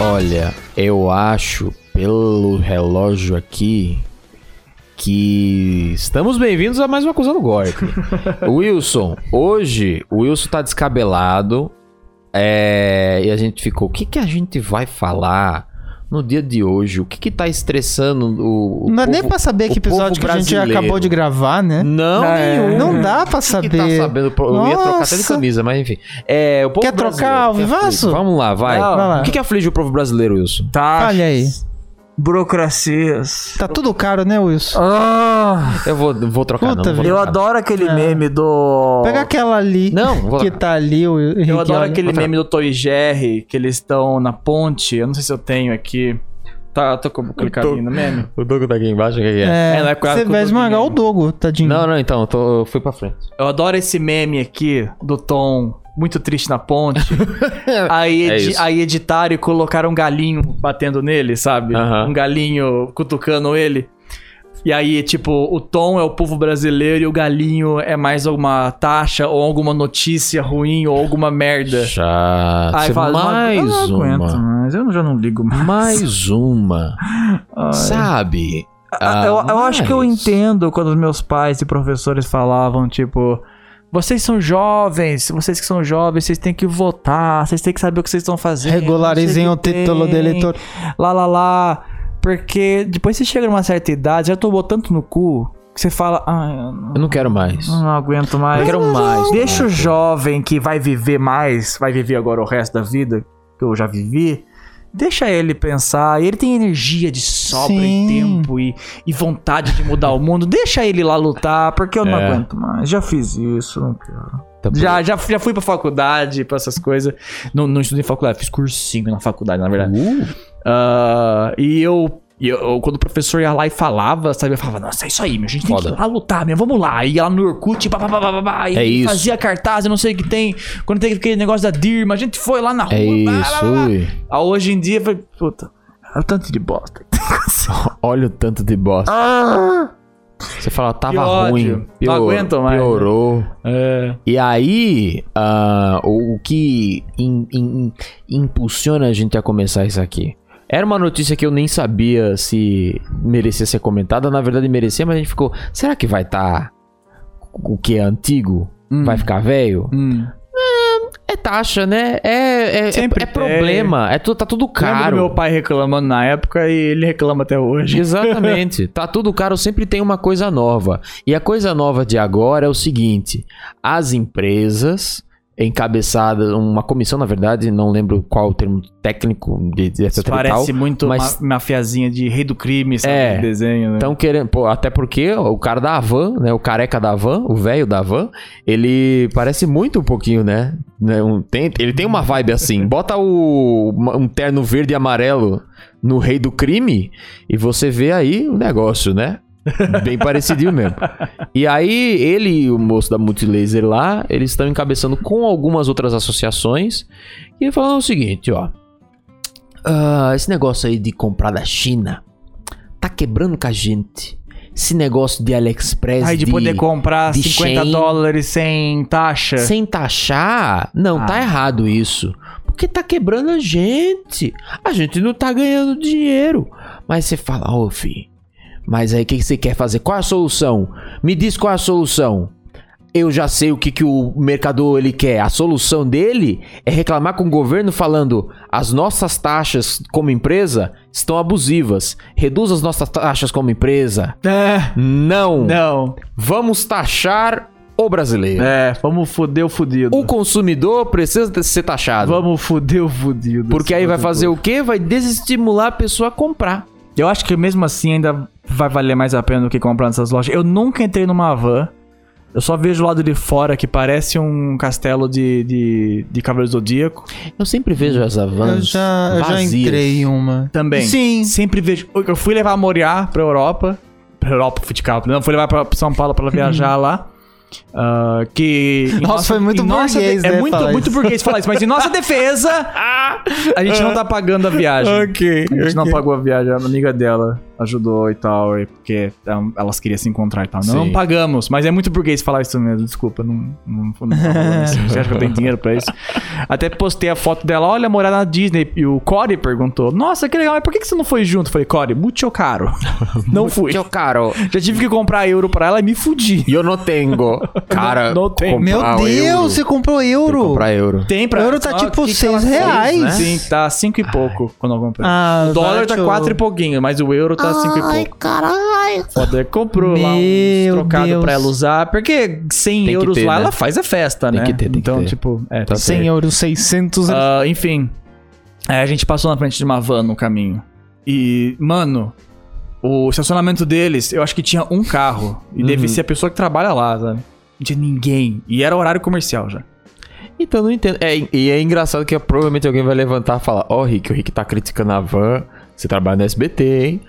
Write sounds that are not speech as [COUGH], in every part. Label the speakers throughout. Speaker 1: Olha, eu acho pelo relógio aqui que estamos bem-vindos a mais uma coisa do
Speaker 2: [LAUGHS]
Speaker 1: golpe. Wilson, hoje o Wilson tá descabelado é, e a gente ficou, o que que a gente vai falar no dia de hoje? O que que tá estressando o, o
Speaker 2: Não é
Speaker 1: povo-
Speaker 2: nem pra saber
Speaker 1: o
Speaker 2: que episódio
Speaker 1: povo
Speaker 2: que a gente
Speaker 1: brasileiro.
Speaker 2: acabou de gravar, né?
Speaker 1: Não,
Speaker 3: É.
Speaker 1: nenhum.
Speaker 2: Não dá pra
Speaker 1: O que que tá
Speaker 2: saber.
Speaker 1: sabendo? Eu ia trocar até de
Speaker 2: Nossa.
Speaker 1: camisa, mas enfim. É, o povo
Speaker 2: Quer trocar
Speaker 1: brasileiro
Speaker 2: ao
Speaker 1: que
Speaker 2: vivaço?
Speaker 1: aflige. Vamos lá, vai.
Speaker 3: Vai
Speaker 2: lá.
Speaker 1: O que, que aflige o povo brasileiro, Wilson?
Speaker 3: Tá.
Speaker 2: Olha aí.
Speaker 3: Burocracias.
Speaker 2: Tá tudo caro, né, Wilson?
Speaker 3: Ah,
Speaker 1: Eu vou, vou trocar,
Speaker 2: Puta,
Speaker 1: não. Vou
Speaker 2: velho.
Speaker 3: eu
Speaker 1: trocar,
Speaker 3: adoro aquele meme do.
Speaker 2: É. Pega aquela ali.
Speaker 1: Não,
Speaker 3: [LAUGHS]
Speaker 1: vou
Speaker 2: Que
Speaker 1: lá.
Speaker 2: tá ali, o Henrique.
Speaker 3: Eu adoro
Speaker 2: olha.
Speaker 3: aquele meme do Toy Jerry, que eles estão na ponte. Eu não sei se eu tenho aqui. Tá, eu tô com- clicando ali no meme.
Speaker 1: O Dogo tá aqui embaixo, o que, que
Speaker 2: É,
Speaker 3: É, na época
Speaker 2: você
Speaker 3: que eu
Speaker 2: vai
Speaker 3: tô
Speaker 2: esmagar o
Speaker 3: brigando.
Speaker 2: Dogo, tadinho.
Speaker 1: Não, não, então, eu, tô, eu fui pra frente.
Speaker 3: Eu adoro esse meme aqui do Tom muito triste na ponte. aí,
Speaker 1: É
Speaker 3: edi
Speaker 1: isso.
Speaker 3: aí editaram e colocaram um galinho batendo nele, sabe?
Speaker 1: Aham.
Speaker 3: Um galinho cutucando ele. E aí, tipo, o Tom é o povo brasileiro e o galinho é mais alguma taxa ou alguma notícia ruim ou alguma merda.
Speaker 1: Chato.
Speaker 3: Aí fala, eu
Speaker 1: mais
Speaker 3: não
Speaker 1: uma.
Speaker 3: aguento mais, eu já não ligo mais.
Speaker 1: Mais uma.
Speaker 3: Ai.
Speaker 1: Sabe?
Speaker 3: Ah,
Speaker 1: Ah,
Speaker 3: eu, eu acho que eu
Speaker 1: mas-
Speaker 3: entendo quando os meus pais e professores falavam, tipo, vocês são jovens, vocês que são jovens, vocês têm que votar, vocês têm que saber o que vocês estão fazendo.
Speaker 2: Regularizem
Speaker 3: vocês
Speaker 2: o título
Speaker 3: têm,
Speaker 2: do eleitor.
Speaker 3: Lá, lá, lá. Porque depois você chega numa certa idade, já tomou tanto no cu, que você fala, ah, eu não,
Speaker 1: Eu não quero mais.
Speaker 3: eu não aguento mais.
Speaker 1: Eu quero mais.
Speaker 3: Deixa o
Speaker 1: cara.
Speaker 3: jovem que vai viver mais, vai viver agora o resto da vida, que eu já vivi. Deixa ele pensar, ele tem energia de sobra
Speaker 2: Sim.
Speaker 3: e tempo e, e vontade de mudar o mundo. Deixa ele lá lutar, porque eu não
Speaker 1: É.
Speaker 3: aguento mais. Já fiz isso, não quero.
Speaker 1: Tá bom.
Speaker 3: Já, já, já fui pra faculdade, pra essas coisas. Não, não estudei faculdade, fiz cursinho na faculdade, na verdade.
Speaker 1: Uh,
Speaker 3: Ah, e eu, e eu- eu- quando o professor ia lá e falava, sabe? Eu falava, nossa, é isso aí, meu. A gente tem
Speaker 1: Foda.
Speaker 3: que ir lá lutar, meu. Vamos lá. E ia lá no Orkut, pá, pá, pá, pá, pá, pá, e
Speaker 1: É isso.
Speaker 3: fazia cartaz, eu não sei o que tem. Quando tem aquele negócio da Dirma, a gente foi lá na rua.
Speaker 1: é
Speaker 3: blá, blá,
Speaker 1: isso.
Speaker 3: blá, blá.
Speaker 1: ui.
Speaker 3: Ah, hoje em dia, eu falei, puta, é o tanto de bosta.
Speaker 1: Olha o tanto de bosta.
Speaker 3: Ah!
Speaker 1: Você fala,
Speaker 3: Que
Speaker 1: tava
Speaker 3: ódio.
Speaker 1: ruim.
Speaker 3: Não aguento mais. né?"
Speaker 1: Piorou.
Speaker 3: É.
Speaker 1: E aí, ah, o, o que in- in- in- impulsiona a gente a começar isso aqui? Era uma notícia que eu nem sabia se merecia ser comentada. Na verdade, merecia, mas a gente ficou. Será que vai estar. o que é antigo?
Speaker 3: Hum.
Speaker 1: Vai ficar velho? É taxa, né? É, é, é,
Speaker 3: Sempre
Speaker 1: é problema. É, tu- tá tudo
Speaker 3: Lembro do
Speaker 1: caro.
Speaker 3: meu pai reclamando na época e ele reclama até hoje.
Speaker 1: Exatamente. Tá tudo caro, sempre tem uma coisa nova. E a coisa nova de agora é o seguinte: as empresas encabeçadas, uma comissão, na verdade, não lembro qual o termo técnico de, dessa treta e tal.
Speaker 3: Parece muito
Speaker 1: mas-
Speaker 3: ma- mafiazinha de rei do crime, sabe?
Speaker 1: É.
Speaker 3: de desenho, né?
Speaker 1: Então querendo, pô, até porque o cara da Van, né, o careca da Van, o velho da Van, ele parece muito um pouquinho, né? Né, um- tem- ele tem uma vibe assim. Bota o uma- um terno verde e amarelo no Rei do Crime e você vê aí o negócio, né? Bem parecidinho mesmo. E aí, ele e o moço da Multilaser lá, eles estão encabeçando com algumas outras associações e falando o seguinte, ó. Ah, esse negócio aí de comprar da China tá quebrando com a gente. Esse negócio de AliExpress
Speaker 3: Aí de, poder comprar
Speaker 1: de
Speaker 3: 50
Speaker 1: Shein.
Speaker 3: dólares sem taxa.
Speaker 1: sem taxar, não, tá
Speaker 3: É. Ah.
Speaker 1: errado isso. Porque tá quebrando a gente. A gente não tá ganhando dinheiro. Mas você fala, ô filho, mas aí o que que você quer fazer? Qual a solução? Me diz qual a solução. Eu já sei o que, que o mercador ele quer. A solução dele é reclamar com o governo falando: as nossas taxas como empresa estão abusivas. Reduz as nossas taxas como empresa.
Speaker 3: É,
Speaker 1: Não.
Speaker 3: não.
Speaker 1: Vamos taxar o brasileiro.
Speaker 3: É, vamos foder o fudido.
Speaker 1: O Um consumidor precisa de ser taxado.
Speaker 3: Vamos foder o fudido.
Speaker 1: porque aí vai
Speaker 3: Esse
Speaker 1: fazer o quê? Vai desestimular a pessoa a comprar.
Speaker 3: Eu acho que mesmo assim ainda vai valer mais a pena do que comprar nessas lojas. Eu nunca entrei numa van. Eu só vejo o lado de fora que parece um castelo de, de, de Cavaleiro Zodíaco.
Speaker 1: Eu sempre vejo as
Speaker 2: Eu
Speaker 1: avanças
Speaker 2: já, eu já
Speaker 1: vazias.
Speaker 2: entrei em uma.
Speaker 3: Também.
Speaker 2: Sim.
Speaker 3: Sempre vejo. Eu fui levar a Moriá pra Europa. Pra Europa, fui de carro. Não, fui levar pra São Paulo pra ela viajar lá. Ah, que. em
Speaker 2: Nossa, foi muito
Speaker 3: em nossa
Speaker 2: burguês,
Speaker 3: de-
Speaker 2: né,
Speaker 3: É muito,
Speaker 2: falar
Speaker 3: muito
Speaker 2: isso.
Speaker 3: burguês falar isso, mas em nossa defesa, a gente não tá pagando a viagem.
Speaker 2: Ok.
Speaker 3: A gente não pagou a viagem, a amiga dela. ajudou e tal, e porque um, elas queriam se encontrar e tal. Não,
Speaker 1: Sim.
Speaker 3: pagamos, mas é muito burguês falar isso mesmo, desculpa, não, não, não, não [LAUGHS] você acha que eu tenho dinheiro pra isso? Até postei a foto dela, olha, morar na Disney, e o Corey perguntou, nossa, que legal, mas por que que você não foi junto? Eu falei, Corey, muito [LAUGHS] caro. não fui.
Speaker 1: Tio caro.
Speaker 3: Já tive que comprar euro pra ela e me fudi.
Speaker 1: Eu não [LAUGHS] tenho. Cara,
Speaker 3: Não- não tem.
Speaker 1: comprar
Speaker 2: Meu
Speaker 1: o
Speaker 2: Deus,
Speaker 1: euro.
Speaker 2: você comprou
Speaker 1: Tem que
Speaker 2: euro.
Speaker 1: Comprar euro.
Speaker 3: Tem
Speaker 2: pra- Euro tá
Speaker 3: Só
Speaker 2: tipo
Speaker 3: que que
Speaker 2: seis
Speaker 3: ela fez,
Speaker 2: reais.
Speaker 3: né? Sim, tá cinco e pouco quando eu comprei.
Speaker 2: Ah,
Speaker 3: o dólar tá
Speaker 2: barato.
Speaker 3: quatro e pouquinho, mas o euro tá cinco e pouco. Ai, caralho. Foda, comprou lá uns
Speaker 2: Meu
Speaker 3: trocado
Speaker 2: Deus.
Speaker 3: pra ela usar, porque 100
Speaker 1: Tem que
Speaker 3: euros
Speaker 1: ter,
Speaker 3: lá
Speaker 1: né?
Speaker 3: ela faz a festa,
Speaker 1: Tem
Speaker 3: né?
Speaker 1: que ter, tem que
Speaker 3: então,
Speaker 1: ter.
Speaker 3: tipo, é,
Speaker 1: Tá
Speaker 3: tem que ter.
Speaker 2: 100 euros, 600 euros.
Speaker 3: Ah, enfim. Aí a gente passou na frente de uma van no caminho. E, mano, o estacionamento deles, eu acho que tinha um carro. E
Speaker 1: Uhum.
Speaker 3: deve ser a pessoa que trabalha lá, sabe? Não tinha ninguém. E era horário comercial já.
Speaker 1: Então não entendo. É, e é engraçado que provavelmente alguém vai levantar e falar: Ó, Rick, o Rick tá criticando a van. Você trabalha no SBT, hein?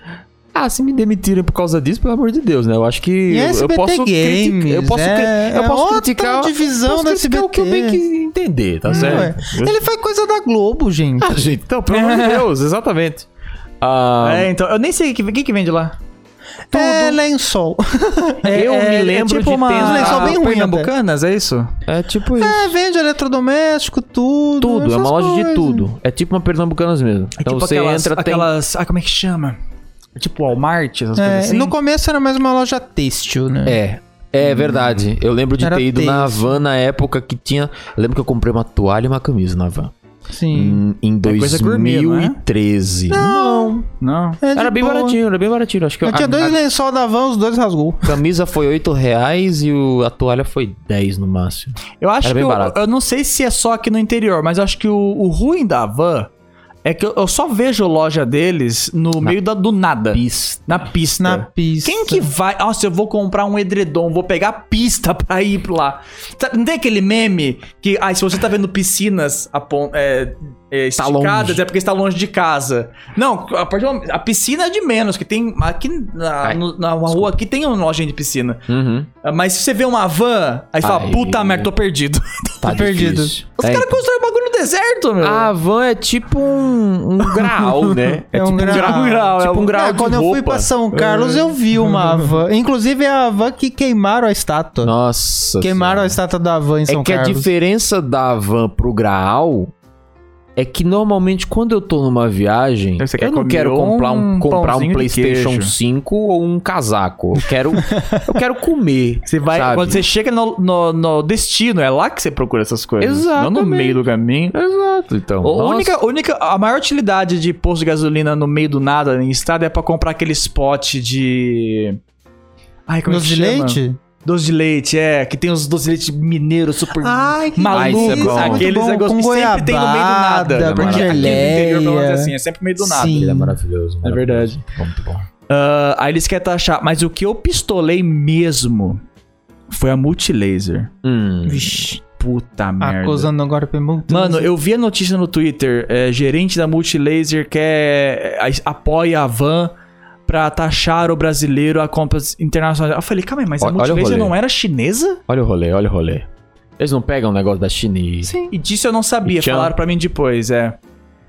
Speaker 1: Ah, se me demitirem por causa disso, pelo amor de Deus, né? Eu acho que
Speaker 2: E
Speaker 1: eu-
Speaker 2: é
Speaker 1: eu
Speaker 2: SBT
Speaker 1: posso criticar.
Speaker 2: Games,
Speaker 1: Eu posso, cri-
Speaker 2: é-
Speaker 1: eu
Speaker 2: é
Speaker 1: posso
Speaker 2: outra
Speaker 1: criticar.
Speaker 2: divisão
Speaker 1: eu posso
Speaker 2: da
Speaker 1: criticar o que eu bem
Speaker 2: SBT.
Speaker 1: que entender, tá certo?
Speaker 2: Hum, Ué, é. Ele faz coisa da Globo, gente.
Speaker 1: Ah, gente, então, pelo
Speaker 2: [LAUGHS]
Speaker 1: amor de Deus, exatamente. Ah,
Speaker 3: É, então, eu nem sei o que, o que, que vende lá.
Speaker 2: É lençol. É,
Speaker 1: eu me lembro de
Speaker 2: tipo uma-
Speaker 1: tentar...
Speaker 2: lençol bem ruim
Speaker 3: Pernambucanas, é isso?
Speaker 1: É tipo isso.
Speaker 2: É, vende eletrodoméstico, tudo.
Speaker 1: Tudo, é uma
Speaker 2: essas
Speaker 1: loja de
Speaker 2: coisas.
Speaker 1: tudo. É tipo uma Pernambucanas mesmo. então você entra, tem...
Speaker 3: É tipo aquelas... Ah, como é que chama? Tipo Walmart, essas
Speaker 2: É,
Speaker 3: coisas assim.
Speaker 2: No começo era mais uma loja têxtil, né?
Speaker 1: É. É verdade. Eu lembro de
Speaker 2: Era
Speaker 1: ter ido na
Speaker 2: tenso.
Speaker 1: van na época que tinha. Eu lembro que eu comprei uma toalha e uma camisa na van.
Speaker 2: Sim.
Speaker 1: Em, em
Speaker 3: É coisa gourmet, não é?
Speaker 1: 2013.
Speaker 2: Não. é
Speaker 3: Não.
Speaker 2: de
Speaker 1: Hum. Era bem
Speaker 2: boa.
Speaker 1: baratinho, Ah, era bem baratinho. Acho que
Speaker 2: Eu
Speaker 1: a-
Speaker 2: tinha
Speaker 1: a,
Speaker 2: dois né? lençol da van, os dois rasgou.
Speaker 1: camisa foi 8 reais e o- a toalha foi 10 no máximo.
Speaker 3: Eu acho
Speaker 1: Era
Speaker 3: que.
Speaker 1: bem
Speaker 3: Eu,
Speaker 1: barato.
Speaker 3: eu não sei se é só aqui no interior, mas eu acho que o, o ruim da van é que eu, eu só vejo loja deles no meio da, do nada.
Speaker 1: Pista.
Speaker 3: Na pista.
Speaker 2: Na pista.
Speaker 3: Quem que vai? Nossa, eu vou comprar um edredom, vou pegar a pista [LAUGHS] pra ir pra lá. Sabe, Não tem aquele meme que, ah, se você tá vendo piscinas a pon- é, é,
Speaker 1: Tá
Speaker 3: esticadas,
Speaker 1: longe.
Speaker 3: é porque está longe de casa. Não, a partir do momento- a piscina é de menos, que tem. Aqui na,
Speaker 1: Ai,
Speaker 3: no- na rua aqui tem uma lojinha de piscina.
Speaker 1: Uhum.
Speaker 3: Mas se você vê uma van, aí você fala,
Speaker 1: Ai.
Speaker 3: puta merda, tô perdido. [LAUGHS] É
Speaker 1: Tá
Speaker 2: perdido.
Speaker 1: perdido.
Speaker 3: Os caras constroem um bagulho no deserto, meu.
Speaker 1: A van é tipo um, um
Speaker 2: [LAUGHS]
Speaker 1: graal, né?
Speaker 2: É um grau.
Speaker 3: grau,
Speaker 1: Tipo um grau
Speaker 2: É,
Speaker 1: de
Speaker 2: quando eu fui
Speaker 1: roupa.
Speaker 2: pra São Carlos, eu vi uma van. Inclusive, é a van que queimaram a estátua.
Speaker 1: Nossa.
Speaker 2: Queimaram a
Speaker 1: senhora.
Speaker 2: estátua da van em São
Speaker 1: É que a
Speaker 2: Carlos.
Speaker 1: diferença da van pro Graal é que normalmente quando eu tô numa viagem,
Speaker 3: Você quer
Speaker 1: eu não
Speaker 3: comer
Speaker 1: quero comprar um,
Speaker 3: um
Speaker 1: comprar
Speaker 3: pãozinho
Speaker 1: um
Speaker 3: de
Speaker 1: PlayStation
Speaker 3: queijo.
Speaker 1: 5 ou um casaco. Eu [LAUGHS] quero eu quero comer.
Speaker 3: Você vai,
Speaker 1: sabe?
Speaker 3: quando você chega no, no- no destino, é lá que você procura essas coisas. Não no
Speaker 1: Exatamente.
Speaker 3: meio do caminho.
Speaker 1: Exato, então.
Speaker 3: A única, única, a maior utilidade de posto de gasolina no meio do nada, em estado, é pra comprar aquele spot de... Ai, como
Speaker 2: Doce
Speaker 3: é que
Speaker 2: de
Speaker 3: chama?
Speaker 2: leite?
Speaker 3: Doce de leite, é. Que tem os doce de leite mineiro super...
Speaker 2: Ai, que
Speaker 1: Ai, isso é
Speaker 3: malucos.
Speaker 1: bom.
Speaker 3: aqueles
Speaker 2: Ah, é
Speaker 3: negócios
Speaker 2: com
Speaker 3: que sempre tem no meio do nada.
Speaker 2: goiabada, é
Speaker 1: com
Speaker 3: Porque aqui no interior, pelo menos, é
Speaker 2: geleia.
Speaker 3: assim. É sempre meio do nada.
Speaker 2: Sim.
Speaker 1: Ele é maravilhoso.
Speaker 3: É verdade.
Speaker 1: Muito bom.
Speaker 3: Ah, aí eles querem taxar. Mas o que eu pistolei mesmo foi a multilaser.
Speaker 1: Hum.
Speaker 2: Vixe,
Speaker 3: Puta merda.
Speaker 2: acusando agora pra multa.
Speaker 3: Mano, eu vi a notícia no Twitter. é, gerente da multilaser quer. é, a- apoia a van pra taxar o brasileiro a compras internacionais. Eu falei, calma aí, mas a
Speaker 1: Olha- olha o
Speaker 3: multilaser
Speaker 1: rolê.
Speaker 3: não era chinesa?
Speaker 1: Olha o rolê, olha o rolê. Eles não pegam o negócio da chinesa. Sim.
Speaker 3: E disso eu não sabia.
Speaker 1: E tchan.
Speaker 3: Falaram pra mim depois, é.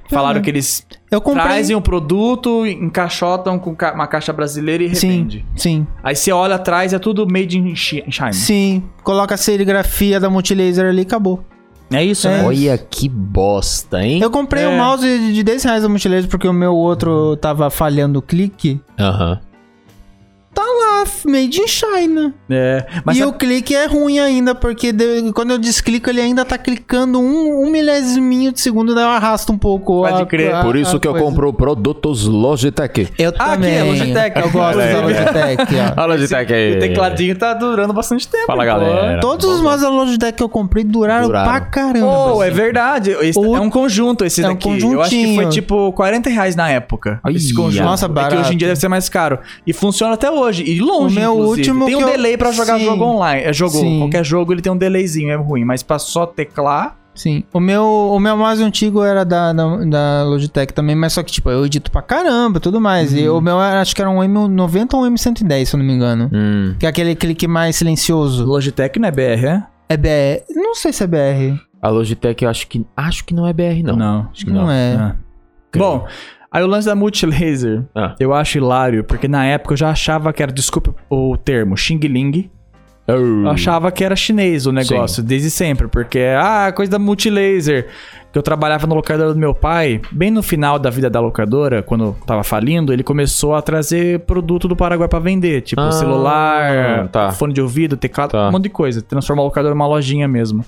Speaker 3: Falaram que eles
Speaker 2: eu comprei. um-
Speaker 3: trazem o produto, encaixotam com ca- uma caixa brasileira e
Speaker 2: Sim,
Speaker 3: revende.
Speaker 2: sim,
Speaker 3: Aí você olha atrás, é tudo made in Chi- China.
Speaker 2: sim. Coloca a serigrafia da Multilaser ali e acabou.
Speaker 3: É isso,
Speaker 2: É.
Speaker 3: né?
Speaker 1: Olha que bosta, hein?
Speaker 2: Eu comprei
Speaker 3: É.
Speaker 2: um mouse de de 10 reais da Multilaser porque o meu outro tava falhando o clique.
Speaker 1: Aham.
Speaker 2: Ah, made in China.
Speaker 3: É, mas
Speaker 2: né? e
Speaker 3: sabe-
Speaker 2: o clique é ruim ainda, porque de- quando eu desclico, ele ainda tá clicando um, um milésiminho de segundo, daí eu arrasto um pouco.
Speaker 3: Pode crer.
Speaker 1: Por isso
Speaker 2: a
Speaker 1: que eu
Speaker 2: coisa.
Speaker 1: compro produtos Logitech.
Speaker 2: Eu
Speaker 3: Ah, aqui
Speaker 2: também.
Speaker 3: é Logitech.
Speaker 2: Eu
Speaker 1: [LAUGHS]
Speaker 2: [LAUGHS] gosto
Speaker 1: Olha
Speaker 2: da
Speaker 1: aí.
Speaker 2: Logitech, ó.
Speaker 1: Olha Logitech aí.
Speaker 3: o tecladinho tá durando bastante tempo.
Speaker 1: Fala,
Speaker 3: pô.
Speaker 1: galera.
Speaker 2: Todos os mods da Logitech que eu comprei duraram,
Speaker 1: Duraram.
Speaker 2: pra caramba.
Speaker 3: Oh, é
Speaker 2: assim.
Speaker 3: verdade. Esse
Speaker 2: O-
Speaker 3: É um conjunto esse
Speaker 2: É um
Speaker 3: daqui. Eu acho que foi
Speaker 2: conjuntinho.
Speaker 3: tipo 40 reais na época. esse
Speaker 1: Ai,
Speaker 3: conjunto.
Speaker 2: nossa,
Speaker 3: É
Speaker 2: barato.
Speaker 3: que hoje em dia deve ser mais caro. E funciona até hoje. E longe,
Speaker 2: O meu
Speaker 3: inclusive.
Speaker 2: último
Speaker 3: Tem um
Speaker 2: que eu-
Speaker 3: delay pra jogar
Speaker 2: Sim.
Speaker 3: jogo online. É jogo.
Speaker 2: Sim.
Speaker 3: Qualquer jogo ele tem um delayzinho, é ruim. Mas pra só teclar...
Speaker 2: Sim. O meu, o meu mouse antigo era da, da, da Logitech também, mas só que, tipo, eu edito pra caramba tudo mais. E
Speaker 3: Uhum.
Speaker 2: o meu, era- acho que era um M90 ou um M110, se eu não me engano.
Speaker 1: Hum.
Speaker 2: Que é aquele clique mais silencioso.
Speaker 3: Logitech não é BR, é?
Speaker 2: É BR. Não sei se é BR.
Speaker 1: A Logitech eu acho que acho que não é BR não.
Speaker 3: não.
Speaker 1: Acho que
Speaker 2: Não,
Speaker 1: não.
Speaker 2: é.
Speaker 3: Ah. Bom, Aí o lance da Multilaser,
Speaker 1: Ah.
Speaker 3: eu acho hilário, porque na época eu já achava que era, desculpa o termo, Xing Ling.
Speaker 1: Hum.
Speaker 3: Eu achava que era chinês o negócio, desde sempre, porque, ah, coisa da multilaser. Que eu trabalhava na locadora do meu pai, bem no final da vida da locadora, quando tava falindo, ele começou a trazer produto do Paraguai pra vender, tipo
Speaker 1: Ah,
Speaker 3: celular,
Speaker 1: tá.
Speaker 3: fone de ouvido, teclado,
Speaker 1: Tá.
Speaker 3: um monte de coisa. Transformar a locadora numa lojinha mesmo.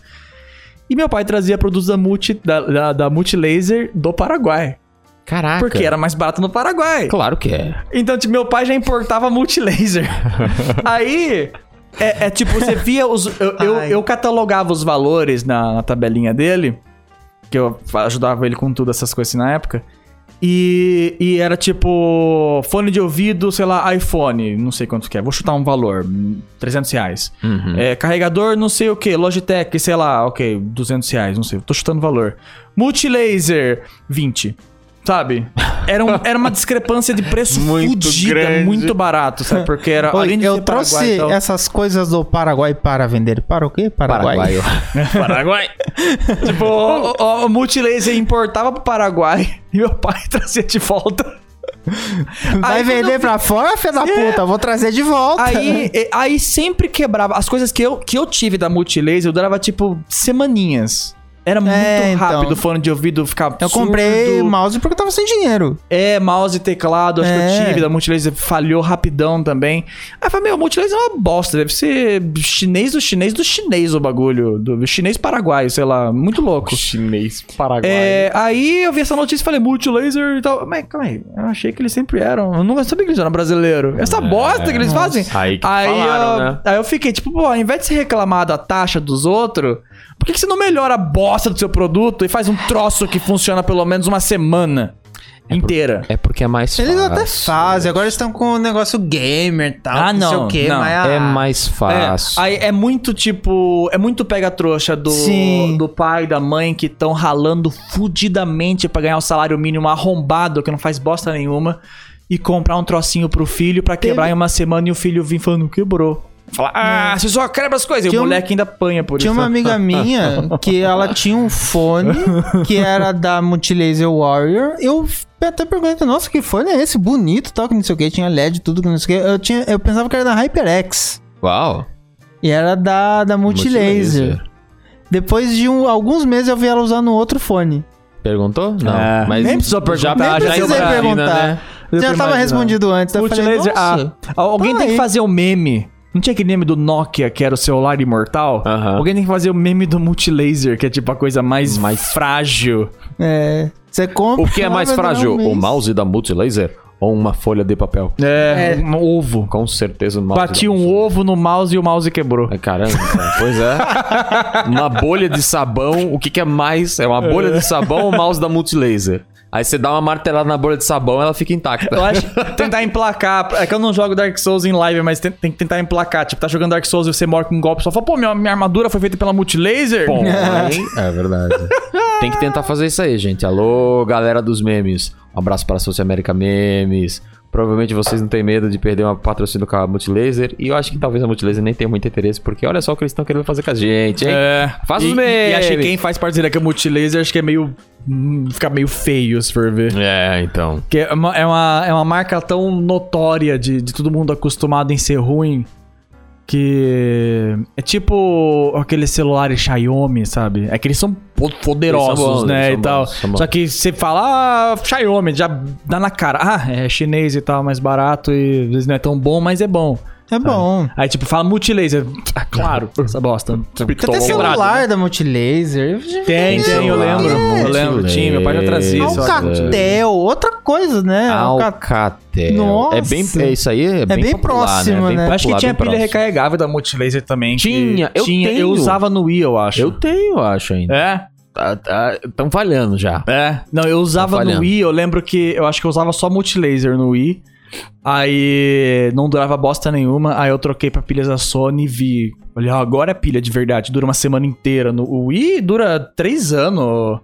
Speaker 3: E meu pai trazia produtos da, multi, da, da, da multilaser do Paraguai,
Speaker 1: Caraca.
Speaker 3: porque era mais barato no Paraguai.
Speaker 1: Claro que é.
Speaker 3: Então, tipo, meu pai já importava multilaser. Aí. É, é tipo, você via os. Eu, eu,
Speaker 2: Ai.
Speaker 3: eu catalogava os valores na, na tabelinha dele, que eu ajudava ele com tudo essas coisas assim na época. E, e era tipo. Fone de ouvido, sei lá, iPhone, não sei quanto que é. Vou chutar um valor: hum, 300 reais.
Speaker 1: Uhum.
Speaker 3: É, carregador, não sei o que, Logitech, sei lá, ok, 200 reais, não sei, tô chutando valor. Multilaser, 20. Sabe? Era, um- era uma discrepância de
Speaker 1: [LAUGHS]
Speaker 3: preço
Speaker 1: Muito
Speaker 3: fudida,
Speaker 1: grande.
Speaker 3: muito barato, sabe? Porque era.
Speaker 2: Oi,
Speaker 3: além de
Speaker 2: eu
Speaker 3: ser Paraguai então.
Speaker 2: trouxe
Speaker 3: e tal-
Speaker 2: essas coisas do Paraguai para vender. Para o quê? Paraguai.
Speaker 1: Paraguai.
Speaker 3: [LAUGHS]
Speaker 1: Paraguai.
Speaker 3: Tipo, o, o- o multilaser importava pro Paraguai [LAUGHS] e meu pai trazia de volta.
Speaker 2: [LAUGHS] Vai
Speaker 3: Aí quando
Speaker 2: vender pra fora, filho da puta? Vou trazer de volta.
Speaker 3: Aí, e- aí sempre quebrava. As coisas que eu, que eu tive da multilaser, eu durava tipo semaninhas. Era muito
Speaker 2: então.
Speaker 3: rápido o fone de ouvido ficar
Speaker 2: [LAUGHS] eu comprei
Speaker 3: surdo.
Speaker 2: mouse porque eu tava sem dinheiro.
Speaker 3: É, mouse e teclado, acho que
Speaker 2: É.
Speaker 3: eu tive da Multilaser, falhou rapidão também. Aí eu falei, meu, Multilaser é uma bosta, deve ser chinês do chinês do chinês o bagulho, do chinês paraguaio, sei lá, muito
Speaker 1: [LAUGHS]
Speaker 3: louco.
Speaker 1: Chinês Paraguai.
Speaker 3: É, aí eu vi essa notícia e falei, Multilaser e tal. Mas calma aí, eu achei que eles sempre eram, eu nunca sabia que eles eram brasileiros.
Speaker 2: É.
Speaker 3: Essa bosta que eles fazem.
Speaker 1: Aí que
Speaker 3: Aí,
Speaker 1: falaram,
Speaker 3: eu,
Speaker 1: né?
Speaker 3: aí eu fiquei tipo, pô, ao invés de se reclamar da taxa dos outros, por que, que você não melhora a bosta do seu produto e faz um troço que funciona pelo menos uma semana inteira?
Speaker 1: É porque é mais fácil.
Speaker 2: Eles até fazem, agora eles estão com o negócio gamer e tal.
Speaker 3: Ah,
Speaker 2: sei
Speaker 3: não,
Speaker 2: o quê,
Speaker 3: não.
Speaker 2: mas, ah,
Speaker 1: É mais fácil.
Speaker 3: É, aí é muito tipo. É muito pega-trouxa do,
Speaker 2: Sim.
Speaker 3: do pai e da mãe que estão ralando fudidamente pra ganhar o salário mínimo arrombado, que não faz bosta nenhuma, e comprar um trocinho pro filho pra quebrar em uma semana e o filho vir falando quebrou. Falar, ah, você só quebra as coisas. E
Speaker 2: Tinha
Speaker 3: o
Speaker 2: um-
Speaker 3: moleque ainda apanha por
Speaker 2: Tinha
Speaker 3: isso. né?
Speaker 2: uma amiga minha que ela tinha um fone que era da Multilaser Warrior. Eu até perguntei, nossa, que fone é esse? Bonito e tal, que não sei o que. Tinha LED, tudo que não sei o que. Eu, tinha, eu pensava que era da HyperX.
Speaker 1: Uau.
Speaker 2: E era da, da Multilaser. Depois de um- alguns meses eu vi ela usando outro fone.
Speaker 1: Perguntou? Não.
Speaker 3: É.
Speaker 1: Mas
Speaker 3: Nem precisou perguntar,
Speaker 1: Já,
Speaker 3: nem
Speaker 1: já
Speaker 3: precisei
Speaker 1: imagina,
Speaker 2: perguntar.
Speaker 1: Né?
Speaker 3: Eu
Speaker 2: Já
Speaker 3: tô
Speaker 2: tava
Speaker 3: imaginando.
Speaker 2: respondido antes. Eu falei,
Speaker 3: Multilaser.
Speaker 2: nossa.
Speaker 3: ah, alguém
Speaker 2: tá
Speaker 3: tem que
Speaker 2: aí.
Speaker 3: fazer um meme. Não tinha aquele meme do Nokia que era o celular imortal?
Speaker 1: Aham.
Speaker 3: Alguém tem que fazer o meme do multilaser, que é tipo a coisa mais,
Speaker 1: Mais-
Speaker 3: frágil.
Speaker 2: É, você compra...
Speaker 1: O que é
Speaker 2: ela
Speaker 1: mais
Speaker 2: vai durar um
Speaker 1: frágil? O
Speaker 2: mês.
Speaker 1: mouse da Multilaser ou uma folha de papel?
Speaker 3: É, um ovo.
Speaker 1: Com certeza o mouse.
Speaker 3: Bati
Speaker 1: da
Speaker 3: um
Speaker 1: Multilaser.
Speaker 3: ovo no mouse e o mouse quebrou.
Speaker 1: É, Caramba, cara. pois é. Uma bolha de sabão, o que, que é mais? É uma bolha de sabão ou o mouse da Multilaser? Aí você dá uma martelada na bolha de sabão, ela fica intacta.
Speaker 3: Eu acho que tentar emplacar. É que eu não jogo Dark Souls em live, mas tem, tem que tentar emplacar. Tipo, tá jogando Dark Souls e você morre com um golpe só fala, pô, minha, minha armadura foi feita pela multilaser? [LAUGHS]
Speaker 1: Bom, hein? É verdade. Tem que tentar fazer isso aí, gente. Alô, galera dos memes. Um abraço para a Social América Memes. Provavelmente vocês não têm medo de perder uma patrocínio com a Multilaser. E eu acho que talvez a Multilaser nem tenha muito interesse, porque olha só o que eles estão querendo fazer com a gente, hein?
Speaker 3: É.
Speaker 1: Faz
Speaker 3: e,
Speaker 1: os memes.
Speaker 3: E acho que quem faz parceria com a multilaser, acho que é meio. hum, Fica meio feio se for ver.
Speaker 1: É, então.
Speaker 3: Porque é uma, é uma, é uma marca tão notória de, de todo mundo acostumado em ser ruim que é tipo aqueles celulares Xiaomi, sabe? É que eles são po- poderosos,
Speaker 1: Eles são bons,
Speaker 3: né,
Speaker 1: eles
Speaker 3: e
Speaker 1: são
Speaker 3: tal.
Speaker 1: bons, são bons.
Speaker 3: Só que você fala ah, Xiaomi, já dá na cara. Ah, é chinês e tal, mais barato e às vezes não é tão bom, mas é bom.
Speaker 2: É
Speaker 1: Ah.
Speaker 2: bom.
Speaker 3: Aí tipo fala multilaser, ah,
Speaker 1: [LAUGHS]
Speaker 3: claro, essa bosta.
Speaker 2: Porque tem celular
Speaker 1: né?
Speaker 2: da Multilaser.
Speaker 3: Tem, né? Tipo tem, eu lembro.
Speaker 2: É.
Speaker 3: Eu lembro, tinha, meu pai já trazia isso.
Speaker 1: Alca- é.
Speaker 2: Alcatel, outra coisa, né? Alcatel.
Speaker 1: Alcatel.
Speaker 2: Nossa.
Speaker 1: É bem é isso aí, é, bem,
Speaker 2: bem
Speaker 1: popular,
Speaker 2: próximo,
Speaker 1: Bem
Speaker 2: né?
Speaker 3: Eu acho que
Speaker 1: popular,
Speaker 3: tinha
Speaker 1: bem
Speaker 3: pilha
Speaker 1: próximo.
Speaker 3: recarregável da Multilaser também. que
Speaker 1: Tinha, eu
Speaker 3: tinha,
Speaker 1: tenho.
Speaker 3: Eu usava no Wii, eu acho.
Speaker 1: Eu tenho, eu acho ainda. Ah,
Speaker 3: É?
Speaker 1: Estão falhando já.
Speaker 3: É. Não, eu usava no
Speaker 1: Tá falhando.
Speaker 3: Wii, eu lembro que... Eu acho que eu usava só Multilaser no Wii. Aí não durava bosta nenhuma, aí eu troquei pra pilhas da Sony e vi. "Ah, Olha, agora é pilha de verdade, dura uma semana inteira. No o Wii dura três anos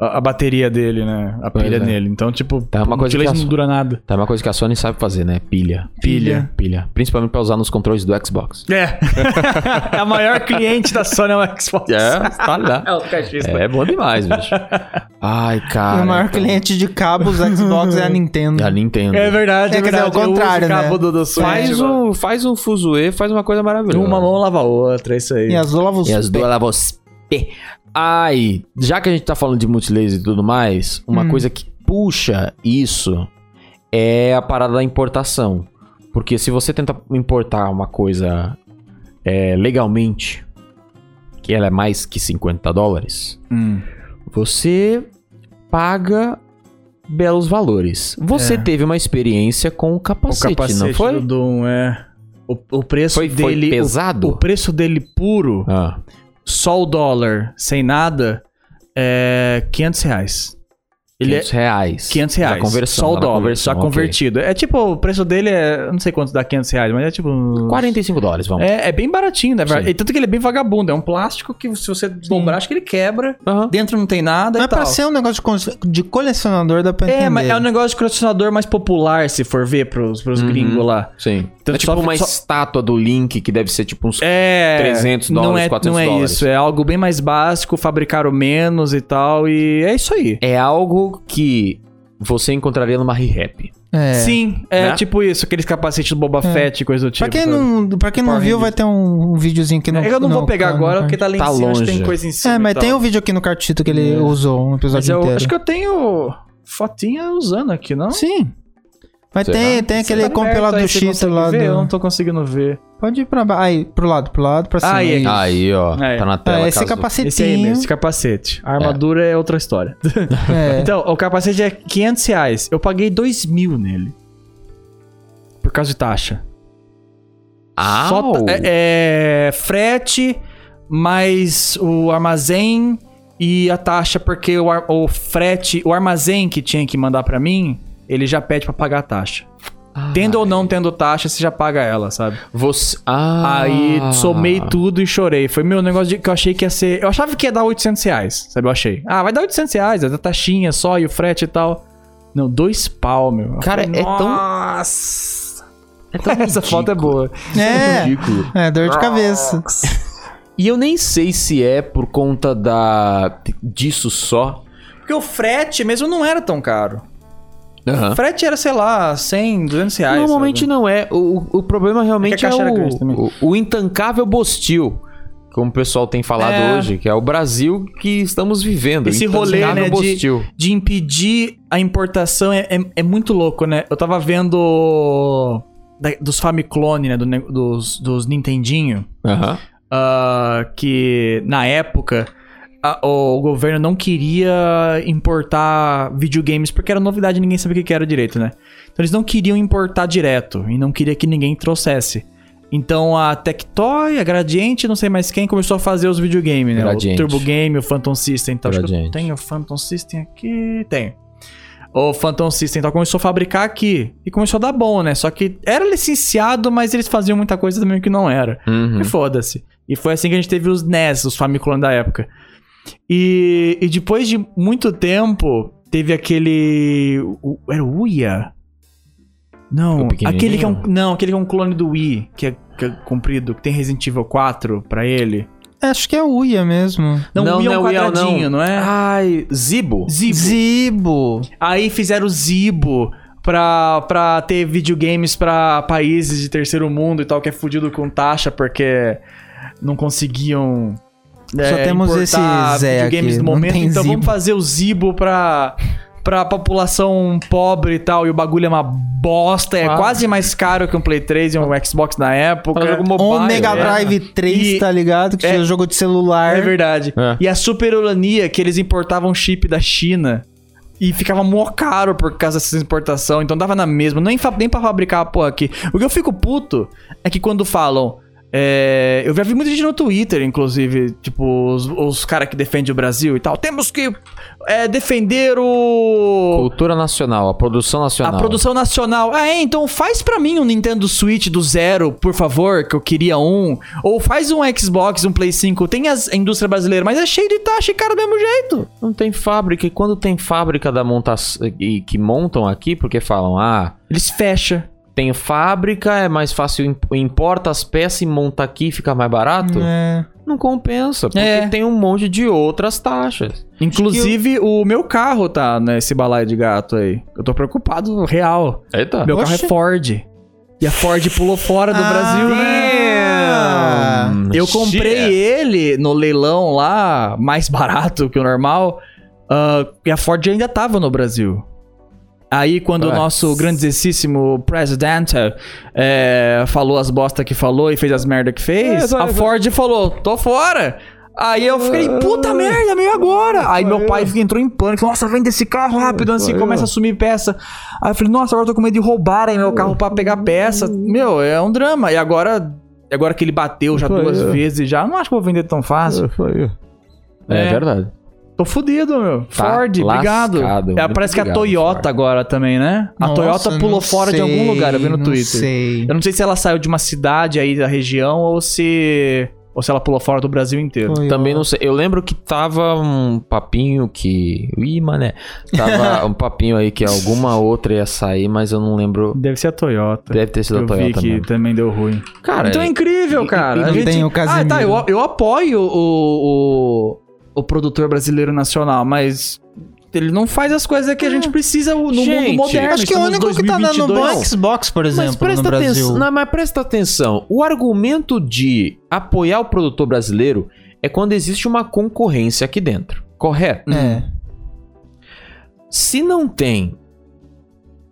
Speaker 3: a, a bateria dele, né? A
Speaker 1: Pois
Speaker 3: pilha
Speaker 1: é.
Speaker 3: nele. Então, tipo,
Speaker 1: Tá, uma
Speaker 3: o
Speaker 1: coisa que
Speaker 3: utility
Speaker 1: as-
Speaker 3: não dura nada.
Speaker 1: Tá uma coisa que a Sony sabe fazer, né? Pilha.
Speaker 3: Pilha.
Speaker 1: Pilha. Principalmente pra usar nos controles do Xbox.
Speaker 3: [LAUGHS] É. a maior cliente da Sony é o Xbox.
Speaker 1: É, tá
Speaker 3: [LAUGHS]
Speaker 1: lá.
Speaker 3: o caixista.
Speaker 1: É bom demais, bicho. Ai, cara.
Speaker 2: [LAUGHS] o maior
Speaker 1: então,
Speaker 2: cliente de cabos Xbox
Speaker 1: [LAUGHS]
Speaker 2: é a Nintendo.
Speaker 1: A Nintendo.
Speaker 3: É verdade,
Speaker 2: É,
Speaker 3: é,
Speaker 2: quer dizer,
Speaker 3: verdade.
Speaker 2: ao contrário,
Speaker 3: Eu uso o cabo
Speaker 2: né?
Speaker 3: do, do Switch,
Speaker 1: Faz
Speaker 3: mano.
Speaker 1: um, faz um fuzuê, faz uma coisa maravilhosa.
Speaker 3: Uma mão lava a outra, é isso aí.
Speaker 2: E as duas lavam os
Speaker 1: E as duas lá você. Ai, já que a gente tá falando de multilaser e tudo mais, uma
Speaker 2: Hum.
Speaker 1: coisa que puxa isso é a parada da importação. Porque se você tenta importar uma coisa é, legalmente, que ela é mais que 50 dólares,
Speaker 3: Hum.
Speaker 1: você paga belos valores. Você
Speaker 3: É.
Speaker 1: teve uma experiência com o
Speaker 3: O
Speaker 1: capacete,
Speaker 3: capacete
Speaker 1: não foi?
Speaker 3: do Doom é. O, o preço
Speaker 1: Foi, foi
Speaker 3: dele. o-
Speaker 1: pesado?
Speaker 3: o preço dele puro,
Speaker 1: Ah,
Speaker 3: só o dólar, sem nada, é 500 reais. Ele é
Speaker 1: 500 reais.
Speaker 3: 500
Speaker 1: Na
Speaker 3: reais.
Speaker 1: conversão,
Speaker 3: só o
Speaker 1: na
Speaker 3: dólar,
Speaker 1: conversão,
Speaker 3: só
Speaker 1: ok.
Speaker 3: convertido. É tipo, o preço dele é. eu Não sei quanto dá 500 reais, mas é tipo. uns-
Speaker 1: 45 dólares, vamos.
Speaker 3: É, é bem baratinho, né?
Speaker 1: Sim.
Speaker 3: E tanto que ele é bem vagabundo. É um plástico que se você dobrar, acho que ele quebra.
Speaker 1: Aham.
Speaker 3: Dentro não tem nada
Speaker 2: Mas
Speaker 3: e tal.
Speaker 2: pra ser um negócio de cons- de colecionador dá pra entender.
Speaker 3: É, mas é um negócio de colecionador mais popular, se for ver pros, pros
Speaker 1: Uhum.
Speaker 3: gringos lá.
Speaker 1: Sim.
Speaker 3: Então,
Speaker 1: é tipo
Speaker 3: só-
Speaker 1: uma
Speaker 3: só-
Speaker 1: estátua do Link que deve ser tipo uns.
Speaker 3: É.
Speaker 1: 300
Speaker 3: não
Speaker 1: dólares,
Speaker 3: é,
Speaker 1: 400
Speaker 3: Não é
Speaker 1: dólares.
Speaker 3: isso, é algo bem mais básico, fabricaram menos e tal, e é isso aí.
Speaker 1: É algo que você encontraria numa re-rap.
Speaker 2: É.
Speaker 3: Sim, é
Speaker 1: Né?
Speaker 3: tipo isso, aqueles capacetes do Boba Fett, coisa do tipo.
Speaker 2: Pra quem
Speaker 3: sabe?
Speaker 2: não, pra quem não
Speaker 3: Power
Speaker 2: viu,
Speaker 3: Rangers.
Speaker 2: vai ter um, um videozinho que não.
Speaker 3: É que eu não vou pegar agora, porque tá ali em
Speaker 1: Tá
Speaker 3: cima, acho que tem
Speaker 1: longe.
Speaker 3: coisa em cima.
Speaker 2: É, mas
Speaker 3: e tal.
Speaker 2: tem o vídeo aqui no cartito que ele
Speaker 3: É.
Speaker 2: usou um
Speaker 3: Mas
Speaker 2: episódio
Speaker 3: eu
Speaker 2: inteiro.
Speaker 3: acho que eu tenho fotinha usando aqui, não?
Speaker 2: Sim. Mas
Speaker 1: Será?
Speaker 2: tem, tem aquele
Speaker 3: Tá aberto
Speaker 2: compilado
Speaker 3: aí,
Speaker 2: do
Speaker 3: você
Speaker 2: X
Speaker 3: consegue
Speaker 2: lá
Speaker 3: ver? Eu não
Speaker 2: do...
Speaker 3: tô conseguindo ver.
Speaker 2: Pode ir pra baixo. Aí, pro lado, pro lado, pra cima.
Speaker 3: Ah, e
Speaker 2: isso.
Speaker 1: Aí, ó.
Speaker 3: É.
Speaker 1: Tá na
Speaker 2: É,
Speaker 1: tela.
Speaker 2: esse
Speaker 1: caso-
Speaker 2: capacetinho.
Speaker 3: Esse aí mesmo, esse capacete. A armadura é, outra história.
Speaker 2: É.
Speaker 3: Então, o capacete é 500 reais. Eu paguei 2 mil nele. Por causa de taxa.
Speaker 1: Ah,
Speaker 3: Só ta-
Speaker 1: o-
Speaker 3: é, é frete, mais o armazém e a taxa, porque o, ar- o frete, o armazém que tinha que mandar pra mim, ele já pede pra pagar a taxa.
Speaker 1: Ah,
Speaker 3: Tendo ou não tendo taxa, você já paga ela, sabe?
Speaker 1: Você. Ah.
Speaker 3: Aí somei tudo e chorei. Foi meu negócio de- que eu achei que ia ser. Eu achava que ia dar 800 reais, sabe? Eu achei. Ah, vai dar 800 reais, é da taxinha só e o frete e tal. Não, dois pau, meu. Eu
Speaker 1: Cara,
Speaker 3: falei,
Speaker 1: é tão-
Speaker 3: Nossa! Essa foto [LAUGHS] é boa.
Speaker 1: [LAUGHS]
Speaker 2: É.
Speaker 1: Ridículo.
Speaker 2: É, dor de cabeça.
Speaker 1: E eu nem sei se é por conta da. disso só.
Speaker 3: Porque o frete mesmo não era tão caro.
Speaker 1: Aham.
Speaker 3: O frete era, sei lá, 100, 200 reais.
Speaker 1: Normalmente
Speaker 3: sabe?
Speaker 1: não é. O, o- o problema realmente é,
Speaker 3: caixa era grande também.
Speaker 1: o, o, o intancável bostil. Como o pessoal tem falado
Speaker 3: É.
Speaker 1: hoje, que é o Brasil que estamos vivendo.
Speaker 3: Esse rolê,
Speaker 1: intancável
Speaker 3: né, de-
Speaker 1: Bostil.
Speaker 3: De impedir a importação é, é- é muito louco, né? Eu tava vendo da- dos Famiclone, né? do ne- dos, dos Nintendinho.
Speaker 1: Aham.
Speaker 3: ah, que na época a- o governo não queria importar videogames porque era novidade, ninguém sabia o que que era direito, né? Então eles não queriam importar direto e não queria que ninguém trouxesse. Então a Tectoy, a Gradiente, não sei mais quem, começou a fazer os videogames, né?
Speaker 1: Gradiente.
Speaker 3: O Turbo Game, o Phantom System. Então, acho que eu
Speaker 1: Gradiente.
Speaker 3: tenho o Phantom System aqui. Tenho. O Phantom System, então começou a fabricar aqui. E começou a dar bom, né? Só que era licenciado, mas eles faziam muita coisa também que não era.
Speaker 1: Uhum.
Speaker 3: E foda-se. E foi assim que a gente teve os NES, os Famiclone da época. E, e depois de muito tempo, teve aquele. o- Era o Uia?
Speaker 1: O
Speaker 3: Não,
Speaker 1: pequenininho?
Speaker 3: aquele que é um. Não, aquele que é um clone do Wii, que é, que é comprido, que tem Resident Evil 4 pra ele.
Speaker 2: Acho que é Uia mesmo.
Speaker 3: Não,
Speaker 1: Não,
Speaker 3: o Wii é
Speaker 1: não
Speaker 3: um
Speaker 1: é o Wii, não.
Speaker 3: quadradinho, não, é?
Speaker 1: Ai, Zibo?
Speaker 3: Zibo.
Speaker 2: Zibo.
Speaker 3: Aí fizeram o Zibo pra, pra ter videogames pra países de terceiro mundo e tal, que é fudido com taxa porque não conseguiam. é,
Speaker 2: Só temos
Speaker 3: importar
Speaker 2: esse Zé
Speaker 3: videogames
Speaker 2: aqui,
Speaker 3: no
Speaker 2: não
Speaker 3: momento,
Speaker 2: tem
Speaker 3: então vamos
Speaker 2: Zibo.
Speaker 3: fazer o Zibo pra. Pra população pobre e tal, e o bagulho é uma bosta, é
Speaker 1: Claro.
Speaker 3: quase mais caro que um Play 3 e um Xbox na época.
Speaker 1: Ela jogou mobile,
Speaker 2: Ou Um Mega
Speaker 1: né?
Speaker 2: Drive 3,
Speaker 3: é. E-
Speaker 2: tá ligado? Que
Speaker 3: é-
Speaker 2: tinha jogo de celular.
Speaker 3: É verdade.
Speaker 1: É.
Speaker 3: E a superolania que eles importavam chip da China. E ficava mó caro por causa dessa importação. Então dava na mesma. Nem, fa- nem pra fabricar a porra aqui. O que eu fico puto é que quando falam. É, eu já vi muita gente no Twitter, inclusive, tipo, os, os caras que defendem o Brasil e tal. Temos que é, defender o.
Speaker 1: Cultura nacional, a produção nacional.
Speaker 3: A produção nacional. Ah, é, então faz pra mim um Nintendo Switch do zero, por favor, que eu queria um. Ou faz um Xbox, um Play 5. Tem as, a indústria brasileira, mas é cheio de taxa e cara do mesmo jeito.
Speaker 1: Não tem fábrica. E quando tem fábrica da monta... e que montam aqui, porque falam, ah,
Speaker 3: Eles fecham.
Speaker 1: tem fábrica, é mais fácil, im- importa as peças e monta aqui, fica mais barato.
Speaker 2: É.
Speaker 1: Não compensa, porque
Speaker 3: É.
Speaker 1: tem um monte de outras taxas.
Speaker 3: Inclusive, o meu carro tá nesse balaio de gato aí. Eu tô preocupado, real.
Speaker 1: Eita.
Speaker 3: Meu carro
Speaker 2: Oxe.
Speaker 3: é Ford. E a Ford pulou fora do Brasil, né?
Speaker 2: Ah.
Speaker 3: Eu comprei ele no leilão lá, mais barato que o normal. ah, e a Ford ainda tava no Brasil. Aí, quando o
Speaker 1: Ah.
Speaker 3: nosso grandissíssimo presidente eh, falou as bosta que falou e fez as merda que fez,
Speaker 1: É, só-
Speaker 3: a Ford falou, tô fora. Aí eu fiquei, puta merda, meio agora. Aí meu pai entrou em pânico, nossa, vende esse carro rápido, assim, começa a sumir peça. Aí eu falei, nossa, agora eu tô com medo de roubarem meu carro pra pegar peça. Meu, é um drama. E agora, agora que ele bateu já
Speaker 1: Foi,
Speaker 3: duas
Speaker 1: é.
Speaker 3: vezes, já não acho que eu vou vender tão fácil.
Speaker 1: É,
Speaker 3: É.
Speaker 1: verdade.
Speaker 3: Tô fudido, meu.
Speaker 1: Tá
Speaker 3: Ford, obrigado.
Speaker 1: lascado.
Speaker 3: É,
Speaker 1: Muito
Speaker 3: parece que a
Speaker 1: obrigado,
Speaker 3: Toyota
Speaker 1: Ford.
Speaker 3: agora também, né? A
Speaker 2: Nossa,
Speaker 3: Toyota pulou
Speaker 2: não
Speaker 3: fora de
Speaker 2: sei,
Speaker 3: algum lugar, eu vi no
Speaker 2: não
Speaker 3: Twitter.
Speaker 2: sei.
Speaker 3: Eu não sei se ela saiu de uma cidade aí da região ou se. ou se ela pulou fora do Brasil inteiro.
Speaker 2: Foi,
Speaker 1: Também
Speaker 2: ó.
Speaker 1: não sei. Eu lembro que tava um papinho que. Ih, mané.
Speaker 3: [LAUGHS]
Speaker 1: Tava um papinho aí que alguma outra ia sair, mas eu não lembro.
Speaker 3: Deve ser a Toyota.
Speaker 1: Deve ter sido
Speaker 3: eu
Speaker 1: a Toyota
Speaker 3: vi que
Speaker 1: mesmo.
Speaker 3: também deu ruim.
Speaker 1: Cara,
Speaker 3: então é
Speaker 1: é-
Speaker 3: incrível,
Speaker 1: e-
Speaker 3: cara.
Speaker 1: e- e
Speaker 3: A
Speaker 2: não
Speaker 3: gente-
Speaker 2: tem o
Speaker 3: Ah, tá.
Speaker 2: Casemiro.
Speaker 3: Eu, eu apoio o, o, o produtor brasileiro nacional, mas ele não faz as coisas que a É. gente é precisa no
Speaker 1: Gente,
Speaker 3: mundo moderno.
Speaker 2: Acho que o
Speaker 3: Estamos
Speaker 2: único que tá dando bom
Speaker 3: 2022.
Speaker 2: é Xbox, por
Speaker 1: Mas
Speaker 2: exemplo, no
Speaker 1: presta,
Speaker 2: Brasil.
Speaker 1: atenção, não, mas presta atenção. O argumento de apoiar o produtor brasileiro é quando existe uma concorrência aqui dentro. Correto?
Speaker 2: É.
Speaker 1: Se não tem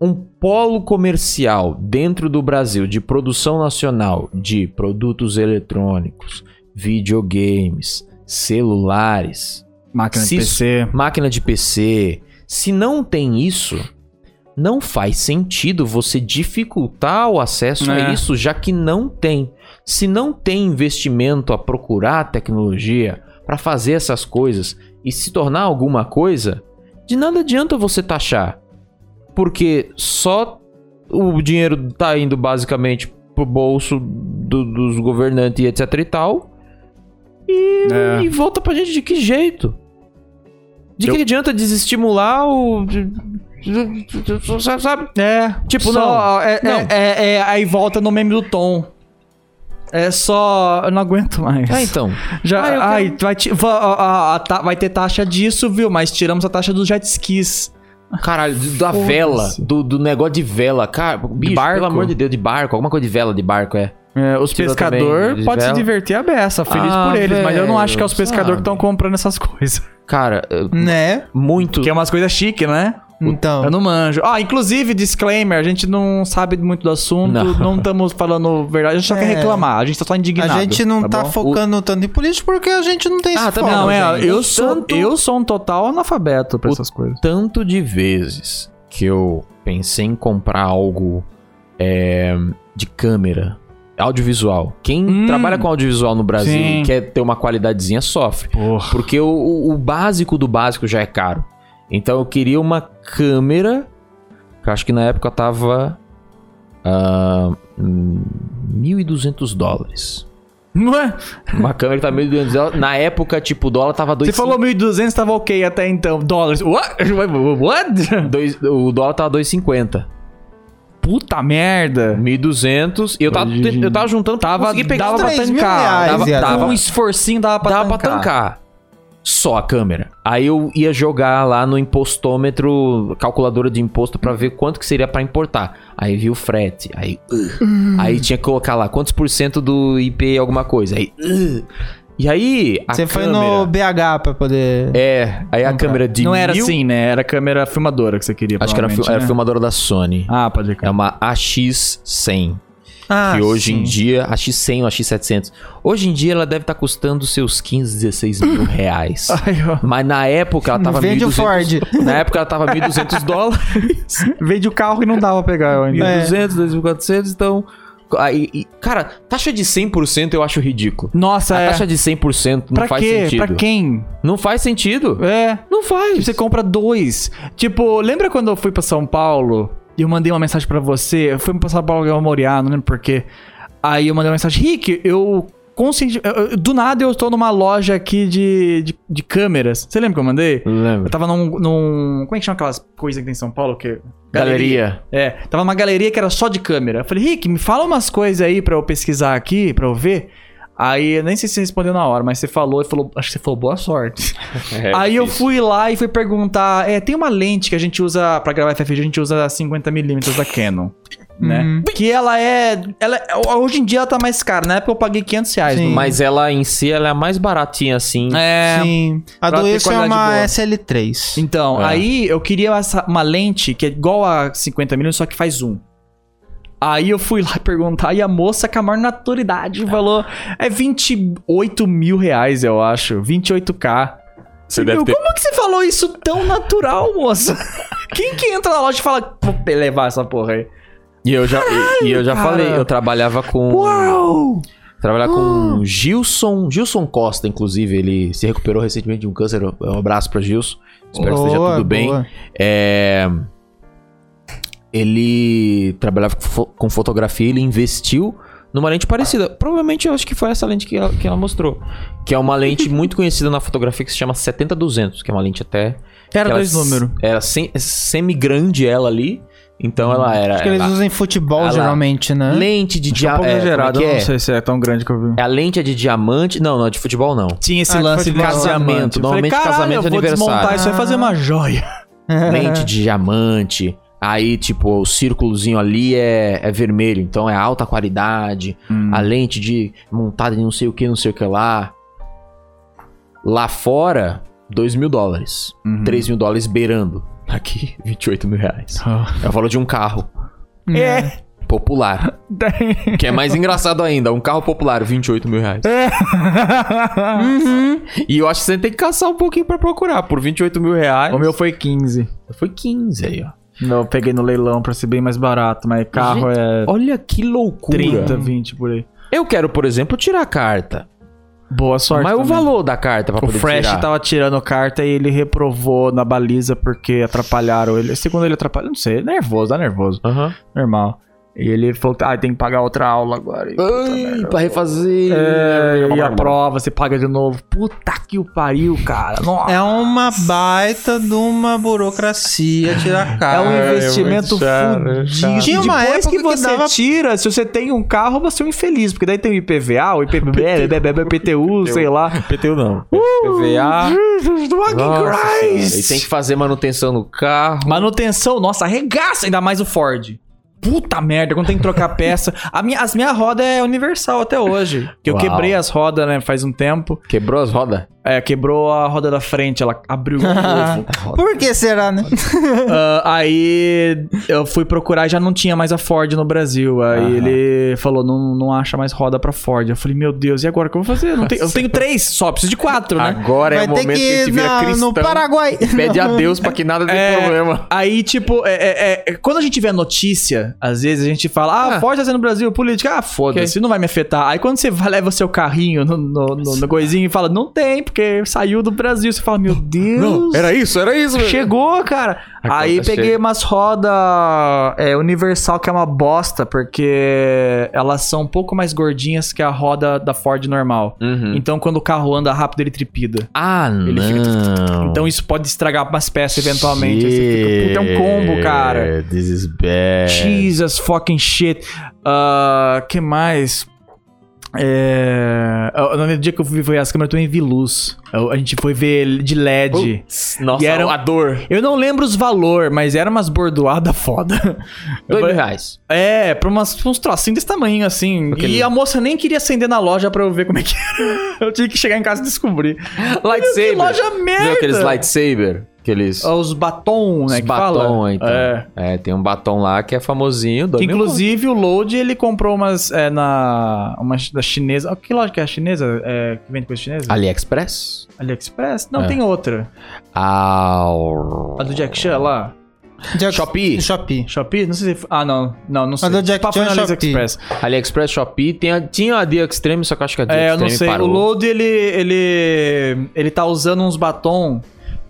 Speaker 1: um polo comercial dentro do Brasil de produção nacional de produtos eletrônicos, videogames, celulares,
Speaker 3: Máquina de
Speaker 1: Se-
Speaker 3: PC.
Speaker 1: máquina de PC. Se não tem isso, não faz sentido você dificultar o acesso
Speaker 3: É.
Speaker 1: a isso, já que não tem. Se não tem investimento a procurar tecnologia para fazer essas coisas e se tornar alguma coisa, de nada adianta você taxar. Porque só o dinheiro tá indo basicamente pro bolso do- dos governantes e etc e tal. E,
Speaker 3: É.
Speaker 1: e volta pra gente de que jeito? De que adianta desestimular o. [LAUGHS] Sabe?
Speaker 3: É,
Speaker 1: Tipo,
Speaker 3: só, É,
Speaker 1: não.
Speaker 3: É, é- é- aí volta no meme do Tom. É só. Eu não aguento mais.
Speaker 1: É, então.
Speaker 3: Já,
Speaker 1: Ah, eu quero-
Speaker 3: ai, vai, ti- va- a- a- a ta- vai ter taxa disso, viu? Mas tiramos a taxa dos jet skis.
Speaker 1: Caralho, do- da
Speaker 3: Foda-se.
Speaker 1: vela. Do, do negócio de vela. Cara, bicho,
Speaker 3: barco?
Speaker 1: pelo amor de Deus, de barco. Alguma coisa de vela, de barco, é.
Speaker 3: É, os
Speaker 1: Tirou também
Speaker 3: pescadores
Speaker 1: de
Speaker 3: podem se
Speaker 1: vela.
Speaker 3: divertir a beça, feliz
Speaker 1: Ah,
Speaker 3: por eles, mas eu não acho que é os
Speaker 1: velho, Ah.
Speaker 3: pescadores que estão
Speaker 1: sabe.
Speaker 3: comprando essas [LAUGHS] coisas.
Speaker 1: Cara, é,
Speaker 2: Né?
Speaker 1: muito.
Speaker 3: Que é umas coisas chique, né? Eu
Speaker 2: Então.
Speaker 3: não manjo. Ah, inclusive, disclaimer, a gente não sabe muito do assunto,
Speaker 1: Não.
Speaker 3: não estamos
Speaker 1: [LAUGHS]
Speaker 3: falando verdade, a gente só quer
Speaker 2: É.
Speaker 3: reclamar, a gente tá só
Speaker 2: A
Speaker 3: indignado.
Speaker 2: gente não tá,
Speaker 3: bom?
Speaker 2: focando tanto em político porque a gente não tem
Speaker 1: Ah, tá
Speaker 2: esse foco.
Speaker 1: bom,
Speaker 3: Não, é,
Speaker 1: gente.
Speaker 3: eu
Speaker 1: O
Speaker 3: sou,
Speaker 1: tanto-
Speaker 3: eu sou um total analfabeto pra
Speaker 1: O-
Speaker 3: essas coisas.
Speaker 1: tanto de vezes que eu pensei em comprar algo é, de câmera, audiovisual. Quem
Speaker 3: Hum.
Speaker 1: trabalha com audiovisual no Brasil e
Speaker 3: Sim.
Speaker 1: quer ter uma qualidadezinha sofre.
Speaker 3: Porra.
Speaker 1: Porque o- o, o básico do básico já é caro. Então eu queria uma câmera. Que eu acho que na época tava. ah, hum, 1.200 dólares.
Speaker 3: Não é?
Speaker 1: Uma câmera que tá 1.200 dólares. Na época, tipo, o dólar tava
Speaker 3: Você
Speaker 1: 2,50.
Speaker 3: falou 1.200, tava ok até então. Dólares. What? [LAUGHS] What?
Speaker 1: Dois- o dólar tava 2,50.
Speaker 3: Puta merda.
Speaker 1: 1.200. E eu tava,
Speaker 3: Hoje em
Speaker 1: eu tava juntando pra
Speaker 3: Tava,
Speaker 1: conseguir pegar
Speaker 3: dava
Speaker 1: os
Speaker 3: pra
Speaker 1: três.
Speaker 2: mil
Speaker 3: tancar.
Speaker 2: reais,
Speaker 3: Dava,
Speaker 2: Iago.
Speaker 3: dava um esforcinho, dava pra
Speaker 1: Dava pra
Speaker 3: tancar.
Speaker 1: tancar. Só a câmera. Aí eu ia jogar lá no impostômetro, calculadora de imposto, pra ver quanto que seria pra importar. Aí vi o frete. Aí. uh. Aí tinha que colocar lá quantos por cento do IP alguma coisa. Aí. uh. E aí. A
Speaker 2: Você foi
Speaker 1: câmera,
Speaker 2: no BH pra poder.
Speaker 1: É, aí a câmera de.
Speaker 3: Não era
Speaker 1: mil-
Speaker 3: assim, né? Era câmera filmadora que você queria,
Speaker 1: Acho que era, é, fi-
Speaker 3: provavelmente,
Speaker 1: era
Speaker 3: né?
Speaker 1: filmadora da Sony.
Speaker 3: Ah, pode
Speaker 1: É
Speaker 3: crer.
Speaker 1: uma AX100.
Speaker 2: Ah,
Speaker 1: que hoje em
Speaker 2: sim.
Speaker 1: dia, a X100 ou a X700, hoje em dia ela deve estar custando seus 15, 16 mil reais.
Speaker 3: Ai, ó.
Speaker 1: Mas na época ela tava
Speaker 2: Vende o
Speaker 1: 1.200
Speaker 2: Ford.
Speaker 1: [LAUGHS] Na época ela tava 1.200 dólares.
Speaker 3: Vende o carro e não dava pra pegar eu ainda.
Speaker 2: É.
Speaker 1: 1.200, 2.400, então Aí, e- cara, taxa de 100% eu acho ridículo.
Speaker 3: Nossa,
Speaker 1: A
Speaker 3: é.
Speaker 1: taxa de 100% tá não
Speaker 3: pra
Speaker 1: faz
Speaker 3: quê?
Speaker 1: sentido.
Speaker 3: Pra quem?
Speaker 1: Não faz sentido.
Speaker 3: É.
Speaker 1: Não faz.
Speaker 3: Você compra dois. Tipo, lembra quando eu fui pra São Paulo e eu mandei uma mensagem pra você? Eu fui pra São Paulo Gamoriá, não lembro porquê. Aí eu mandei uma mensagem, Rick, eu consciente. eu- eu- do nada eu estou numa loja aqui de, de, de câmeras. Você lembra que eu mandei? Eu
Speaker 1: Lembra?
Speaker 3: tava num, num- Como é que chama aquelas coisas que tem em São Paulo? Que...
Speaker 1: Galeria.
Speaker 3: É, tava numa galeria que era só de câmera. Eu falei, Rick, me fala umas coisas aí pra eu pesquisar aqui, pra eu ver. Aí, eu nem sei se você respondeu na hora, mas você falou e falou. Acho que você falou boa sorte.
Speaker 1: É
Speaker 3: Aí eu fui lá e fui perguntar, é, tem uma lente que a gente usa pra gravar FFG, a gente usa 50mm da Canon, né?
Speaker 2: Uhum.
Speaker 3: Que ela é, ela hoje em dia ela tá mais cara, na época eu paguei 500 reais.
Speaker 2: Sim.
Speaker 3: no-
Speaker 1: Mas ela em si, ela é a mais baratinha assim.
Speaker 3: É,
Speaker 2: Sim. A
Speaker 3: pra
Speaker 2: do
Speaker 3: ter
Speaker 2: Wilson é
Speaker 3: qualidade
Speaker 2: uma
Speaker 3: boa.
Speaker 2: SL3.
Speaker 3: então,
Speaker 1: É.
Speaker 3: aí eu queria essa- uma lente que é igual a 50mm, só que faz zoom. Aí eu fui lá [LAUGHS] perguntar e a moça com a maior naturalidade falou, é 28 mil reais, eu acho, 28k.
Speaker 1: Você
Speaker 3: Meu, Como que você falou isso tão natural, moça? [LAUGHS] Quem que entra na loja e fala, vou pe- levar essa porra aí?
Speaker 1: E eu já, e, e eu já
Speaker 3: cara.
Speaker 1: falei, eu trabalhava com.
Speaker 3: Uau!
Speaker 1: Trabalhava com Gilson. Gilson Costa, inclusive, ele se recuperou recentemente de um câncer. Um abraço pra Gilson. Espero que esteja
Speaker 2: Boa,
Speaker 1: tudo bem.
Speaker 2: boa.
Speaker 1: É, Ele trabalhava com fo- com fotografia, ele investiu numa lente parecida. Provavelmente eu acho que foi essa lente que ela, que ela mostrou. Que é uma lente muito conhecida na fotografia que se chama 70-200, que é uma lente até.
Speaker 3: Era
Speaker 1: que ela
Speaker 3: dois
Speaker 1: s-
Speaker 3: números.
Speaker 1: Era sem- semi-grande ela ali. Então ela era.
Speaker 3: É,
Speaker 2: Acho que eles
Speaker 1: ela-
Speaker 2: usam em futebol,
Speaker 1: Ela-
Speaker 2: geralmente, né?
Speaker 1: Lente de
Speaker 3: Tinha um pouco
Speaker 1: diamante.
Speaker 3: exagerado, eu
Speaker 1: é?
Speaker 3: não sei se é tão grande que eu vi.
Speaker 1: A lente é de diamante. Não, não, de futebol não.
Speaker 3: Tinha esse
Speaker 2: Ah,
Speaker 3: lance de
Speaker 2: futebol.
Speaker 3: casamento. é Ah.
Speaker 1: Casamento, normalmente
Speaker 3: eu falei, "Caralho,
Speaker 1: casamento
Speaker 3: eu vou
Speaker 1: aniversário."
Speaker 3: desmontar isso aí e fazer uma joia.
Speaker 2: [LAUGHS]
Speaker 1: lente de diamante. Aí, tipo, o círculozinho ali é, é vermelho, então é alta qualidade. A lente de montada de não sei o que, não sei o que lá. Lá fora, 2 mil dólares.
Speaker 3: Uhum.
Speaker 1: 3 mil dólares beirando. Aqui, [LAUGHS] 28 mil reais. É o valor de um carro
Speaker 3: É.
Speaker 1: [LAUGHS] popular. que é mais engraçado ainda, um carro popular, 28 mil reais. Uhum. E eu acho que você tem que caçar um pouquinho pra procurar. Por 28 mil reais.
Speaker 3: o meu foi 15.
Speaker 1: Foi 15 aí, ó.
Speaker 3: Não, eu peguei no leilão pra ser bem mais barato, mas carro é
Speaker 1: Olha que loucura.
Speaker 3: 30, 20 por aí.
Speaker 1: Eu quero, por exemplo, tirar a carta.
Speaker 3: Boa sorte.
Speaker 1: mas o tá-
Speaker 3: também.
Speaker 1: valor da carta pra
Speaker 3: O
Speaker 1: poder
Speaker 3: Fresh
Speaker 1: tirar.
Speaker 3: tava tirando carta e ele reprovou na baliza porque atrapalharam ele. Segundo ele atrapalhou, não sei, nervoso, dá nervoso,
Speaker 1: Aham.
Speaker 3: normal. E ele falou, ah, tem que pagar outra aula agora. E, puta merda.
Speaker 1: Ai, pra refazer.
Speaker 3: É, e a prova, você paga de novo. Puta que o pariu, cara. Nossa.
Speaker 2: É uma baita de uma burocracia tirar
Speaker 3: É
Speaker 2: carro.
Speaker 3: um
Speaker 1: é
Speaker 3: investimento
Speaker 1: muito caro, é
Speaker 3: fudido.
Speaker 1: caro.
Speaker 2: Tinha uma
Speaker 3: Depois
Speaker 2: época
Speaker 3: que
Speaker 2: que
Speaker 3: você
Speaker 2: dava-
Speaker 3: tira, se você tem um carro, você é um infeliz. Porque daí tem o IPVA, o
Speaker 1: [LAUGHS]
Speaker 3: IPBL, PTU, sei lá. Oh,
Speaker 1: PTU não. Uh, PVA.
Speaker 3: Jesus,
Speaker 1: Nossa
Speaker 3: fucking
Speaker 1: Senhora, E tem que fazer manutenção no carro.
Speaker 3: Manutenção, nossa, arregaça, ainda mais o Ford. Puta merda, quando tem que trocar peça. A minha, as minhas rodas é universal até hoje. Que eu
Speaker 1: Uau.
Speaker 3: quebrei as rodas, né, faz um tempo.
Speaker 1: Quebrou as rodas?
Speaker 3: É, quebrou a roda da frente, ela abriu o
Speaker 1: [LAUGHS]
Speaker 3: ovo.
Speaker 2: Por que será, né?
Speaker 3: Ah, aí eu fui procurar e já não tinha mais a Ford no Brasil. Aí
Speaker 1: Aham.
Speaker 3: ele falou: não, não acha mais roda pra Ford. Eu falei, meu Deus, e agora o que eu vou fazer? Eu não tenho-
Speaker 1: [LAUGHS]
Speaker 3: eu tenho três só, preciso de quatro, né?
Speaker 1: Agora é
Speaker 2: Vai
Speaker 1: o
Speaker 2: ter
Speaker 1: momento que,
Speaker 2: que
Speaker 1: a gente
Speaker 2: ir
Speaker 1: vira
Speaker 2: na-
Speaker 1: cristão.
Speaker 2: no Paraguai.
Speaker 1: Pede a Deus pra que nada dê
Speaker 3: É.
Speaker 1: problema.
Speaker 3: Aí, tipo, é- é- é- é- quando a gente vê a notícia, às vezes a gente fala, ah,
Speaker 1: Ah.
Speaker 3: Ford tá sendo no Brasil, política, ah, foda-se, não vai me afetar. Aí quando você vai, leva o seu carrinho no, no, no- no coisinho e fala, não tem, porque saiu do Brasil. Você fala, meu Deus.
Speaker 1: isso, era isso. velho.
Speaker 3: Chegou, cara.
Speaker 1: A
Speaker 3: Aí
Speaker 1: conta
Speaker 3: peguei
Speaker 1: chega.
Speaker 3: umas rodas é, Universal, que é uma bosta, porque elas são um pouco mais gordinhas que a roda da Ford normal.
Speaker 1: Uhum.
Speaker 3: Então, quando o carro anda rápido, ele tripida.
Speaker 1: Ah,
Speaker 3: Ele fica-
Speaker 1: não.
Speaker 3: Então isso pode estragar umas peças eventualmente. Aí você fica, puta, é um combo, cara.
Speaker 1: Yeah, This is bad.
Speaker 3: Jesus fucking shit. Ah, que mais? É... ah, No dia que eu fui ver as câmeras, eu também vi luz. Eu- A gente foi ver de LED.
Speaker 1: Putz, Nossa,
Speaker 3: E era- um
Speaker 1: a dor.
Speaker 3: Eu não lembro os valor, mas era umas bordoadas [LAUGHS] foda.
Speaker 1: Dois mil
Speaker 3: Eu-
Speaker 1: reais.
Speaker 3: É, pra, umas, pra uns trocinhos desse tamanho, assim.
Speaker 1: Aquele-
Speaker 3: E a moça nem queria acender na loja pra eu ver como é que [LAUGHS] era. Eu tive que chegar em casa e descobrir. Que
Speaker 1: Lightsaber.
Speaker 3: loja merda!
Speaker 1: Viu aqueles lightsaber? Aqueles
Speaker 3: Ah, Os batom, né?
Speaker 1: os
Speaker 3: que
Speaker 1: batom,
Speaker 3: fala.
Speaker 1: então.
Speaker 3: É.
Speaker 1: É. tem um batom lá que é famosinho. dois
Speaker 3: Que,
Speaker 1: mil
Speaker 3: inclusive, o Load, ele comprou umas é, na... Uma chi- da chinesa... Que loja que é a chinesa? É, que vende coisa chinesa?
Speaker 1: conto. AliExpress?
Speaker 3: AliExpress? Não,
Speaker 1: É.
Speaker 3: tem outra.
Speaker 1: Au.
Speaker 3: A do Jack Chan lá.
Speaker 2: Jack-
Speaker 1: Shopee.
Speaker 2: Shopee.
Speaker 3: Shopee? Não sei se. Ah, não. Não, não sei.
Speaker 2: do Jack
Speaker 3: Papo
Speaker 2: Chan é
Speaker 3: na
Speaker 2: Shopee.
Speaker 3: AliExpress.
Speaker 1: AliExpress, Shopee, tem a- tinha a The Extreme, só que eu acho que a The
Speaker 3: É, eu
Speaker 1: Extreme
Speaker 3: não sei.
Speaker 1: parou.
Speaker 3: O Load, ele, ele. Ele tá usando uns batom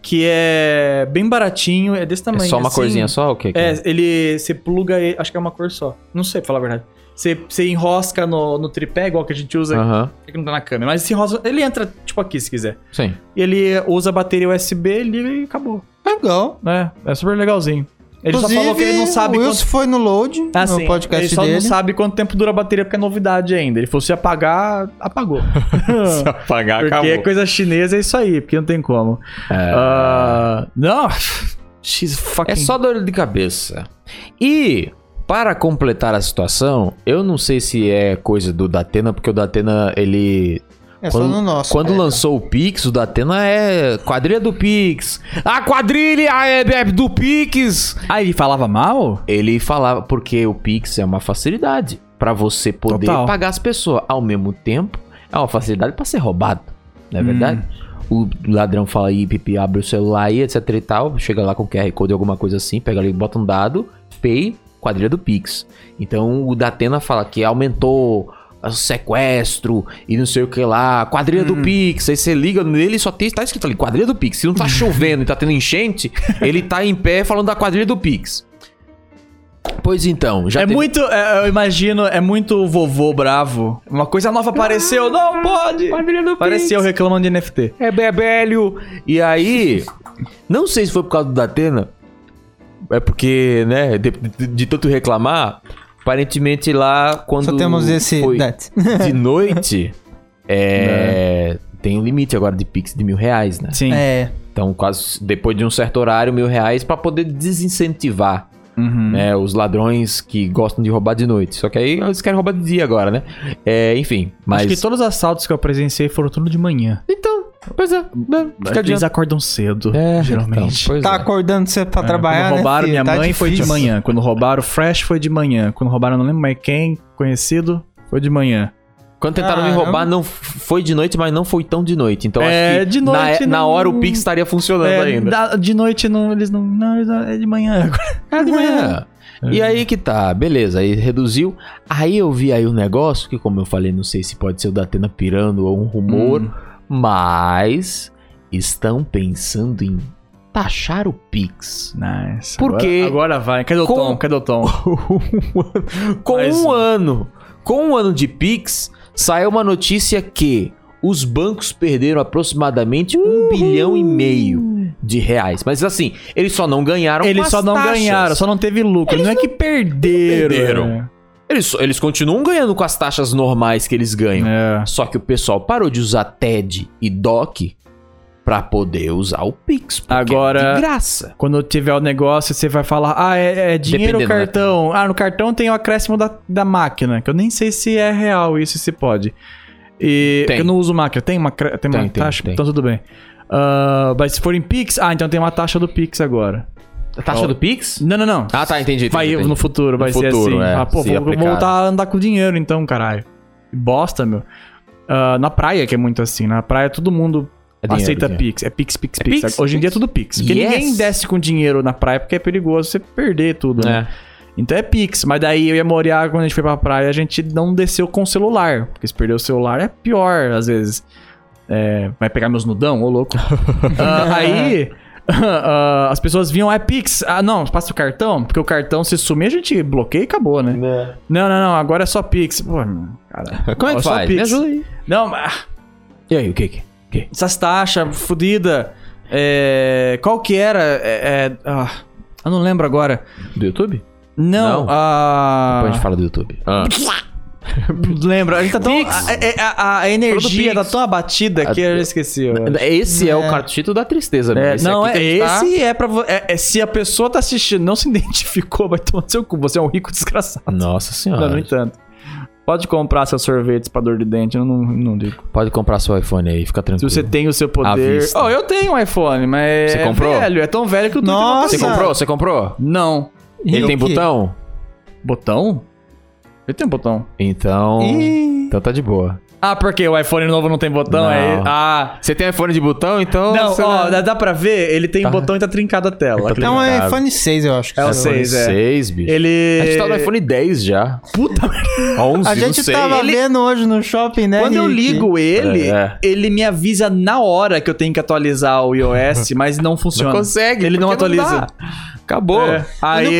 Speaker 3: que é bem baratinho, é desse
Speaker 1: é
Speaker 3: tamanho.
Speaker 1: só uma
Speaker 3: assim.
Speaker 1: corzinha só? O que que
Speaker 3: É, ele. Você pluga. ele- Acho que é uma cor só. Não sei, pra falar a verdade. Você, você enrosca no, no tripé, igual que a gente usa.
Speaker 1: Aham,
Speaker 3: Que não tá na câmera. Mas se enrosca. Ele entra, tipo, aqui, se quiser.
Speaker 1: sim.
Speaker 3: E ele usa a bateria USB, liga e acabou.
Speaker 2: Legal.
Speaker 3: É, é super legalzinho. Ele
Speaker 2: Inclusive,
Speaker 3: só falou que ele não sabe
Speaker 2: o
Speaker 3: quanto
Speaker 2: Wilson foi no Load,
Speaker 3: Ah,
Speaker 2: no
Speaker 3: sim.
Speaker 2: podcast
Speaker 3: ele só
Speaker 2: dele.
Speaker 3: não sabe quanto tempo dura a bateria porque é novidade ainda. Ele fosse apagar, apagou.
Speaker 1: Ah. apagar,
Speaker 3: porque é coisa chinesa é isso aí, porque não tem como. Ah, não. [LAUGHS] She's fucking.
Speaker 1: É só dor de cabeça. E, para completar a situação, eu não sei se é coisa do Datena, porque o Datena, ele...
Speaker 2: É só
Speaker 1: Quando-
Speaker 2: no nosso.
Speaker 1: Quando
Speaker 2: É.
Speaker 1: lançou o Pix, o Datena é quadrilha do Pix. A quadrilha é é do Pix!
Speaker 3: Ah, ele falava mal?
Speaker 1: Ele falava, porque o Pix é uma facilidade pra você poder
Speaker 3: Total.
Speaker 1: pagar as pessoas. Ao mesmo tempo, é uma facilidade pra ser roubado. Não é
Speaker 3: Hum.
Speaker 1: verdade? O ladrão fala aí, pipi, abre o celular aí, etc e tal. Chega lá com QR Code, alguma coisa assim, pega ali, bota um dado, pay, quadrilha do Pix. Então o Datena fala que aumentou o sequestro e não sei o que lá, quadrilha
Speaker 2: Hum.
Speaker 1: do Pix. Aí você liga nele e só tem, tá escrito ali, quadrilha do Pix. Se não
Speaker 2: [LAUGHS]
Speaker 1: tá chovendo e tá tendo enchente, ele tá em pé falando da quadrilha do Pix. Pois então, já
Speaker 3: é
Speaker 1: teve-
Speaker 3: muito, é, eu imagino, é muito vovô bravo. Uma coisa nova apareceu, não pode!
Speaker 1: Quadrilha do
Speaker 3: Apareceu reclamando de NFT.
Speaker 1: É bebelho. E aí, não sei se foi por causa do Datena, é porque, né, de, de- de tanto reclamar, aparentemente lá quando
Speaker 2: Só temos esse.
Speaker 1: foi
Speaker 2: That.
Speaker 1: de
Speaker 3: [LAUGHS]
Speaker 1: noite,
Speaker 3: Né?
Speaker 1: é, tem um limite agora de pix de mil reais, né?
Speaker 3: Sim.
Speaker 2: É.
Speaker 1: Então, quase depois de um certo horário, mil reais pra poder desincentivar
Speaker 3: Uhum.
Speaker 1: né, os ladrões que gostam de roubar de noite. Só que aí eles querem roubar de dia agora, né? É, enfim, mas
Speaker 3: Acho que todos os assaltos que eu presenciei foram tudo de manhã.
Speaker 1: então, pois é, né, fica
Speaker 3: Eles
Speaker 1: adiante.
Speaker 3: acordam cedo,
Speaker 1: É,
Speaker 3: geralmente.
Speaker 1: então, pois
Speaker 2: Tá
Speaker 1: é.
Speaker 2: acordando cedo pra
Speaker 3: É,
Speaker 2: trabalhar,
Speaker 3: Quando
Speaker 2: né?
Speaker 3: roubaram
Speaker 2: filho?
Speaker 3: minha
Speaker 2: Tá
Speaker 3: mãe foi de
Speaker 2: difícil.
Speaker 3: manhã. Quando roubaram o Fresh foi de manhã. Quando roubaram, não lembro mais quem, conhecido, foi de manhã.
Speaker 1: Quando tentaram me
Speaker 3: Ah,
Speaker 2: Caramba.
Speaker 1: roubar, não f- foi de noite, mas não foi tão de noite. Então
Speaker 3: É,
Speaker 1: acho que
Speaker 3: de noite
Speaker 1: na, na
Speaker 3: não-
Speaker 1: hora o Pix estaria funcionando
Speaker 3: É,
Speaker 1: ainda.
Speaker 3: da- de noite não, eles não. Não, eles não- é de manhã agora.
Speaker 1: É, de manhã.
Speaker 3: É.
Speaker 1: E aí que tá, beleza, aí reduziu. Aí eu vi aí o negócio, que como eu falei, não sei se pode ser o da Atena pirando ou um rumor,
Speaker 3: Hum.
Speaker 1: mas estão pensando em taxar o Pix.
Speaker 3: Nice.
Speaker 1: Por
Speaker 3: Agora-
Speaker 1: quê?
Speaker 3: Agora vai. Cadê o
Speaker 1: Com-
Speaker 3: Tom? Cadê o Tom?
Speaker 1: Com
Speaker 3: Mais
Speaker 1: um
Speaker 3: um.
Speaker 1: ano, com um ano de Pix, saiu uma notícia que os bancos perderam aproximadamente um bilhão e meio de reais. Mas assim, eles só não ganharam com
Speaker 3: Eles
Speaker 1: as
Speaker 3: só não
Speaker 1: taxas.
Speaker 3: ganharam, só não teve lucro. não, é que perderam. né?
Speaker 1: perderam. Eles, só- eles continuam ganhando com as taxas normais que eles ganham.
Speaker 3: É.
Speaker 1: Só que o pessoal parou de usar TED e DOC pra poder usar o Pix. porque
Speaker 3: Agora-
Speaker 1: é de graça.
Speaker 3: Quando tiver o negócio, você vai falar: Ah, é, é dinheiro ou
Speaker 1: Dependendo, né?
Speaker 3: cartão? Ah, no cartão tem o acréscimo da, da máquina, que eu nem sei se é real isso, se pode. E
Speaker 1: Tem.
Speaker 3: porque eu não uso máquina. Tem uma, cre- tem uma
Speaker 1: Tem, tem,
Speaker 3: taxa?
Speaker 1: tem.
Speaker 3: Então tudo bem. Ah, mas se for em Pix, ah, então tem uma taxa do Pix agora.
Speaker 1: A taxa
Speaker 3: Ó.
Speaker 1: do Tá Pix?
Speaker 3: Não, não, não.
Speaker 1: Ah, tá, entendi. entendi,
Speaker 3: vai
Speaker 1: entendi.
Speaker 3: no futuro,
Speaker 1: No
Speaker 3: vai ser
Speaker 1: futuro,
Speaker 3: assim.
Speaker 1: é,
Speaker 3: ah, pô,
Speaker 1: se
Speaker 3: vou, vou
Speaker 1: aplicar.
Speaker 3: voltar a andar com dinheiro então, caralho. Que Bosta, meu. Ah, na praia que é muito assim. Na praia todo mundo
Speaker 1: É dinheiro,
Speaker 3: aceita
Speaker 1: dinheiro.
Speaker 3: Pix. É Pix, Pix,
Speaker 1: É
Speaker 3: Pix.
Speaker 1: Pix,
Speaker 3: Hoje em dia é
Speaker 1: Pix.
Speaker 3: tudo Pix. Porque
Speaker 1: Yes.
Speaker 3: ninguém desce com dinheiro na praia porque é perigoso você perder tudo, né?
Speaker 1: É.
Speaker 3: Então é Pix. Mas daí eu e a Moriá, quando a gente foi pra praia, a gente não desceu com o celular. Porque se perder o celular é pior, às vezes. É, vai pegar meus nudão, ô louco. Ah, aí. ah, as pessoas vinham, é Pix. Ah, não, passa o cartão, porque o cartão se sumir, a gente bloqueia e acabou, né? Não, não, não, agora é só Pix. Pô, cara.
Speaker 1: Como é
Speaker 3: É
Speaker 1: que
Speaker 3: só
Speaker 1: faz?
Speaker 3: Pix.
Speaker 1: Me ajuda aí.
Speaker 3: Não, mas
Speaker 1: E aí, o que que?
Speaker 3: essas taxas fodidas. qual que era? É, é, ah, eu não lembro agora.
Speaker 1: Do YouTube?
Speaker 3: Não, ah,
Speaker 1: Não.
Speaker 3: a.
Speaker 1: Depois a gente fala do YouTube.
Speaker 3: Lembra, a gente tá tão. A, a- a- a energia
Speaker 1: Pix.
Speaker 3: tá tão abatida que eu já esqueci. eu acho.
Speaker 1: Esse é, o
Speaker 2: É.
Speaker 1: cartito da tristeza,
Speaker 3: É,
Speaker 1: mesmo. Esse
Speaker 3: não,
Speaker 1: aqui
Speaker 3: é,
Speaker 1: que a gente tá-
Speaker 3: esse é pra. vo- É, é se a pessoa tá assistindo, não se [LAUGHS] identificou, vai tomar no seu cu. Você é um rico desgraçado.
Speaker 1: Nossa senhora.
Speaker 3: Não, no entanto. Pode comprar seus sorvetes pra dor de dente, eu não, não digo.
Speaker 1: Pode comprar seu iPhone aí, fica
Speaker 3: Se
Speaker 1: tranquilo.
Speaker 3: você tem o seu
Speaker 1: À
Speaker 3: poder.
Speaker 1: vista.
Speaker 3: Oh, eu tenho um iPhone, mas.
Speaker 1: Você
Speaker 3: é
Speaker 1: comprou?
Speaker 3: velho, é tão velho que eu tô
Speaker 2: Nossa!
Speaker 1: Você comprou? Você comprou?
Speaker 3: Não.
Speaker 1: Ele
Speaker 2: E
Speaker 1: tem
Speaker 2: o quê?
Speaker 1: botão?
Speaker 3: Botão? Eu tenho um botão.
Speaker 1: Então.
Speaker 2: Ih,
Speaker 1: Então tá de boa.
Speaker 3: Ah, porque o iPhone novo não tem botão?
Speaker 1: Não.
Speaker 3: Aí, ah.
Speaker 1: Você tem iPhone de botão, então.
Speaker 3: Não,
Speaker 1: você
Speaker 3: ó, dá, dá pra ver, ele tem um botão e tá trincada a tela.
Speaker 1: Tá
Speaker 2: É um
Speaker 1: Obrigado.
Speaker 2: iPhone 6, eu acho. que
Speaker 3: É o
Speaker 2: saiu.
Speaker 3: 6.
Speaker 1: iPhone
Speaker 3: é.
Speaker 1: 6, bicho.
Speaker 3: Ele-
Speaker 1: A gente tá no iPhone 10 já.
Speaker 3: Puta merda.
Speaker 1: 11,
Speaker 2: A
Speaker 1: não
Speaker 2: gente
Speaker 1: sei.
Speaker 2: tava
Speaker 3: Ele-
Speaker 2: vendo hoje no shopping, né?
Speaker 3: Quando eu
Speaker 2: Rick?
Speaker 3: ligo ele,
Speaker 1: É.
Speaker 3: ele me avisa na hora que eu tenho que atualizar
Speaker 2: [LAUGHS]
Speaker 3: o iOS, mas não funciona.
Speaker 1: Não consegue.
Speaker 3: Ele não
Speaker 1: porque
Speaker 3: atualiza.
Speaker 1: dá. Acabou.
Speaker 2: O
Speaker 3: É.
Speaker 2: único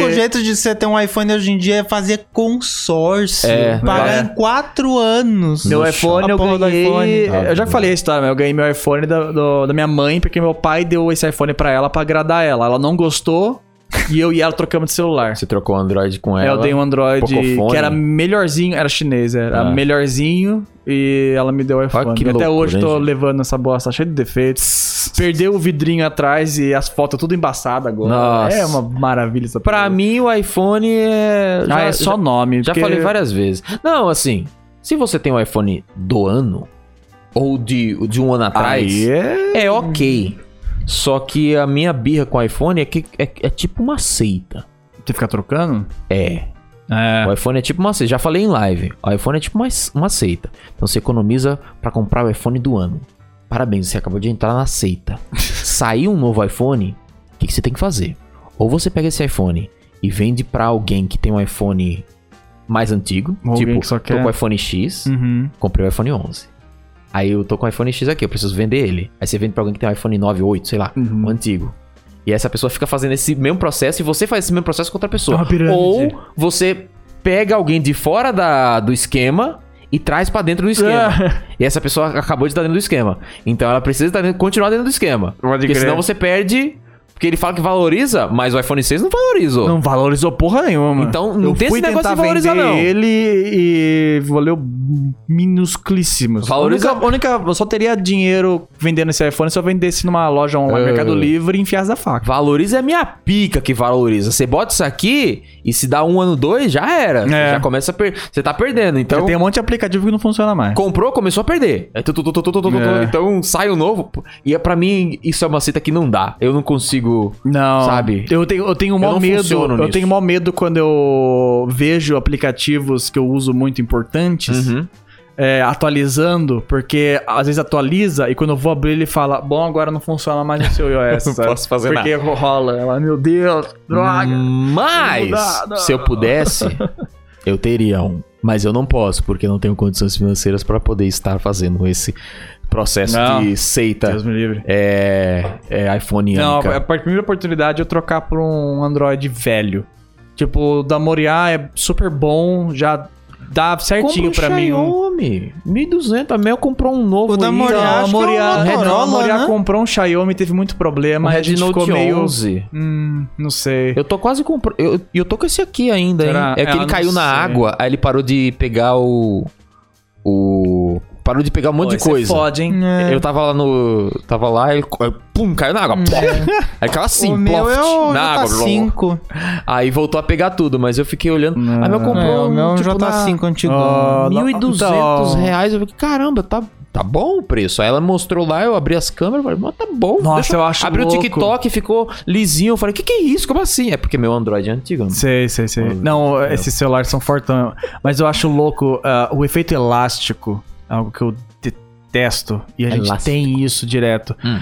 Speaker 3: Aí,
Speaker 2: jeito de você ter um iPhone hoje em dia é fazer consórcio.
Speaker 1: É,
Speaker 2: pagar
Speaker 3: é.
Speaker 2: em 4 anos.
Speaker 3: meu
Speaker 2: No
Speaker 3: iPhone
Speaker 2: shopping.
Speaker 3: eu
Speaker 2: A porra do
Speaker 3: ganhei...
Speaker 2: iPhone. Ah,
Speaker 3: Eu já falei a história, mas eu ganhei meu iPhone da, do- da minha mãe, porque meu pai deu esse iPhone pra ela pra agradar ela. Ela não gostou e eu e ela trocamos de celular.
Speaker 1: Você trocou o Android com
Speaker 3: É,
Speaker 1: ela.
Speaker 3: eu dei um Android
Speaker 1: Pocophone.
Speaker 3: que era melhorzinho, era chinês, é, era
Speaker 1: Ah.
Speaker 3: melhorzinho e ela me deu o iPhone.
Speaker 1: que
Speaker 3: Até
Speaker 1: loucura,
Speaker 3: hoje
Speaker 1: hein,
Speaker 3: tô
Speaker 1: gente?
Speaker 3: levando essa bosta cheia de defeitos. Perdeu o vidrinho atrás e as fotos tudo embaçadas agora.
Speaker 1: Nossa.
Speaker 3: É uma maravilha essa
Speaker 1: Pra
Speaker 3: porra.
Speaker 1: mim, o iPhone é.
Speaker 3: ah, é só nome.
Speaker 1: Já
Speaker 3: porque-
Speaker 1: falei várias vezes. Não, assim, se você tem um iPhone do ano ou de, de um ano atrás,
Speaker 3: Aí é...
Speaker 1: é ok. Só que a minha birra com o iPhone é que é, é tipo uma seita.
Speaker 3: Você ficar trocando?
Speaker 1: É.
Speaker 3: É.
Speaker 1: O iPhone é tipo uma seita. Já falei em live. O iPhone é tipo uma, uma seita. Então você economiza pra comprar o iPhone do ano. Parabéns, você acabou de entrar na
Speaker 3: [LAUGHS]
Speaker 1: seita. Saiu um novo iPhone, o que, que você tem que fazer? Ou você pega esse iPhone e vende pra alguém que tem um iPhone mais antigo.
Speaker 3: Ou alguém
Speaker 1: tipo,
Speaker 3: que só
Speaker 1: tô
Speaker 3: quer-
Speaker 1: com o iPhone X,
Speaker 3: Uhum.
Speaker 1: comprei o iPhone 11. Aí eu tô com o iPhone X aqui, eu preciso vender ele. Aí você vende pra alguém que tem um iPhone 9, 8, sei lá,
Speaker 3: Uhum.
Speaker 1: um antigo. E essa pessoa fica fazendo esse mesmo processo e você faz esse mesmo processo com outra
Speaker 3: É
Speaker 1: pessoa.
Speaker 3: uma pirâmide.
Speaker 1: Ou você pega alguém de fora da, do esquema e traz pra dentro do esquema.
Speaker 3: Ah.
Speaker 1: E essa pessoa acabou de estar dentro do esquema. Então ela precisa estar dentro- continuar dentro do esquema.
Speaker 3: [LAUGHS] Pode
Speaker 1: porque
Speaker 3: crer.
Speaker 1: senão você perde. Porque ele fala que valoriza, mas o iPhone 6 não valorizou.
Speaker 3: Não valorizou porra nenhuma.
Speaker 1: Então, não
Speaker 3: eu
Speaker 1: tem
Speaker 3: fui
Speaker 1: esse negócio de
Speaker 3: tentar
Speaker 1: valorizar,
Speaker 3: vender
Speaker 1: não.
Speaker 3: ele e valeu minusclíssimos.
Speaker 1: Valoriza-
Speaker 3: A Única, a única, eu só teria dinheiro vendendo esse iPhone se eu vendesse numa loja online,
Speaker 1: Ah.
Speaker 3: Mercado Livre, e enfiasse da faca.
Speaker 1: Valoriza é a minha pica que valoriza. Você bota isso aqui e se dá um ano, dois, já era. Você
Speaker 3: É.
Speaker 1: Já começa a perder. Você tá perdendo. Então,
Speaker 3: Então, tem um monte de aplicativo que não funciona mais.
Speaker 1: comprou, começou a perder. É tu, tu, tu, tu, tu, tu, tu, tu.
Speaker 3: É.
Speaker 1: Então sai o novo. pô. E é, pra mim, isso é uma cita que não dá. Eu não consigo.
Speaker 3: Não.
Speaker 1: Sabe?
Speaker 3: Eu tenho, eu tenho mó
Speaker 1: não
Speaker 3: medo.
Speaker 1: funciono
Speaker 3: Eu
Speaker 1: nisso.
Speaker 3: tenho mó medo quando eu vejo aplicativos que eu uso muito
Speaker 1: Uhum.
Speaker 3: importantes é, atualizando, porque às vezes atualiza e quando eu vou abrir ele fala: Bom, agora não funciona mais o seu iOS.
Speaker 1: [LAUGHS] Não
Speaker 3: sabe?
Speaker 1: posso fazer Hum,
Speaker 3: porque nada. Porque rola. Ela, Meu Deus, droga.
Speaker 1: Mas,
Speaker 3: Não dá,
Speaker 1: se eu
Speaker 3: não. [LAUGHS]
Speaker 1: pudesse, eu teria um. Mas eu não posso, porque não tenho condições financeiras pra poder estar fazendo esse processo
Speaker 3: Não.
Speaker 1: de seita.
Speaker 3: Deus me livre.
Speaker 1: É, é iPhone
Speaker 3: Não, a partir da primeira oportunidade é eu trocar por um Android velho. Tipo, o da Moriá é super bom, já dá certinho pra mim. um-
Speaker 1: Xiaomi. 1200, a Mel comprou um novo.
Speaker 2: O da
Speaker 1: aí.
Speaker 2: Moriá,
Speaker 3: Não, a
Speaker 2: acho que é um
Speaker 3: Moriá, é, não, a
Speaker 2: Motorola,
Speaker 3: Moriá
Speaker 2: né?
Speaker 3: comprou um Xiaomi, teve muito problema,
Speaker 1: Um
Speaker 3: a
Speaker 1: Red
Speaker 3: gente ficou
Speaker 1: Note
Speaker 3: meio...
Speaker 1: 11.
Speaker 3: Hum, não sei.
Speaker 1: Eu tô quase comprando. Eu, eu tô com esse aqui ainda, hein?
Speaker 3: Será?
Speaker 1: É que
Speaker 3: Ah,
Speaker 1: ele
Speaker 3: não
Speaker 1: caiu na
Speaker 3: sei.
Speaker 1: água, aí ele parou de pegar o. O. Parou de pegar um monte
Speaker 3: Pô,
Speaker 1: de
Speaker 3: esse é
Speaker 1: coisa.
Speaker 3: foda, hein?
Speaker 2: É.
Speaker 1: Eu tava lá no. Tava lá, ele. co- Pum, caiu na água.
Speaker 3: Hum.
Speaker 1: plof. Aí caiu assim,
Speaker 2: É. o meu
Speaker 1: ploft,
Speaker 2: é o
Speaker 1: na água. blá, blá, blá.
Speaker 2: J5.
Speaker 1: Aí voltou a pegar tudo, mas eu fiquei olhando.
Speaker 3: Não.
Speaker 1: Aí meu
Speaker 2: É,
Speaker 1: comprou.
Speaker 2: o
Speaker 1: um,
Speaker 2: meu é um
Speaker 1: tipo,
Speaker 2: J5 antigo.
Speaker 3: Ah,
Speaker 1: Na... 1.200
Speaker 3: Então-
Speaker 1: reais. Eu falei, caramba, tá, tá bom o preço. Aí ela mostrou lá, eu abri as câmeras, falei, mas tá bom.
Speaker 3: Nossa, eu acho
Speaker 1: Abri o
Speaker 3: louco.
Speaker 1: TikTok, ficou lisinho. Eu falei, que que é isso? Como assim? É porque meu Android é antigo. né?
Speaker 3: Sei, sei, sei.
Speaker 1: Hum,
Speaker 3: Não,
Speaker 1: entendeu?
Speaker 3: esses celulares são fortão. Mas eu acho louco ah, o efeito elástico, algo que eu detesto. E a gente
Speaker 1: Elástico.
Speaker 3: tem isso direto.
Speaker 1: Hum.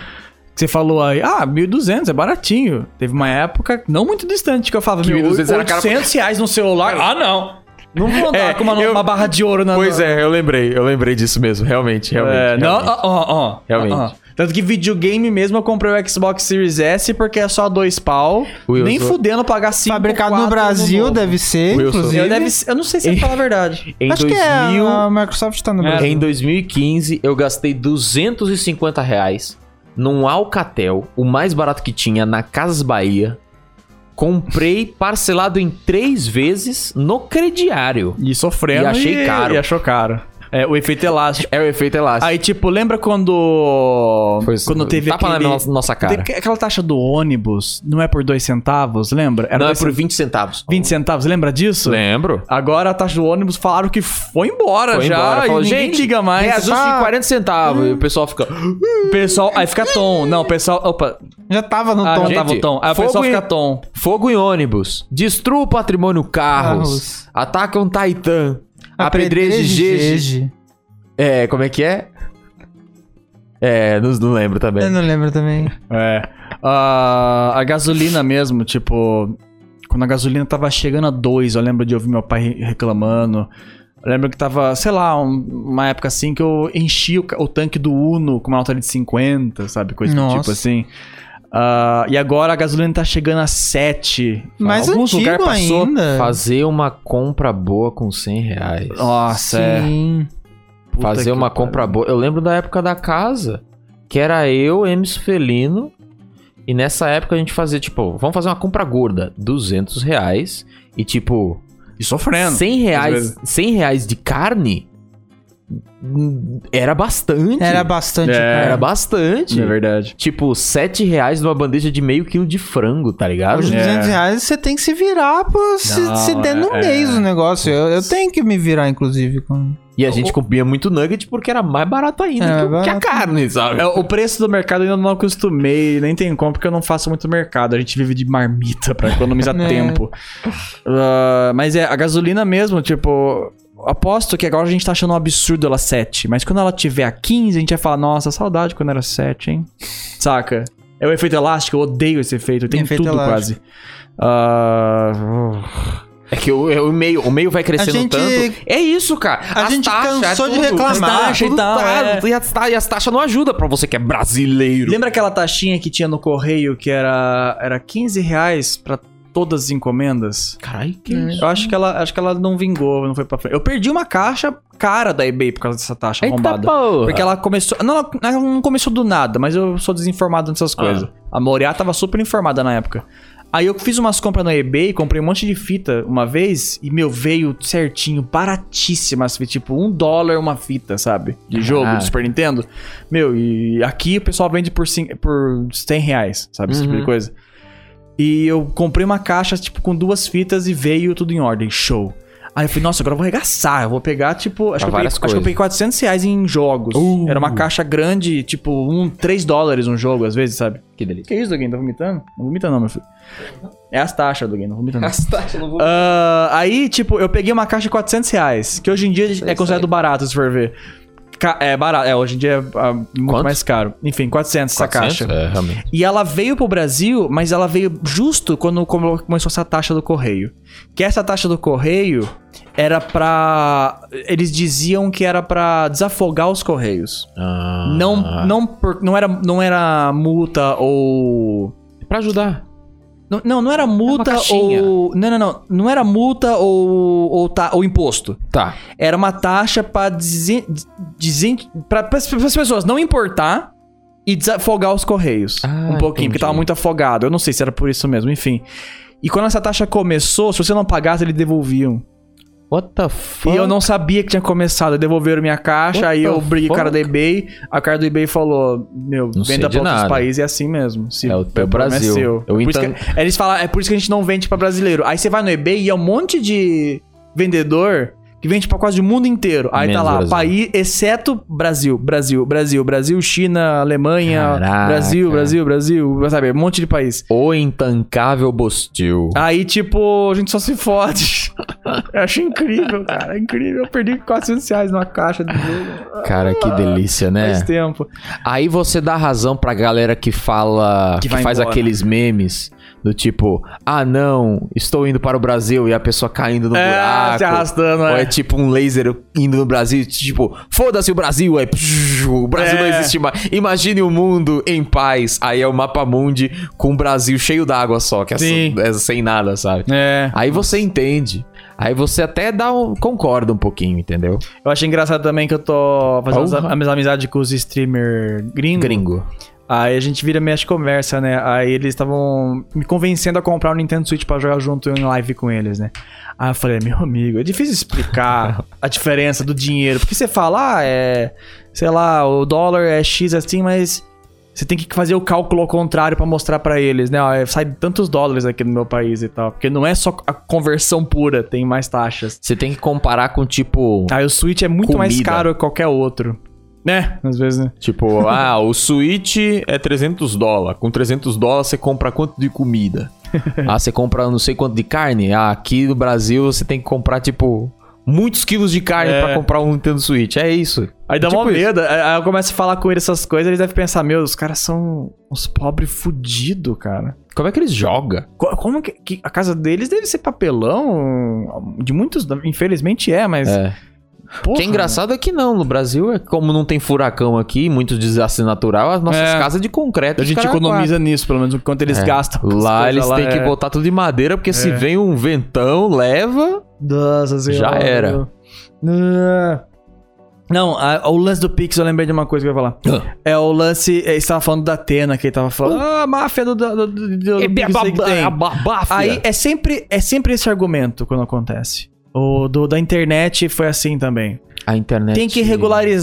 Speaker 3: Você falou aí, ah, 1.200 é baratinho. Teve uma época não muito distante que eu falava,
Speaker 1: Que
Speaker 3: meu,
Speaker 1: 1.200
Speaker 3: 800
Speaker 1: era caro pra-
Speaker 3: reais no celular. Ah, não. Não vou andar
Speaker 1: É,
Speaker 3: com uma,
Speaker 1: eu-
Speaker 3: uma barra de ouro na
Speaker 1: Pois é, eu lembrei, eu lembrei disso mesmo, realmente, realmente.
Speaker 3: É, não,
Speaker 1: realmente.
Speaker 3: ó, ó, ó.
Speaker 1: Realmente.
Speaker 3: Ó, ó. Tanto que videogame mesmo eu comprei o Xbox Series S porque é só dois pau.
Speaker 1: Wilson.
Speaker 3: Nem fudendo pagar cinco.
Speaker 2: Fabricado
Speaker 3: tá quatro
Speaker 2: no Brasil,
Speaker 3: novo.
Speaker 2: deve ser,
Speaker 1: Wilson.
Speaker 2: inclusive.
Speaker 3: Eu, deve, eu não
Speaker 1: [LAUGHS]
Speaker 3: sei se é falar a verdade.
Speaker 1: Em
Speaker 2: Acho
Speaker 1: 2000,
Speaker 2: que é, a Microsoft tá no
Speaker 3: É.
Speaker 2: Brasil.
Speaker 1: em 2015, eu gastei 250 reais num Alcatel, o mais barato que tinha, na Casas Bahia. Comprei parcelado em três vezes no crediário.
Speaker 3: E sofrendo.
Speaker 1: E achei
Speaker 3: e-
Speaker 1: caro.
Speaker 3: E achou caro. É, o efeito elástico.
Speaker 1: É o efeito elástico.
Speaker 3: Aí, tipo, lembra quando. quando teve
Speaker 1: Tapa
Speaker 3: aquele.
Speaker 1: na nossa- nossa cara.
Speaker 3: Teve aquela taxa do ônibus, não é por dois centavos, lembra?
Speaker 1: Não, é
Speaker 3: dois
Speaker 1: por
Speaker 3: cent-
Speaker 1: 20 centavos.
Speaker 3: 20 centavos, lembra disso?
Speaker 1: Lembro.
Speaker 3: Agora a taxa do ônibus falaram que foi embora
Speaker 1: Foi
Speaker 3: já.
Speaker 1: embora.
Speaker 3: e
Speaker 1: Falou,
Speaker 3: ninguém
Speaker 1: gente, é,
Speaker 3: liga mais.
Speaker 1: Reajuste
Speaker 3: Ah,
Speaker 1: de 40 centavos. E o pessoal fica...
Speaker 3: O pessoal, aí fica tom. Não, o pessoal. Opa,
Speaker 2: Já tava no
Speaker 3: ah,
Speaker 2: tom.
Speaker 3: não tava o
Speaker 1: Gente,
Speaker 3: tom. Aí o
Speaker 1: fogo
Speaker 3: pessoal
Speaker 1: em-
Speaker 3: fica tom.
Speaker 1: Fogo em ônibus. Destrua o patrimônio carros. um
Speaker 2: Carros.
Speaker 1: Atacam Titan.
Speaker 2: A
Speaker 1: Apedreja
Speaker 2: Pedreja
Speaker 1: Gege.
Speaker 2: Gege.
Speaker 1: É, como é que é? É, não, não lembro também.
Speaker 2: Eu não lembro também.
Speaker 3: É. A, a gasolina mesmo, tipo. Quando a gasolina tava chegando a 2, eu lembro de ouvir meu pai re- reclamando. Eu lembro que tava, sei lá, um- uma época assim que eu enchi o, ca- o tanque do Uno com uma altura de 50, sabe? Coisa do tipo
Speaker 2: Nossa.
Speaker 3: assim. Ah, e agora a gasolina tá chegando a 7.
Speaker 2: Mais
Speaker 3: lugar
Speaker 2: antigo ainda.
Speaker 1: Fazer uma compra boa com 100 reais.
Speaker 3: Nossa, é.
Speaker 2: Sim.
Speaker 3: Puta que
Speaker 1: Fazer uma
Speaker 3: pariu.
Speaker 1: compra boa. Eu lembro da época da casa, que era eu, Emerson Felino, e nessa época a gente fazia, tipo, vamos fazer uma compra gorda, 200 reais, e tipo,
Speaker 3: E sofrendo.
Speaker 1: 100
Speaker 3: às
Speaker 1: reais,
Speaker 3: vezes.
Speaker 1: 100 reais de carne hum, era bastante.
Speaker 2: Era bastante.
Speaker 3: É.
Speaker 2: cara.
Speaker 1: Era bastante.
Speaker 3: É verdade.
Speaker 1: Tipo, 7 reais numa bandeja de meio quilo de frango, tá ligado?
Speaker 2: Hoje,
Speaker 3: É.
Speaker 2: 200 reais, você tem que se virar pra se,
Speaker 3: Não,
Speaker 2: se der
Speaker 3: é-
Speaker 2: no
Speaker 3: é.
Speaker 2: mês o negócio. Eu, eu tenho que me virar, inclusive. Com...
Speaker 1: E a gente comia muito nugget porque era mais barato ainda
Speaker 2: É,
Speaker 1: que, o- que a
Speaker 2: barato.
Speaker 1: carne, sabe?
Speaker 3: É, o preço do mercado eu ainda não acostumei, nem tem como, porque eu não faço muito mercado. A gente vive de marmita pra economizar
Speaker 2: [LAUGHS] É.
Speaker 3: tempo. Ah, mas é, a gasolina mesmo, tipo. Aposto que agora a gente tá achando um absurdo ela 7, mas quando ela tiver a 15, a gente vai falar, nossa, saudade quando era 7, hein? Saca? É o efeito elástico, eu odeio esse efeito, tem
Speaker 2: Efeito
Speaker 3: tudo
Speaker 2: elástico.
Speaker 3: quase. Ah,
Speaker 1: É que o, é o meio, o meio vai crescendo
Speaker 2: A gente-
Speaker 1: tanto. É isso, cara. é
Speaker 2: a gente cansou de reclamar,
Speaker 1: As taxas,
Speaker 3: e
Speaker 1: tudo
Speaker 3: tal,
Speaker 1: tá-
Speaker 3: é.
Speaker 1: e, as, ta- e as taxas não ajudam pra você que é brasileiro.
Speaker 3: Lembra aquela taxinha que tinha no correio que era, era 15 reais pra todas as encomendas?
Speaker 1: Caralho, que
Speaker 2: É.
Speaker 1: isso?
Speaker 3: Eu acho que ela acho que ela não vingou, não foi pra frente. Eu perdi uma caixa cara da eBay por causa dessa taxa
Speaker 1: Eita
Speaker 3: arrombada.
Speaker 1: porra.
Speaker 3: Porque ela começou. Não, ela- ela não começou do nada, mas eu sou desinformado
Speaker 1: Ah.
Speaker 3: nessas coisas. A Moriá tava super informada na época. Aí eu fiz umas compras na eBay, comprei um monte de fita uma vez, e meu, veio certinho, baratíssima as fitas, tipo um dólar uma fita, sabe? De jogo,
Speaker 1: Caraca.
Speaker 3: de Super Nintendo. Meu, e aqui o pessoal vende por, cin- por 100 reais, sabe? Esse tipo de
Speaker 1: Uhum.
Speaker 3: coisa. E eu comprei uma caixa, tipo, com duas fitas e veio tudo em ordem. Show. Aí eu falei, nossa, agora eu vou arregaçar. Eu vou pegar, tipo. Acho, que eu, peguei,
Speaker 1: várias
Speaker 3: acho que eu
Speaker 1: coisas.
Speaker 3: peguei 400 reais em jogos. Era uma caixa grande, tipo, um, 3 dólares um jogo, às vezes, sabe?
Speaker 1: Que delícia.
Speaker 3: Que isso, Doguinho? Tá vomitando? Não vomita, não, meu filho. É as taxas, Doguinho, não vomita, não.
Speaker 1: As taxas não vão.
Speaker 3: Ah, aí, tipo, eu peguei uma caixa de 400 reais, que hoje em dia é
Speaker 1: aí.
Speaker 3: considerado barato, se for ver. Ca- é barato, é, hoje em dia é ah, muito
Speaker 1: Quanto?
Speaker 3: mais caro. Enfim, 400 essa caixa.
Speaker 1: É, realmente.
Speaker 3: E ela veio pro Brasil, mas ela veio justo quando come- começou essa taxa do correio. Que essa taxa do correio era pra. Eles diziam que era pra desafogar os correios.
Speaker 1: Ah.
Speaker 3: Não, não, por- não, era, não era multa ou.
Speaker 1: é Pra ajudar.
Speaker 3: Não- Não, não era multa
Speaker 1: É caixinha.
Speaker 3: ou. Não, não, não. Não era multa ou, ou, ta- ou imposto.
Speaker 1: Tá.
Speaker 3: Era uma taxa pra dizer. para as pessoas não importar e desafogar os correios.
Speaker 1: Ah,
Speaker 3: um pouquinho, porque
Speaker 1: entendi.
Speaker 3: tava muito afogado. Eu não sei se era por isso mesmo, enfim. E quando essa taxa começou, se você não pagasse, eles devolviam.
Speaker 1: What the fuck?
Speaker 3: E eu não sabia que tinha começado. Devolveram minha caixa,
Speaker 1: What
Speaker 3: aí
Speaker 1: the
Speaker 3: eu briguei com o cara do
Speaker 1: fuck?
Speaker 3: eBay. A cara do eBay falou: Meu,
Speaker 1: Não sei
Speaker 3: venda
Speaker 1: de
Speaker 3: pra outros
Speaker 1: nada.
Speaker 3: países é assim mesmo. Se
Speaker 1: É o teu
Speaker 3: problema
Speaker 1: Brasil. Eu
Speaker 3: por isso
Speaker 1: entendo.
Speaker 3: que- eles falam: É por isso que a gente não vende pra brasileiro. Aí você vai no eBay e é um monte de vendedor que vende pra quase o mundo inteiro. Aí tá
Speaker 1: Menos
Speaker 3: lá:
Speaker 1: Brasil.
Speaker 3: país, exceto Brasil, Brasil, Brasil, Brasil, China, Alemanha,
Speaker 1: Caraca.
Speaker 3: Brasil, Brasil, Brasil, sabe? Um monte de país.
Speaker 1: O intancável Bostil.
Speaker 3: Aí, tipo, a gente só se [LAUGHS] fode. Eu acho incrível, cara. é Incrível. Eu perdi 400 reais numa caixa do
Speaker 1: É.
Speaker 3: jogo.
Speaker 1: Cara, que delícia, né?
Speaker 3: Faz tempo.
Speaker 1: Aí você dá razão pra galera que fala. Que,
Speaker 3: Que vai
Speaker 1: faz
Speaker 3: embora.
Speaker 1: aqueles memes do tipo, ah não, estou indo para o Brasil e a pessoa caindo no
Speaker 3: É,
Speaker 1: buraco.
Speaker 3: se arrastando,
Speaker 1: Ou é
Speaker 3: é.
Speaker 1: tipo um laser indo no Brasil, tipo, foda-se o Brasil, aí psh, o Brasil
Speaker 3: É.
Speaker 1: não existe mais. Imagine o mundo em paz. Aí é o mapa mundi com o Brasil cheio d'água só, que é,
Speaker 3: Sim.
Speaker 1: só- é sem nada, sabe?
Speaker 3: É.
Speaker 1: Aí você entende. Aí você até dá um, concorda um pouquinho, entendeu?
Speaker 3: Eu achei engraçado também que eu tô fazendo
Speaker 1: Porra.
Speaker 3: as minhas amizades com os streamer gringos.
Speaker 1: Gringo.
Speaker 3: Aí a gente vira mexe conversa, né? Aí eles estavam me convencendo a comprar o Nintendo Switch pra jogar junto em live com eles, né? Aí eu falei, meu amigo, é difícil explicar a diferença do dinheiro. Porque você fala, ah, é. Sei lá, o dólar é X assim, mas. Você tem que fazer o cálculo ao contrário pra mostrar pra eles, né? Ó, é, sai tantos dólares aqui no meu país e tal. Porque não é só a conversão pura, tem mais taxas.
Speaker 1: Você tem que comparar com tipo.
Speaker 3: Aí o Switch é muito mais
Speaker 1: Comida.
Speaker 3: caro que qualquer outro. Né? Às vezes, né?
Speaker 1: Tipo, [LAUGHS] ah, o Switch é 300 dólares. Com 300 dólares você compra quanto de
Speaker 3: [LAUGHS]
Speaker 1: comida? ah, você compra não sei quanto de carne? Ah, aqui no Brasil você tem que comprar, tipo, muitos quilos de carne
Speaker 3: É.
Speaker 1: pra comprar um Nintendo Switch. É isso.
Speaker 3: Aí dá
Speaker 1: Tipo
Speaker 3: mó
Speaker 1: isso.
Speaker 3: medo. Aí aí eu começo a falar com eles essas coisas, eles devem pensar, meu, os caras são uns pobres fudidos, cara.
Speaker 1: Como é que eles jogam?
Speaker 3: Co- Como que, que a casa deles deve ser papelão? De muitos, infelizmente é, mas.
Speaker 1: É. O
Speaker 3: porra,
Speaker 1: que
Speaker 3: né?
Speaker 1: é engraçado é que não, no Brasil, é como não tem furacão aqui, muito desastre natural, as nossas
Speaker 3: É.
Speaker 1: casas de concreto.
Speaker 3: A
Speaker 1: os
Speaker 3: gente
Speaker 1: caras
Speaker 3: economiza nisso, pelo menos, quanto eles
Speaker 1: um É.
Speaker 3: gastam. com
Speaker 1: guardam.
Speaker 3: as
Speaker 1: Lá
Speaker 3: coisas
Speaker 1: eles têm que
Speaker 3: é.
Speaker 1: botar tudo de madeira, porque se
Speaker 3: É.
Speaker 1: vem um ventão, leva.
Speaker 3: Nossa senhora.
Speaker 1: Já era.
Speaker 3: Ah. Não, a- o lance do Pix, eu lembrei de uma coisa que eu ia falar.
Speaker 1: Ah. Uh.
Speaker 3: É o lance. Ele estava falando da Atena, que ele tava falando. Ah, a máfia do. do, do, do, do Pix aí que tem." Aí é sempre, é sempre esse argumento quando acontece. O do, da internet foi assim também.
Speaker 1: A internet. é
Speaker 3: Tem que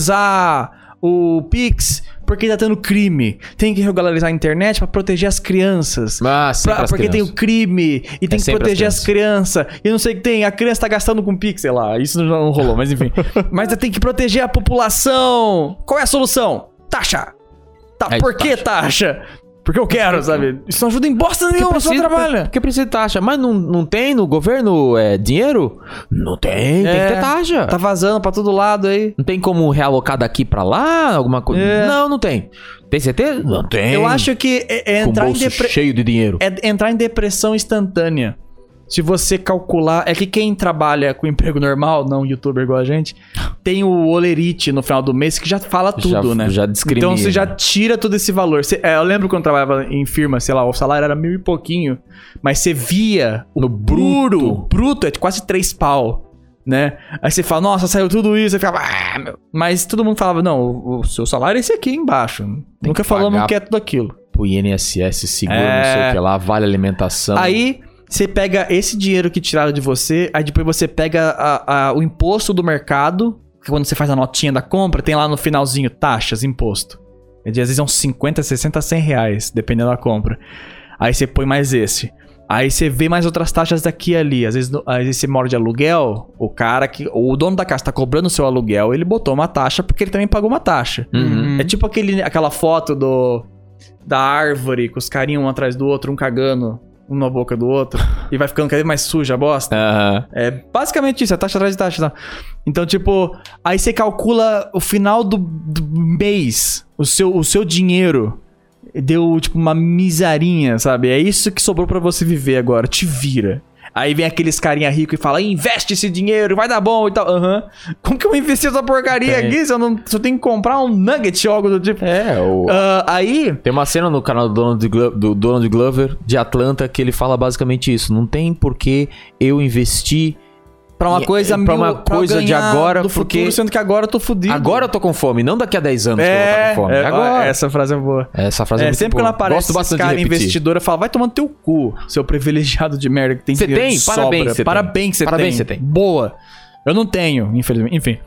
Speaker 3: regularizar o Pix porque tá tendo crime. Tem que regularizar a internet pra proteger as crianças.
Speaker 1: Ah, sempre
Speaker 3: Pra-
Speaker 1: as
Speaker 3: porque tem o
Speaker 1: crianças. É
Speaker 3: crime e
Speaker 1: sempre
Speaker 3: tem que
Speaker 1: as
Speaker 3: proteger as crianças. E não sei o que tem, a criança tá gastando com Pix, sei lá. Isso não rolou, mas
Speaker 1: [LAUGHS]
Speaker 3: enfim. mas tem que proteger a população. Qual é a solução? Taxa. Tá,
Speaker 1: É,
Speaker 3: por que taxa? Porque eu quero, sabe? Isso não ajuda em bosta nenhuma, só trabalha.
Speaker 1: Porque precisa de taxa. Mas não, não tem no governo é, dinheiro? Não tem, tem
Speaker 3: É.
Speaker 1: que ter taxa.
Speaker 3: Tá vazando pra todo lado aí.
Speaker 1: Não tem como realocar daqui pra lá, alguma coisa?
Speaker 3: É.
Speaker 1: Não, não tem. Tem certeza? Não tem.
Speaker 3: Eu acho que é, é
Speaker 1: Com o
Speaker 3: entrar em
Speaker 1: bolso
Speaker 3: depressão.
Speaker 1: cheio de dinheiro.
Speaker 3: é entrar em depressão instantânea. Se você calcular. É que quem trabalha com emprego normal, não youtuber igual a gente, tem o olerite no final do mês que já fala tudo,
Speaker 1: já,
Speaker 3: né?
Speaker 1: Já discrimina.
Speaker 3: então você já tira todo esse valor. Você- é, eu lembro quando eu trabalhava em firma, sei lá, o salário era mil e pouquinho, mas você via o
Speaker 1: No
Speaker 3: bruto.
Speaker 1: bruto.
Speaker 3: bruto é de quase três pau. Né? Aí você fala, nossa, saiu tudo isso. Aí ficava, ah, meu. Mas todo mundo falava, não, o- o seu salário é esse aqui embaixo. Nunca
Speaker 1: que
Speaker 3: falamos
Speaker 1: pagar
Speaker 3: que é tudo aquilo.
Speaker 1: Pro INSS, seguro, não sei
Speaker 3: É.
Speaker 1: o que lá, vale alimentação.
Speaker 3: Aí você pega esse dinheiro que tiraram de você, aí depois você pega a- a- o imposto do mercado, que quando você faz a notinha da compra, tem lá no finalzinho taxas, imposto. É de- Às vezes é uns 50, 60, 100 reais, dependendo da compra. Aí você põe mais esse. Aí você vê mais outras taxas daqui e ali. Às vezes, no- às vezes você mora de aluguel, o cara que. O dono da casa tá cobrando o seu aluguel, ele botou uma taxa porque ele também pagou uma taxa.
Speaker 1: Uhum.
Speaker 3: É tipo aquele, aquela foto do da árvore com os carinhos um atrás do outro, um cagando um na boca do outro [LAUGHS] e vai ficando cada vez mais suja a bosta.
Speaker 1: Aham.
Speaker 3: É basicamente isso, é taxa atrás de taxa. tá? Então, tipo, aí você calcula o final do, do mês, o seu, o seu dinheiro deu, tipo, uma misarinha, sabe? É isso que sobrou pra você viver agora, te vira. Aí vem aqueles carinha rico e fala, investe esse dinheiro, vai dar bom e tal. Aham. Como que eu vou investir essa porcaria
Speaker 1: Tem.
Speaker 3: aqui se eu, não, se eu tenho que comprar um nugget ou algo do tipo?
Speaker 1: É, o-
Speaker 3: Ah, aí,
Speaker 1: Tem uma cena no canal do Donald, Glo- do Donald Glover de Atlanta que ele fala basicamente isso. Não tem por que eu investir.
Speaker 3: pra uma
Speaker 1: E-
Speaker 3: coisa
Speaker 1: pra uma
Speaker 3: mil- pra
Speaker 1: coisa de
Speaker 3: ganhar
Speaker 1: agora,
Speaker 3: do
Speaker 1: porque-
Speaker 3: futuro, sendo que agora eu tô fudido.
Speaker 1: Agora eu tô com fome, não daqui a 10 anos que eu vou
Speaker 3: é,
Speaker 1: estar com fome.
Speaker 3: é,
Speaker 1: agora.
Speaker 3: Essa frase é boa.
Speaker 1: Essa frase é,
Speaker 3: É,
Speaker 1: muito
Speaker 3: sempre que
Speaker 1: boa.
Speaker 3: ela aparece
Speaker 1: Gosto
Speaker 3: esse
Speaker 1: bastante
Speaker 3: cara
Speaker 1: de repetir.
Speaker 3: investidor, eu falo, vai tomando teu cu, seu privilegiado de merda que tem
Speaker 1: Você
Speaker 3: dinheiro
Speaker 1: tem?
Speaker 3: de
Speaker 1: Parabéns,
Speaker 3: sobra.
Speaker 1: você tem.
Speaker 3: Parabéns que você
Speaker 1: Parabéns,
Speaker 3: tem.
Speaker 1: você tem.
Speaker 3: Boa. Eu não tenho,
Speaker 1: [LAUGHS]
Speaker 3: infelizmente. Enfim.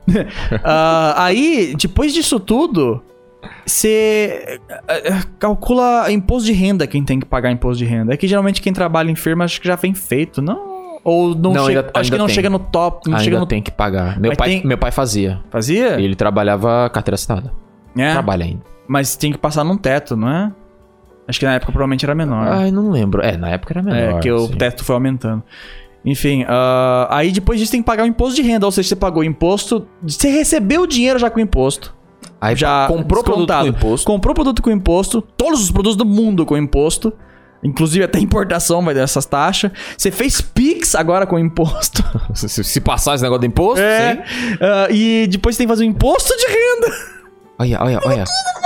Speaker 3: Ah, aí, depois disso tudo, você eh, eh, calcula imposto de renda quem tem que pagar imposto de renda. É que geralmente quem trabalha em firma acho que já vem feito, não? Ou não,
Speaker 1: Não, ainda-
Speaker 3: chega, acho que
Speaker 1: ainda
Speaker 3: não
Speaker 1: tem.
Speaker 3: chega no top, não
Speaker 1: Ainda
Speaker 3: chega no
Speaker 1: tem que pagar. Meu
Speaker 3: Mas
Speaker 1: pai,
Speaker 3: tem-
Speaker 1: meu pai fazia.
Speaker 3: Fazia?
Speaker 1: Ele trabalhava carteira assinada.
Speaker 3: É,
Speaker 1: Trabalha ainda.
Speaker 3: mas tem que passar num teto, não é? Acho que na época provavelmente era menor.
Speaker 1: Ai, não lembro. É, na época era menor.
Speaker 3: Ah. É, que o
Speaker 1: assim.
Speaker 3: teto foi aumentando. Enfim, ah, aí depois disso tem que pagar o imposto de renda, ou seja, você pagou o imposto, você recebeu o dinheiro já com o imposto,
Speaker 1: Aí
Speaker 3: já
Speaker 1: comprou produto
Speaker 3: descontado.
Speaker 1: com imposto. [LAUGHS]
Speaker 3: comprou produto com imposto, todos os produtos do mundo com imposto, inclusive até importação vai dar essas taxas, você fez PIX agora com imposto, [LAUGHS]
Speaker 1: Se, se- se passar esse negócio de imposto,
Speaker 3: é,
Speaker 1: sim.
Speaker 3: ah, e depois você tem que fazer o imposto de renda,
Speaker 1: Olha, olha, olha.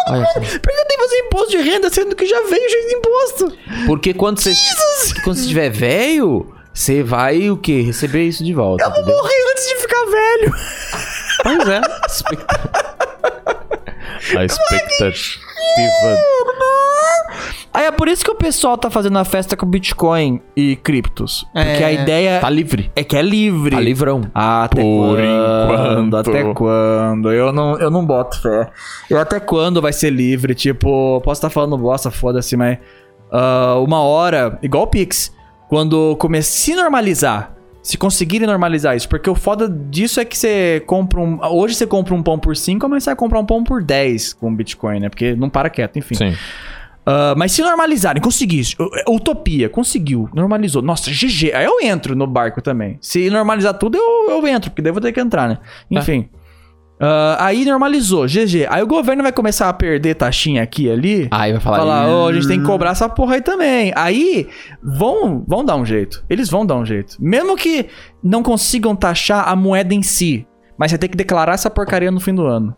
Speaker 1: olha.
Speaker 3: por que tem que fazer imposto de renda sendo que já veio cheio de imposto?
Speaker 1: Porque quando você. porque Quando você estiver velho, você vai o quê? Receber isso de volta. entendeu?
Speaker 3: Morri antes de ficar velho.
Speaker 1: Pois é.
Speaker 3: [LAUGHS]
Speaker 1: Expecta- A expectativa.
Speaker 3: Aí é por isso que o pessoal tá fazendo a festa com Bitcoin e criptos. Porque
Speaker 2: É.
Speaker 3: a ideia
Speaker 1: Tá livre.
Speaker 3: é que é livre.
Speaker 1: Tá livrão.
Speaker 3: Até
Speaker 1: Por
Speaker 3: quando?
Speaker 1: enquanto.
Speaker 3: Até quando? Eu não, eu não boto fé. Eu até quando vai ser livre? Tipo, posso estar falando bosta, foda-se, mas. ah, uma hora, igual o Pix, quando comece a normalizar. Se conseguirem normalizar isso, porque o foda disso é que você compra um. Hoje você compra um pão por 5, amanhã você vai comprar um pão por 10 com Bitcoin, né? Porque não para quieto, enfim.
Speaker 1: Sim.
Speaker 3: Ah, Ah, mas se normalizarem, conseguir isso. Eu- eu- Utopia, conseguiu, normalizou. Nossa, GG. Aí eu entro no barco também. Se normalizar tudo, eu, eu entro, porque daí eu vou ter que entrar, né? Enfim. Ah, aí normalizou, GG. Aí o governo vai começar a perder taxinha aqui e ali.
Speaker 1: Aí vai falar.
Speaker 3: Falar,
Speaker 1: "Ih,
Speaker 3: ô, a gente tem que cobrar essa porra aí também. Aí vão, vão dar um jeito. Eles vão dar um jeito. Mesmo que não consigam taxar a moeda em si. Mas você tem que declarar essa porcaria no fim do ano.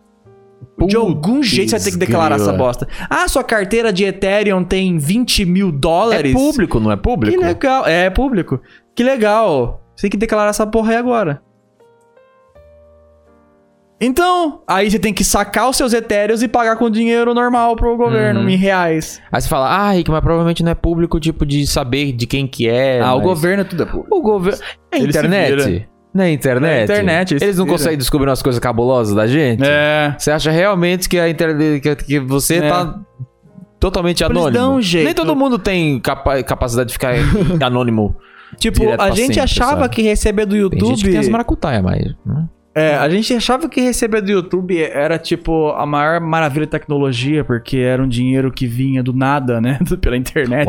Speaker 3: de algum jeito você vai ter que declarar
Speaker 1: grila.
Speaker 3: essa bosta. Ah, sua carteira de Ethereum tem 20 mil
Speaker 1: É
Speaker 3: dólares.
Speaker 1: público, não é
Speaker 3: Que
Speaker 1: público?
Speaker 3: legal. É, é público. Que legal. Você tem que declarar essa porra aí agora. Então, aí você tem que sacar os seus etéreos e pagar com dinheiro normal pro governo,
Speaker 1: Uhum.
Speaker 3: em reais.
Speaker 1: Aí você fala, ah, Rick, mas provavelmente não é público, tipo, de saber de quem que é.
Speaker 3: Ah, o
Speaker 1: mas-
Speaker 3: governo tudo é público.
Speaker 1: O governo. É
Speaker 3: Ele se
Speaker 1: internet.
Speaker 3: vira.
Speaker 1: Não é internet.
Speaker 3: É internet, ele
Speaker 1: Eles,
Speaker 3: se
Speaker 1: não
Speaker 3: vira.
Speaker 1: conseguem descobrir umas coisas cabulosas da gente?
Speaker 3: É.
Speaker 1: Você acha realmente que a internet. Que, que você
Speaker 3: É.
Speaker 1: tá totalmente
Speaker 3: Eles
Speaker 1: anônimo?
Speaker 3: dão um jeito.
Speaker 1: Nem todo mundo tem capa- capacidade de ficar [LAUGHS] anônimo.
Speaker 3: Tipo,
Speaker 1: Direto
Speaker 3: a
Speaker 1: pra
Speaker 3: gente
Speaker 1: sempre,
Speaker 3: achava
Speaker 1: sabe?
Speaker 3: que receber do
Speaker 1: Tem
Speaker 3: YouTube.
Speaker 1: gente que tem as maracutaia, mas. né?
Speaker 3: É, a gente achava que receber do YouTube era, tipo, a maior maravilha da tecnologia, porque era um dinheiro que vinha do nada, né? [LAUGHS] Pela internet.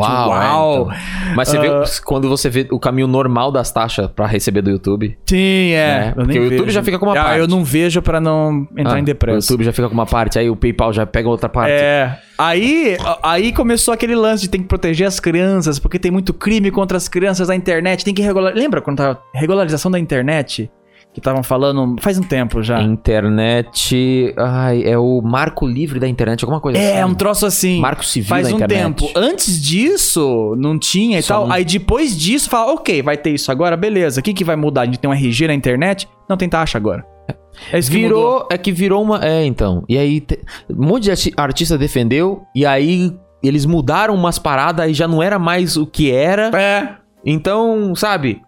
Speaker 1: é, então.
Speaker 3: Uau!
Speaker 1: Mas você vê
Speaker 3: Ah.
Speaker 1: quando você vê o caminho normal das taxas pra receber do YouTube.
Speaker 3: Sim,
Speaker 1: É,
Speaker 3: é. Eu
Speaker 1: porque
Speaker 3: nem
Speaker 1: o YouTube já fica com uma
Speaker 3: ah,
Speaker 1: parte.
Speaker 3: eu não vejo pra não entrar
Speaker 1: Ah,
Speaker 3: em
Speaker 1: O
Speaker 3: depressa.
Speaker 1: YouTube já fica com uma parte, aí o PayPal já pega outra parte.
Speaker 3: É. Aí, aí começou aquele lance de tem que proteger as crianças, porque tem muito crime contra as crianças na internet, tem que regular. Lembra quando tava regularização da internet? Que estavam falando faz um tempo já.
Speaker 1: Internet. Ai, é o marco livre da internet, alguma coisa
Speaker 3: É,
Speaker 1: assim.
Speaker 3: um troço assim.
Speaker 1: Marco civil
Speaker 3: Faz
Speaker 1: da
Speaker 3: um
Speaker 1: internet.
Speaker 3: tempo. Antes disso, não tinha e
Speaker 1: Só
Speaker 3: tal.
Speaker 1: não-
Speaker 3: Aí depois disso, fala, ok, vai ter isso agora, beleza. O que, que vai mudar? A gente tem um RG na internet? Não tem taxa agora. É isso que mudou.
Speaker 1: Virou, é que virou uma. É, então. E aí, te- um monte de arti- artista defendeu, e aí eles mudaram umas paradas e já não era mais o que era.
Speaker 3: É.
Speaker 1: Então, sabe?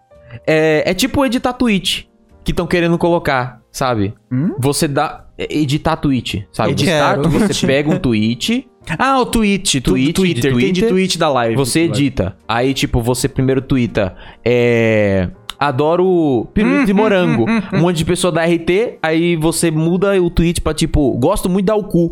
Speaker 1: É, é tipo editar tweet que estão querendo colocar, sabe?
Speaker 3: Hum?
Speaker 1: Você dá. é Editar tweet, sabe? Você
Speaker 2: Editar
Speaker 1: starta,
Speaker 2: tweet.
Speaker 3: [LAUGHS]
Speaker 1: você pega um tweet,
Speaker 3: Ah, o tweet. tu-
Speaker 1: Tweet,
Speaker 3: Twitter.
Speaker 1: de
Speaker 3: Tem de
Speaker 1: Twitter.
Speaker 3: tweet da live.
Speaker 1: você edita. Aí, tipo, você primeiro twitta. É. Adoro pirulito
Speaker 3: Hum,
Speaker 1: de morango. um monte de pessoa da RT, aí você muda o tweet pra tipo, gosto muito da o cu.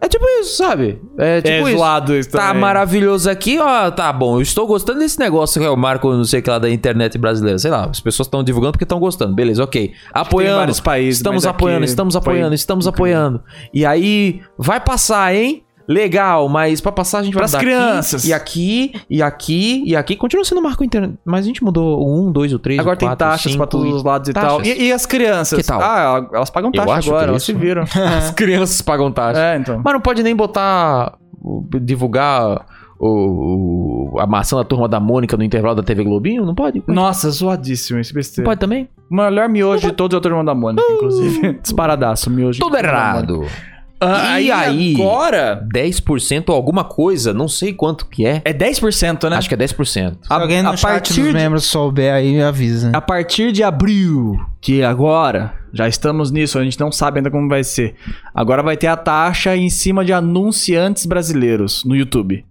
Speaker 1: É tipo isso, sabe? É
Speaker 3: É
Speaker 1: tipo isso.
Speaker 3: zoado isso
Speaker 1: Tá
Speaker 3: também.
Speaker 1: maravilhoso aqui, ó. Tá bom, eu estou gostando desse negócio que é o Marco, não sei o que lá, da internet brasileira. Sei lá, as pessoas estão divulgando porque estão gostando. Beleza, ok. Apoiando.
Speaker 3: vários países,
Speaker 1: estamos
Speaker 3: mas aqui
Speaker 1: apoiando, estamos
Speaker 3: foi
Speaker 1: apoiando, estamos apoiando. E aí, vai passar, hein? Legal, mas pra passar a gente vai
Speaker 3: Pras
Speaker 1: mudar
Speaker 3: crianças.
Speaker 1: Aqui, e aqui, e aqui, e aqui. Continua sendo marco internet. Mas a gente mudou o 1, 2, o 3,
Speaker 3: Agora
Speaker 1: o
Speaker 3: tem
Speaker 1: 4,
Speaker 3: taxas pra todos os lados e
Speaker 1: Taxas.
Speaker 3: tal. E, e as crianças?
Speaker 1: Que tal?
Speaker 3: Ah, elas pagam
Speaker 1: Eu
Speaker 3: taxa
Speaker 1: acho que
Speaker 3: agora,
Speaker 1: é
Speaker 3: elas se
Speaker 1: isso. [LAUGHS]
Speaker 3: viram.
Speaker 1: As crianças pagam taxa.
Speaker 3: é, então.
Speaker 1: Mas não pode nem botar. o- divulgar o, o- a maçã da turma da Mônica no intervalo da TV Globinho? Não pode? Não
Speaker 3: Nossa, zoadíssimo esse besteira.
Speaker 1: pode também?
Speaker 3: O melhor miojo de todos é o Turma da Mônica, inclusive. [LAUGHS] Disparadaço, miojo.
Speaker 1: Tudo
Speaker 3: de Turma da Mônica.
Speaker 1: errado.
Speaker 3: Ah,
Speaker 1: E aí?
Speaker 3: Agora
Speaker 1: 10% ou alguma coisa, não sei quanto que é.
Speaker 3: é 10%, né?
Speaker 1: Acho que é 10%.
Speaker 3: a,
Speaker 2: Se alguém
Speaker 3: a
Speaker 2: no chat
Speaker 3: partir
Speaker 2: dos
Speaker 3: de-
Speaker 2: membros souber aí, avisa.
Speaker 3: a partir de abril, que agora, já estamos nisso, a gente não sabe ainda como vai ser. Agora vai ter a taxa em cima de anunciantes brasileiros no YouTube.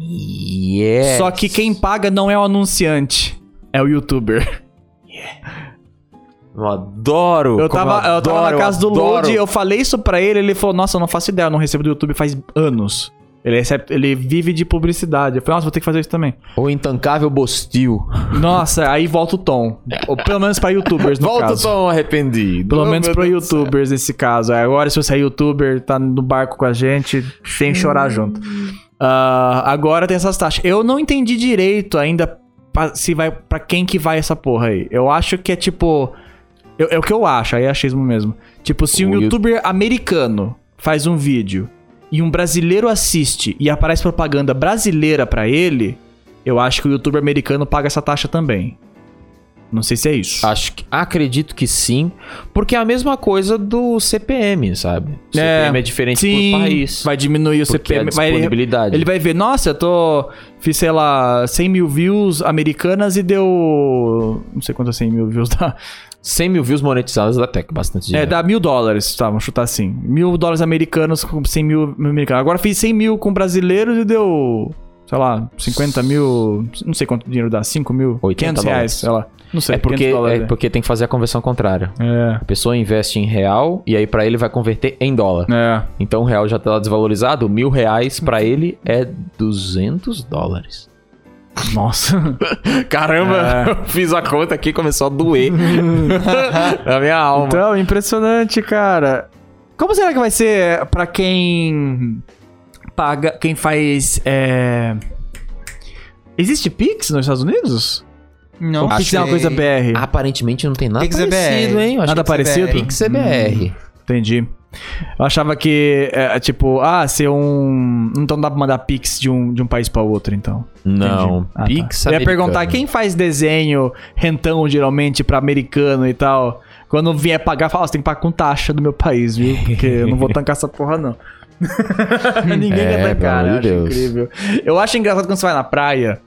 Speaker 1: Yes.
Speaker 3: Só que quem paga não é o anunciante, é o youtuber.
Speaker 1: Eu adoro.
Speaker 3: Eu
Speaker 1: como
Speaker 3: tava, eu tava
Speaker 1: adoro,
Speaker 3: na casa do
Speaker 1: adoro.
Speaker 3: Lodi, eu falei isso pra ele, ele falou: Nossa, eu não faço ideia, eu não recebo do YouTube faz anos. Ele, recebe, ele vive de publicidade. Eu falei, nossa, vou ter que fazer isso também.
Speaker 1: O intancável Bostil.
Speaker 3: Nossa, aí volta o tom. Ou pelo menos pra youtubers, no
Speaker 1: [LAUGHS] Volta o
Speaker 3: caso.
Speaker 1: som arrependido.
Speaker 3: Pelo
Speaker 1: Oh,
Speaker 3: menos
Speaker 1: meu
Speaker 3: pra
Speaker 1: Deus.
Speaker 3: youtubers nesse caso. Aí Agora, se você é youtuber, tá no barco com a gente, sem chorar junto. Ah, agora tem essas taxas. Eu não entendi direito ainda pra- se vai pra quem que vai essa porra aí. Eu acho que é tipo. eu- é o que eu acho, aí é achismo mesmo. Tipo, se um
Speaker 1: O you-
Speaker 3: youtuber americano faz um vídeo e um brasileiro assiste e aparece propaganda brasileira pra ele, eu acho que o youtuber americano paga essa taxa também. Não sei se é isso.
Speaker 1: Acho que, acredito que sim, porque é a mesma coisa do CPM, sabe? O CPM é, diferente por país.
Speaker 3: Vai diminuir o
Speaker 1: porque é
Speaker 3: CPM.
Speaker 1: a
Speaker 3: vai-
Speaker 1: disponibilidade.
Speaker 3: ele vai ver, nossa, eu tô. Fiz, sei lá, 100 mil views americanas e deu. Não sei quanto é 100 mil views dá.
Speaker 1: 100 mil views monetizadas dá até que bastante
Speaker 3: É,
Speaker 1: dinheiro.
Speaker 3: dá mil dólares, tá? Vamos chutar assim. Mil dólares americanos com 100 mil americanos. Agora fiz 100 mil com brasileiros e deu. sei lá, 50 mil, não sei quanto dinheiro dá, 5 mil,
Speaker 1: 80
Speaker 3: 500
Speaker 1: dólares.
Speaker 3: reais, sei lá. Não sei,
Speaker 1: É porque,
Speaker 3: 500 dólares, né?
Speaker 1: é porque tem que fazer a conversão contrária.
Speaker 3: É,
Speaker 1: A pessoa investe em real e aí pra ele vai converter em dólar.
Speaker 3: é.
Speaker 1: [LAUGHS] Então o real já tá lá desvalorizado, mil reais pra ele é 200 dólares.
Speaker 3: Nossa. É.
Speaker 1: Caramba, [LAUGHS] eu fiz a conta aqui e começou a
Speaker 3: [LAUGHS]
Speaker 1: doer na minha alma.
Speaker 3: Então, impressionante, cara. Como será que vai ser pra quem paga, quem faz é... Existe Pix nos Estados Unidos?
Speaker 2: Não
Speaker 3: Ou Pix é uma coisa BR?
Speaker 1: Aparentemente não tem nada
Speaker 2: Pix é
Speaker 1: parecido,
Speaker 2: BR.
Speaker 1: hein? Eu acho
Speaker 3: Nada
Speaker 1: que
Speaker 3: parecido?
Speaker 2: BR.
Speaker 1: Pix é BR.
Speaker 3: Entendi. Eu achava que, é, tipo, ah, ser um... Então dá pra mandar Pix de um, de um país pra outro, então.
Speaker 1: Não,
Speaker 3: Entendi. Ah, tá.
Speaker 1: Pix
Speaker 3: Eu ia
Speaker 1: americano.
Speaker 3: perguntar quem faz desenho rentão geralmente pra americano e tal. Quando vier pagar, fala, "Ó, você tem que pagar com taxa do meu país, viu? Porque eu não vou tancar essa porra,
Speaker 1: [LAUGHS]
Speaker 3: não. Ninguém
Speaker 1: É,
Speaker 3: quer tancar,
Speaker 1: pelo amor
Speaker 3: né? Eu
Speaker 1: de
Speaker 3: acho
Speaker 1: Deus.
Speaker 3: incrível. Eu acho engraçado quando você vai na praia.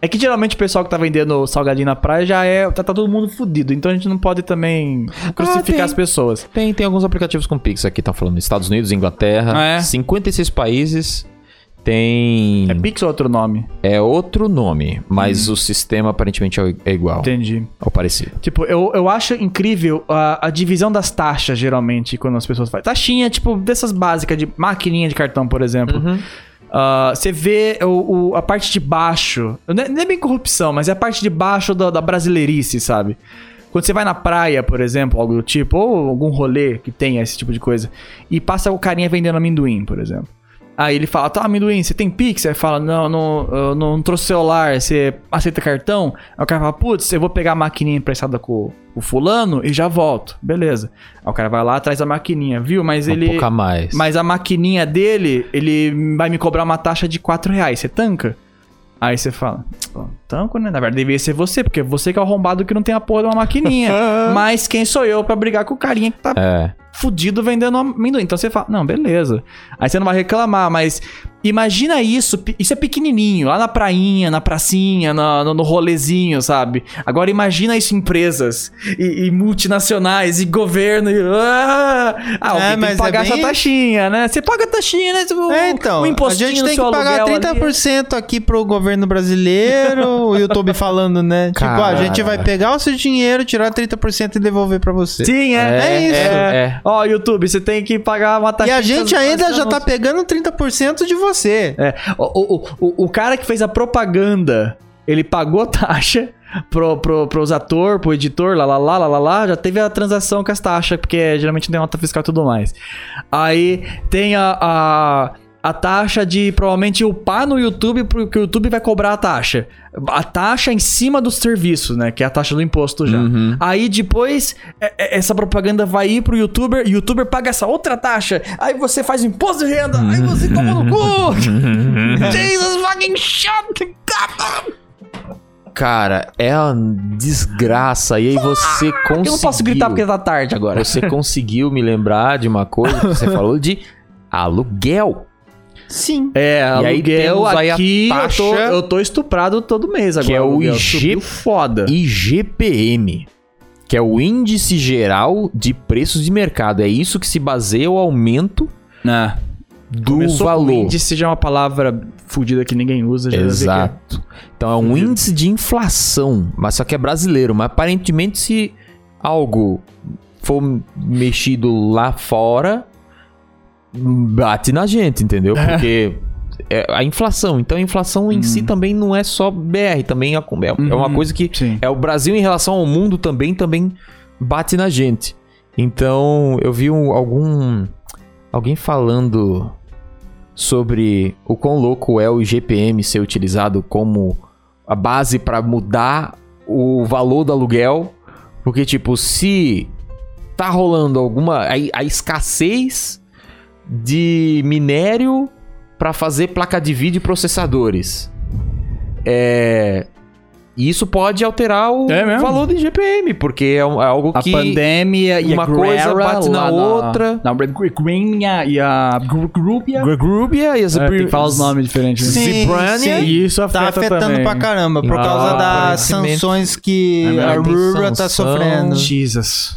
Speaker 3: É que geralmente o pessoal que tá vendendo salgadinho na praia já é. Tá, tá todo mundo fudido. Então a gente não pode também crucificar
Speaker 1: Ah, tem.
Speaker 3: as pessoas.
Speaker 1: Tem, tem alguns aplicativos com Pix aqui, tá falando. Estados Unidos, Inglaterra,
Speaker 3: Ah, é?
Speaker 1: 56 países. Tem.
Speaker 3: É Pix Hum. ou outro nome?
Speaker 1: É, outro nome, mas o sistema aparentemente é é igual.
Speaker 3: Entendi.
Speaker 1: Ou parecido.
Speaker 3: Tipo, eu, eu acho incrível a, a divisão das taxas, geralmente, quando as pessoas fazem. Taxinha, tipo, dessas básicas de maquininha de cartão, por exemplo. Ah, Você vê o, o- a parte de baixo. Não é, não é bem corrupção, mas é a parte de baixo da, da brasileirice, sabe? Quando você vai na praia, por exemplo, algo do tipo, ou algum rolê que tenha esse tipo de coisa, e passa o carinha vendendo amendoim, por exemplo. Aí ele fala, tá, amendoim, você tem Pix? Aí fala, não, não, eu não trouxe celular, você aceita cartão? Aí o cara fala, putz, eu vou pegar a maquininha emprestada com o fulano e já volto. Beleza. Aí o cara vai lá, traz a maquininha, viu? Mas
Speaker 1: Um
Speaker 3: ele...
Speaker 1: pouco a mais.
Speaker 3: Mas [LAUGHS] a maquininha dele, ele vai me cobrar uma taxa de 4 reais. Você tanca? Aí você fala, "Pô, tanco, né? Na verdade, devia ser você, porque você que é o arrombado que não tem a porra de uma maquininha. Mas quem sou eu pra brigar com o carinha que tá
Speaker 1: É.
Speaker 3: fudido vendendo amendoim? Então você fala, não, beleza. Aí você não vai reclamar, mas imagina isso. pe- Isso é pequenininho, lá na prainha, na pracinha, na- no, no rolezinho, sabe? Agora imagina isso em empresas e, e multinacionais e governo. E, ah, ah, alguém
Speaker 2: É,
Speaker 3: tem que
Speaker 2: mas é
Speaker 3: pagar
Speaker 2: bem
Speaker 3: essa
Speaker 2: isso.
Speaker 3: taxinha, né? Você paga a taxinha, né? Tipo,
Speaker 2: É, então,
Speaker 3: um
Speaker 2: a
Speaker 3: impostinho
Speaker 2: gente
Speaker 3: no
Speaker 2: tem
Speaker 3: seu
Speaker 2: que pagar
Speaker 3: aluguel ali.
Speaker 2: 30% aqui pro governo brasileiro,
Speaker 3: [LAUGHS]
Speaker 2: o YouTube falando, né? Tipo, ah, a gente vai
Speaker 1: Cara.
Speaker 2: pegar o seu dinheiro, tirar 30% e devolver pra você.
Speaker 3: Sim, é.
Speaker 2: É isso.
Speaker 1: É, é.
Speaker 3: Ó, YouTube, você tem que pagar uma
Speaker 2: E
Speaker 3: taxinha.
Speaker 2: a gente ainda já
Speaker 3: não
Speaker 2: tá pegando 30% de você.
Speaker 3: É, o, o, o, o cara que fez a propaganda, ele pagou a taxa pro, pro, pros ator, pro editor, lá, lá, lá, lá, lá, lá, já teve a transação com as taxas, porque geralmente tem nota fiscal e tudo mais. Aí tem a, a, a taxa de provavelmente upar no YouTube, porque o YouTube vai cobrar a taxa. A taxa em cima dos serviços, né? Que é a taxa do imposto já.
Speaker 1: Uhum.
Speaker 3: Aí depois, é- é- essa propaganda vai ir pro youtuber, youtuber paga essa outra taxa, aí você faz imposto de renda, aí você toma no cu!
Speaker 1: [LAUGHS]
Speaker 3: Jesus fucking shit!
Speaker 1: [LAUGHS] Cara, é uma desgraça. E aí você conseguiu.
Speaker 3: Eu não posso gritar porque tá tarde agora.
Speaker 1: Você conseguiu me lembrar de uma coisa que você falou de aluguel.
Speaker 2: Sim.
Speaker 3: É, aluguel
Speaker 1: temos aí a
Speaker 3: aqui, eu tô,
Speaker 1: taxa-
Speaker 3: eu tô estuprado todo mês agora.
Speaker 1: Que é o
Speaker 3: aluguel.
Speaker 1: IG-
Speaker 3: Subiu foda.
Speaker 1: IGPM, que é o Índice Geral de Preços de Mercado. É isso que se baseia o aumento
Speaker 3: Né?
Speaker 1: do
Speaker 3: Começou com
Speaker 1: valor.
Speaker 3: índice já é uma palavra fudida que é. ninguém usa. Já
Speaker 1: Exato. Então é um
Speaker 3: Entendi.
Speaker 1: índice de inflação, mas só que é brasileiro. Mas aparentemente, se algo for mexido lá fora, bate na gente, entendeu? Porque é a inflação. Então a inflação em si também não é só BR, também é é uma
Speaker 3: Hum. Uhum.
Speaker 1: coisa que
Speaker 3: Sim.
Speaker 1: é o Brasil em relação ao mundo também também bate na gente. Então, eu vi um- algum alguém falando sobre o quão louco é o IGPM ser utilizado como a base para mudar o valor do aluguel, porque tipo, se tá rolando alguma a, a escassez de minério para fazer placa de vídeo e processadores. É, e isso pode alterar o
Speaker 3: É mesmo?
Speaker 1: valor do IGPM, porque é, um- é algo
Speaker 3: A
Speaker 1: que
Speaker 3: pandemia e
Speaker 1: uma
Speaker 3: a
Speaker 1: coisa
Speaker 3: Guerra
Speaker 1: bate na
Speaker 3: lá
Speaker 1: outra.
Speaker 3: Na, na Grinha e a Gru- Grupia.
Speaker 1: Grubia e
Speaker 3: É, tem que falar os nomes diferentes. né?
Speaker 2: Sim,
Speaker 1: Zibrania.
Speaker 2: sim.
Speaker 3: E isso afeta
Speaker 2: Tá afetando
Speaker 3: também.
Speaker 2: pra caramba, por
Speaker 3: Ah,
Speaker 2: causa das
Speaker 1: aparecimento.
Speaker 2: sanções que
Speaker 1: É,
Speaker 2: a
Speaker 1: tem
Speaker 2: Rura tá
Speaker 1: sanção.
Speaker 2: sofrendo.
Speaker 3: Jesus.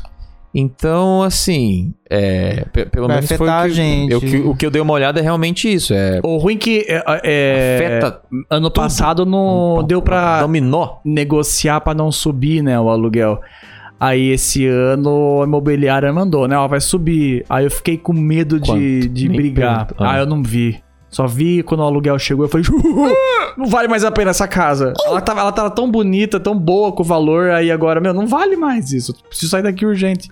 Speaker 1: Então, assim, é, pe- pelo
Speaker 2: Vai
Speaker 1: menos foi
Speaker 2: afetar
Speaker 1: o
Speaker 2: a
Speaker 1: que,
Speaker 2: gente.
Speaker 1: eu que- o que eu dei uma olhada é realmente isso. É,
Speaker 3: O ruim que é, é,
Speaker 1: afeta
Speaker 3: ano passado não deu pra
Speaker 1: dominó.
Speaker 3: negociar pra não subir, né, o aluguel. Aí esse ano a imobiliária mandou, né, ó, vai subir. Aí eu fiquei com medo de,
Speaker 1: Quanto?
Speaker 3: de
Speaker 1: Nem
Speaker 3: brigar.
Speaker 1: pergunto. Ah.
Speaker 3: Ah, eu não vi. Só vi quando o aluguel chegou, eu falei, "Uh, não vale mais a pena essa casa. Ela tava, ela tava tão bonita, tão boa com o valor, aí agora, meu, não vale mais isso. Eu preciso sair daqui urgente.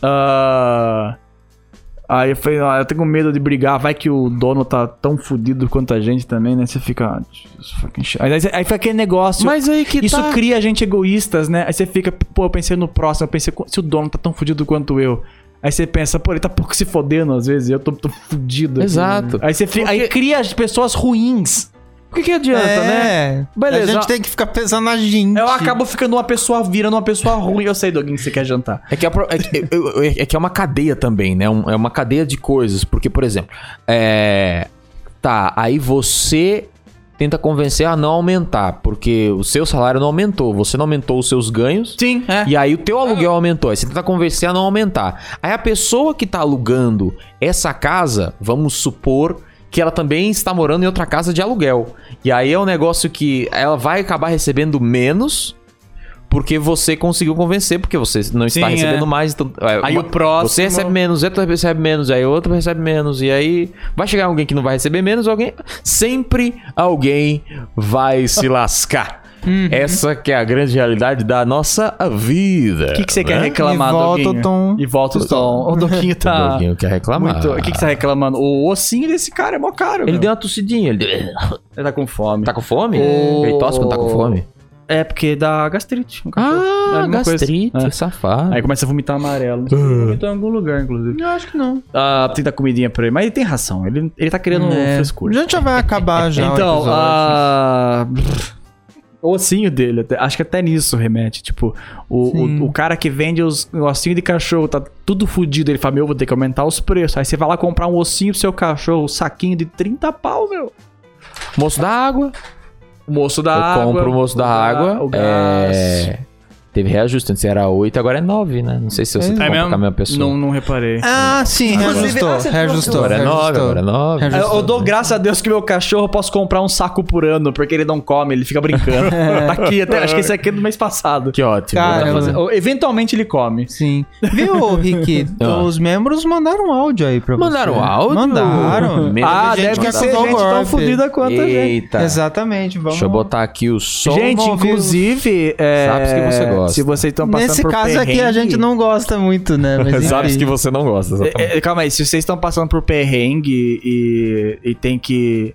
Speaker 3: Ah, Aí eu falei, ah, eu tenho medo de brigar, vai que o dono tá tão fudido quanto a gente também, né? Você fica. ah, Jesus fucking shit. Aí, aí foi aquele negócio.
Speaker 1: Mas aí que
Speaker 3: isso
Speaker 1: tá.
Speaker 3: cria a gente egoístas, né? Aí você fica, pô, eu pensei no próximo, eu pensei, se o dono tá tão fudido quanto eu. Aí você pensa, pô, ele tá pouco se fodendo às vezes, eu tô, tô fudido. aqui,
Speaker 1: Exato.
Speaker 3: né? Aí você fica, aí cria as pessoas ruins. Por que, que adianta, né?
Speaker 2: É,
Speaker 3: Beleza.
Speaker 2: A gente tem que ficar pensando na gente.
Speaker 3: Eu acabo ficando uma pessoa, virando uma pessoa ruim. Eu sei, Doguinho, que você quer jantar.
Speaker 1: É que é, pro- é que- é- é- é que é uma cadeia também, né? Um- é uma cadeia de coisas. Porque, por exemplo, é. Tá, aí você tenta convencer a não aumentar, porque o seu salário não aumentou, você não aumentou os seus ganhos.
Speaker 3: Sim, é.
Speaker 1: E aí o teu aluguel aumentou. Aí você tenta convencer a não aumentar. Aí a pessoa que tá alugando essa casa, vamos supor que ela também está morando em outra casa de aluguel. E aí é um negócio que ela vai acabar recebendo menos porque você conseguiu convencer, porque você não está
Speaker 3: Sim,
Speaker 1: recebendo
Speaker 3: é.
Speaker 1: mais. Então, é,
Speaker 3: Aí
Speaker 1: uma-
Speaker 3: o próximo-
Speaker 1: Você recebe menos, outro recebe menos, aí outro recebe menos. E aí vai chegar alguém que não vai receber menos, alguém. Sempre alguém vai se lascar.
Speaker 2: Hum.
Speaker 1: Essa que é a grande realidade da nossa vida.
Speaker 3: O que, que você quer
Speaker 1: né?
Speaker 3: reclamar,
Speaker 2: E volta o
Speaker 3: Doguinho?
Speaker 2: tom.
Speaker 3: E volta o tom. O Doguinho
Speaker 1: O
Speaker 3: tá.
Speaker 1: é Doguinho é quer reclamar.
Speaker 3: Muito. O que, que você tá reclamando? O ossinho desse cara é mó caro.
Speaker 1: Ele
Speaker 3: meu.
Speaker 1: deu uma tossidinha. Ele... deu-
Speaker 3: Ele tá com fome.
Speaker 1: Tá com fome?
Speaker 3: O-
Speaker 1: Ele tosse quando tá com fome?
Speaker 3: É porque dá gastrite. no cachorro. É a
Speaker 1: Ah,
Speaker 3: mesma coisa.
Speaker 1: gastrite,
Speaker 3: É.
Speaker 1: safado.
Speaker 3: Aí começa a vomitar amarelo. Vomitou em algum lugar, inclusive.
Speaker 2: Eu acho que não.
Speaker 3: Ah, tem que dar comidinha pra ele. Mas ele tem ração. Ele, ele tá querendo
Speaker 2: É. A
Speaker 3: frescura.
Speaker 2: gente já vai acabar já. o
Speaker 3: Então,
Speaker 2: episódio.
Speaker 3: ah, o ossinho dele, até- acho que até nisso remete. Tipo, o,
Speaker 2: Sim.
Speaker 3: o, o cara que vende os o ossinho de cachorro tá tudo fudido. Ele fala, meu, vou ter que aumentar os preços. Aí você vai lá comprar um ossinho pro seu cachorro, um saquinho de 30 pau, meu.
Speaker 1: Moço da água.
Speaker 3: O moço da
Speaker 1: eu
Speaker 3: água.
Speaker 1: compro o moço da
Speaker 3: ga-
Speaker 1: água.
Speaker 3: O gás.
Speaker 1: É... Teve reajuste, antes era 8, agora é 9, né? Não sei se você
Speaker 2: É
Speaker 1: compra
Speaker 3: mesmo?
Speaker 1: com a mesma pessoa.
Speaker 3: Não, não reparei.
Speaker 2: Ah, sim,
Speaker 1: Inclusive,
Speaker 2: reajustou.
Speaker 1: ah, você
Speaker 2: Reajustou.
Speaker 1: agora é 9, agora é 9.
Speaker 2: Reajustou.
Speaker 3: Eu, eu dou graças a Deus que meu cachorro eu posso comprar um saco por ano, porque ele não come, ele fica [LAUGHS] brincando. tá aqui, até, acho que esse aqui é do mês passado.
Speaker 1: Que ótimo.
Speaker 2: Cara,
Speaker 1: Vou dar-
Speaker 3: Ou, eventualmente ele come.
Speaker 2: Sim. Viu,
Speaker 3: [LAUGHS]
Speaker 2: Rick?
Speaker 1: Ah.
Speaker 2: Os membros mandaram áudio aí pra
Speaker 1: Mandaram
Speaker 2: você.
Speaker 1: áudio?
Speaker 2: Mandaram.
Speaker 1: Mesmo
Speaker 3: ah,
Speaker 1: gente
Speaker 3: deve
Speaker 1: que tá
Speaker 3: ser
Speaker 2: acusou o
Speaker 3: gente tão
Speaker 2: golpe.
Speaker 3: fodida quanto a gente.
Speaker 1: Eita.
Speaker 2: Exatamente, vamos.
Speaker 1: Deixa eu botar aqui o som.
Speaker 3: Gente,
Speaker 1: Vamos ouvir os-
Speaker 3: inclusive, é,
Speaker 1: Sapos que você gosta.
Speaker 3: se vocês estão passando
Speaker 2: Nesse
Speaker 3: por
Speaker 2: caso aqui a
Speaker 3: perrengue-
Speaker 2: gente não gosta muito, né? Mas,
Speaker 1: Sabes
Speaker 2: enfim.
Speaker 1: que você não gosta. exatamente.
Speaker 3: É, é, calma aí, se vocês estão passando por perrengue e, e tem que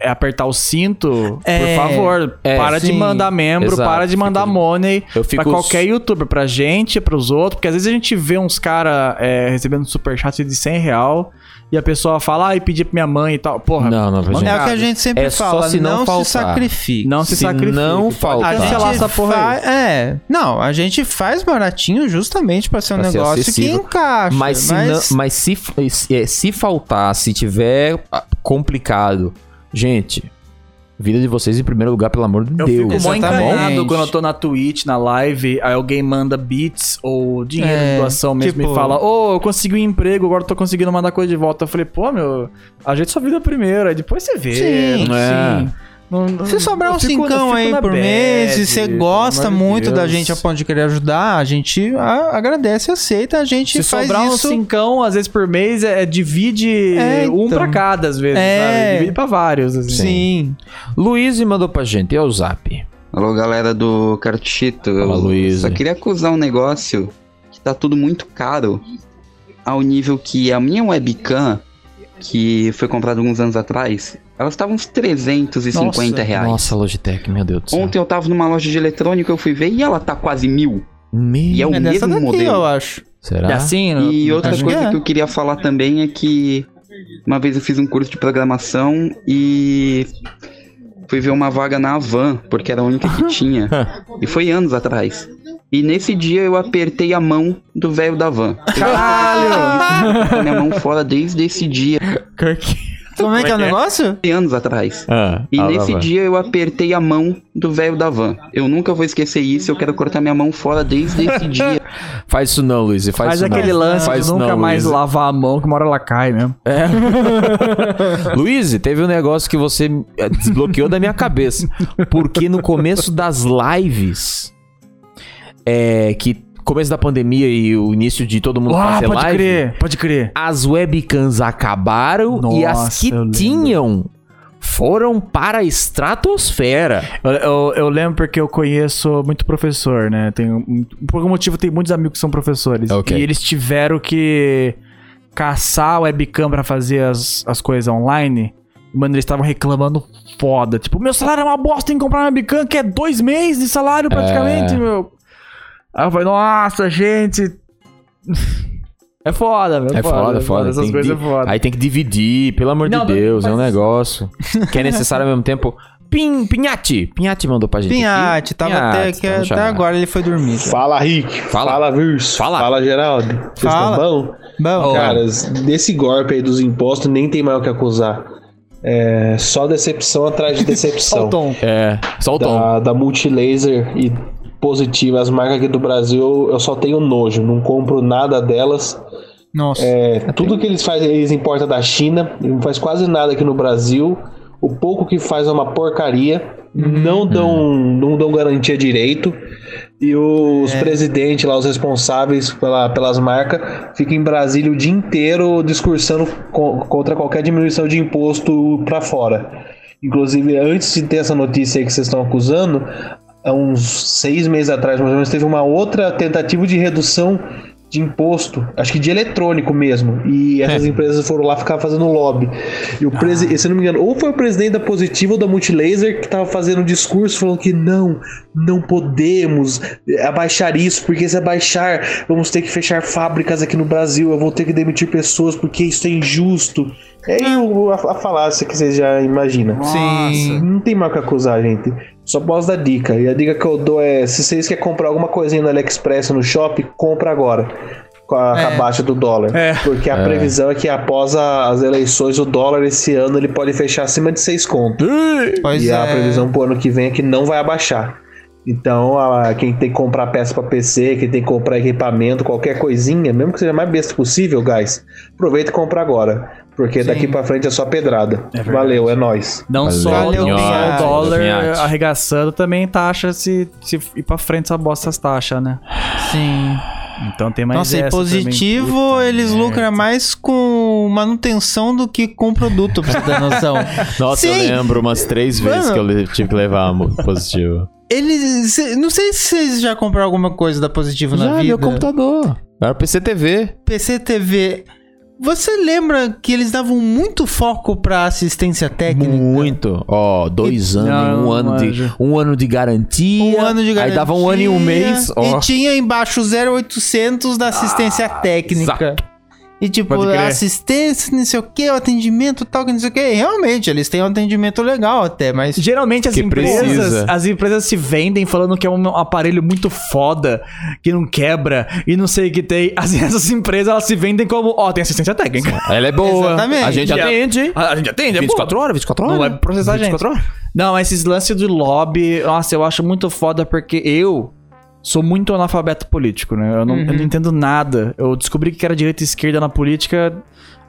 Speaker 3: é, apertar o cinto,
Speaker 2: É,
Speaker 3: por favor,
Speaker 1: é,
Speaker 3: para de
Speaker 2: sim.
Speaker 3: mandar membro,
Speaker 1: Exato,
Speaker 3: para de
Speaker 1: fica
Speaker 3: mandar
Speaker 1: de-
Speaker 3: money
Speaker 1: Eu fico
Speaker 3: pra qualquer youtuber, pra gente, pros outros, porque às vezes a gente vê uns caras recebendo superchat de 100 real e a pessoa fala, ah, e pedi pra minha mãe e tal. Porra,
Speaker 1: Não, não,
Speaker 3: manda
Speaker 1: gente.
Speaker 2: É o que a
Speaker 3: cara.
Speaker 2: gente sempre
Speaker 1: É só
Speaker 2: fala,
Speaker 1: se não
Speaker 2: não,
Speaker 1: faltar.
Speaker 2: se sacrifique.
Speaker 3: Não se,
Speaker 1: Se
Speaker 3: sacrifica.
Speaker 1: não
Speaker 3: Pode
Speaker 1: faltar.
Speaker 3: Cancelar essa porra aí.
Speaker 2: fa- É. Não, a gente faz baratinho justamente pra ser um
Speaker 1: Pra ser
Speaker 2: negócio que
Speaker 1: acessível.
Speaker 2: encaixa.
Speaker 1: Mas, se, não- mas se, se- é, se faltar, se tiver ah, complicado, gente, vida de vocês em primeiro lugar, pelo amor de
Speaker 3: Eu
Speaker 1: Deus. Tá
Speaker 3: fico mó
Speaker 2: Exatamente.
Speaker 3: encanado quando eu tô na Twitch, na live, aí alguém manda bits ou dinheiro
Speaker 2: É,
Speaker 3: de doação mesmo
Speaker 2: tipo-
Speaker 3: e fala, ô, eu consegui um emprego, agora eu tô conseguindo mandar coisa de volta. Eu falei, pô, meu, ajeita sua vida primeiro, aí depois você vê.
Speaker 2: Sim,
Speaker 1: É.
Speaker 2: sim.
Speaker 3: Não- não-
Speaker 2: Se sobrar
Speaker 3: eu
Speaker 2: um
Speaker 3: fico- eu
Speaker 2: cincão
Speaker 3: fico
Speaker 2: aí
Speaker 3: na
Speaker 2: por
Speaker 3: bad,
Speaker 2: mês e você
Speaker 3: pelo
Speaker 2: gosta
Speaker 3: amor de
Speaker 2: muito da
Speaker 3: Deus.
Speaker 2: gente a ponto de querer ajudar, a gente a- agradece, aceita, a gente
Speaker 3: Se
Speaker 2: faz
Speaker 3: sobrar um
Speaker 2: isso.
Speaker 3: cincão, às vezes por mês, é, é divide
Speaker 2: É,
Speaker 3: um
Speaker 2: então.
Speaker 3: pra cada, às vezes,
Speaker 2: É.
Speaker 3: sabe? Divide pra vários, assim.
Speaker 2: Sim.
Speaker 1: Luiz mandou pra gente, é o zap.
Speaker 4: Alô, galera do Cartuchito.
Speaker 1: Fala, Luiz.
Speaker 4: só queria acusar um negócio que tá tudo muito caro ao nível que a minha webcam, que foi comprada alguns anos atrás, elas estavam uns 350
Speaker 3: Nossa,
Speaker 4: reais.
Speaker 1: Nossa, Logitech, meu Deus do céu.
Speaker 4: Ontem eu tava numa loja de eletrônica, eu fui ver e ela tá quase mil.
Speaker 1: Meu...
Speaker 4: E é o
Speaker 2: É dessa
Speaker 4: mesmo
Speaker 2: daqui, eu
Speaker 4: modelo.
Speaker 2: acho. É
Speaker 1: Será?
Speaker 3: E assim,
Speaker 4: E outra
Speaker 2: acho que
Speaker 4: coisa
Speaker 2: é.
Speaker 4: que eu queria falar também é que uma vez eu fiz um curso de programação e fui ver uma vaga na Avan, porque era a única que tinha. e foi anos atrás. E nesse dia eu apertei a mão do velho da van.
Speaker 3: Caralho!
Speaker 4: Tá minha mão fora desde esse dia.
Speaker 2: Como é que é o negócio?
Speaker 4: Tem anos atrás.
Speaker 1: Ah,
Speaker 4: E
Speaker 1: ah, lá
Speaker 4: nesse
Speaker 1: vai.
Speaker 4: dia eu apertei a mão do velho da van. Eu nunca vou esquecer isso, eu quero cortar minha mão fora desde esse dia.
Speaker 1: Faz isso não, Luiz. Faz,
Speaker 3: Faz
Speaker 1: isso
Speaker 3: aquele
Speaker 1: não.
Speaker 3: lance
Speaker 1: Faz
Speaker 3: de
Speaker 1: isso
Speaker 3: nunca
Speaker 1: não,
Speaker 3: mais
Speaker 1: Luiz.
Speaker 3: lavar a mão, que uma hora ela cai mesmo.
Speaker 1: Luiz, teve um negócio que você eh, desbloqueou da minha cabeça. Porque no começo das lives, é, que começo da pandemia e o início de todo mundo
Speaker 3: Ah,
Speaker 1: fazer
Speaker 3: pode
Speaker 1: live,
Speaker 3: crer, pode crer.
Speaker 1: as webcams acabaram e as
Speaker 3: Nossa,
Speaker 1: que
Speaker 3: eu lembro.
Speaker 1: tinham foram para a estratosfera.
Speaker 3: Eu, eu- eu lembro porque eu conheço muito professor, né? Tenho, muito- por algum motivo, tem muitos amigos que são professores.
Speaker 1: Ok.
Speaker 3: E eles tiveram que caçar a webcam pra fazer as, as coisas online. Mano, eles estavam reclamando foda. Tipo, meu salário é uma bosta, tem que comprar uma webcam que é dois meses de salário praticamente,
Speaker 1: É.
Speaker 3: meu. Aí eu falei, nossa, gente. [LAUGHS] É foda, meu.
Speaker 1: É foda, é foda.
Speaker 3: Essas
Speaker 1: Tem
Speaker 3: coisas é
Speaker 1: que-
Speaker 3: foda.
Speaker 1: Aí tem que dividir, pelo amor
Speaker 3: Não,
Speaker 1: de Deus, é um
Speaker 3: mas-
Speaker 1: negócio que é necessário ao mesmo tempo. Pin, Pinhati, Pinhati mandou pra gente. aqui.
Speaker 2: Pinhate, tava até,
Speaker 1: Pinhate,
Speaker 2: que
Speaker 1: tá no
Speaker 2: até
Speaker 1: chat.
Speaker 2: agora ele foi dormir.
Speaker 5: Fala, Rick.
Speaker 1: Fala.
Speaker 5: Fala, Virso.
Speaker 1: Fala.
Speaker 5: Geraldo. Vocês
Speaker 2: Fala.
Speaker 5: estão bom?
Speaker 2: Bom,
Speaker 5: Cara, desse golpe aí dos impostos, nem tem mais o que acusar. É só decepção atrás de decepção.
Speaker 3: Tom.
Speaker 1: É, só o Tom.
Speaker 5: da, da Multilaser e Positiva, as marcas aqui do Brasil, eu só tenho nojo. Não compro nada delas.
Speaker 2: nossa.
Speaker 5: É, tudo que eles fazem, eles importam da China, não faz quase nada aqui no Brasil. O pouco que faz é uma porcaria, não dão, não dão garantia direito. E os presidentes lá, os responsáveis pela, pelas marcas, ficam em Brasília o dia inteiro discursando co- contra qualquer diminuição de imposto para fora. Inclusive, antes de ter essa notícia aí que vocês estão acusando, há uns seis meses atrás, mais ou menos, teve uma outra tentativa de redução de imposto, acho que de eletrônico mesmo. E essas empresas foram lá ficar fazendo lobby. E o presi- se eu não me engano, ou foi o presidente da Positiva ou da Multilaser que estava fazendo um discurso falando que não, não podemos abaixar isso, porque se abaixar, vamos ter que fechar fábricas aqui no Brasil, eu vou ter que demitir pessoas porque isso é injusto. É o- a, a falácia que você já imagina.
Speaker 2: Sim.
Speaker 5: Não tem mais o que acusar, gente. Só posso dar dica. E a dica que eu dou é: se vocês querem comprar alguma coisinha no AliExpress ou no shopping, compra agora. Com a, com a
Speaker 2: É.
Speaker 5: baixa do dólar.
Speaker 3: É.
Speaker 5: Porque a previsão é que após a- as eleições, o dólar esse ano ele pode fechar acima de 6 conto.
Speaker 2: Pois
Speaker 5: e
Speaker 2: é.
Speaker 5: a previsão pro ano que vem é que não vai abaixar. Então, a- quem tem que comprar peça pra PC, quem tem que comprar equipamento, qualquer coisinha, mesmo que seja mais besta possível, guys, aproveita e compra agora. Porque
Speaker 2: Sim.
Speaker 5: daqui pra frente é só pedrada. Valeu, é nóis.
Speaker 3: Não
Speaker 1: Valeu,
Speaker 3: só não
Speaker 2: Valeu,
Speaker 3: só o
Speaker 2: Pinhate.
Speaker 3: dólar
Speaker 1: Pinhate.
Speaker 3: arregaçando, também taxa se, se ir pra frente essa bosta as taxas, né?
Speaker 2: Sim.
Speaker 3: Então tem mais
Speaker 2: Nossa,
Speaker 3: essa
Speaker 2: e positivo,
Speaker 3: também. Puta
Speaker 2: eles
Speaker 3: merda.
Speaker 2: lucram mais com manutenção do que com produto, pra você ter noção.
Speaker 1: Nossa, eu
Speaker 2: Sim.
Speaker 1: lembro umas três
Speaker 2: Mano.
Speaker 1: vezes que eu le- tive que levar a mo-
Speaker 3: [LAUGHS]
Speaker 1: positivo.
Speaker 2: Eles. cê- não sei se vocês já compraram alguma coisa da Positivo na vida.
Speaker 1: computador. Era PC TV.
Speaker 2: PC TV. Você lembra que eles davam muito foco pra assistência técnica?
Speaker 1: Muito. Ó, dois anos,
Speaker 3: Não,
Speaker 1: um, ano de,
Speaker 3: manjo.
Speaker 1: um ano de garantia.
Speaker 2: Um ano de garantia.
Speaker 1: Aí dava um ano e um mês. Ó, Ah,
Speaker 2: E tinha embaixo 0800 da assistência técnica.
Speaker 1: exato.
Speaker 2: E tipo,
Speaker 3: Pode crer.
Speaker 2: assistência, não sei o que, o atendimento tal, que não sei o que. Realmente, eles têm um atendimento legal até, mas.
Speaker 3: Geralmente as
Speaker 1: Que
Speaker 3: empresas,
Speaker 1: precisa.
Speaker 3: as empresas se vendem falando que é um aparelho muito foda, que não quebra e não sei o que tem. As, [LAUGHS] essas empresas elas se vendem como, ó, tem assistência técnica.
Speaker 1: ela é boa.
Speaker 2: Exatamente.
Speaker 1: A
Speaker 3: [LAUGHS]
Speaker 1: gente
Speaker 3: Já-
Speaker 1: atende.
Speaker 3: A, a gente atende, é
Speaker 1: 24
Speaker 3: boa.
Speaker 1: horas, 24 horas.
Speaker 3: Não vai processar a gente.
Speaker 1: 24 horas.
Speaker 3: Não, mas esses lances de lobby, nossa, eu acho muito foda porque eu sou muito analfabeto político, né? Eu não, eu
Speaker 1: Uhum.
Speaker 3: não entendo nada. Eu descobri que era direita e esquerda na política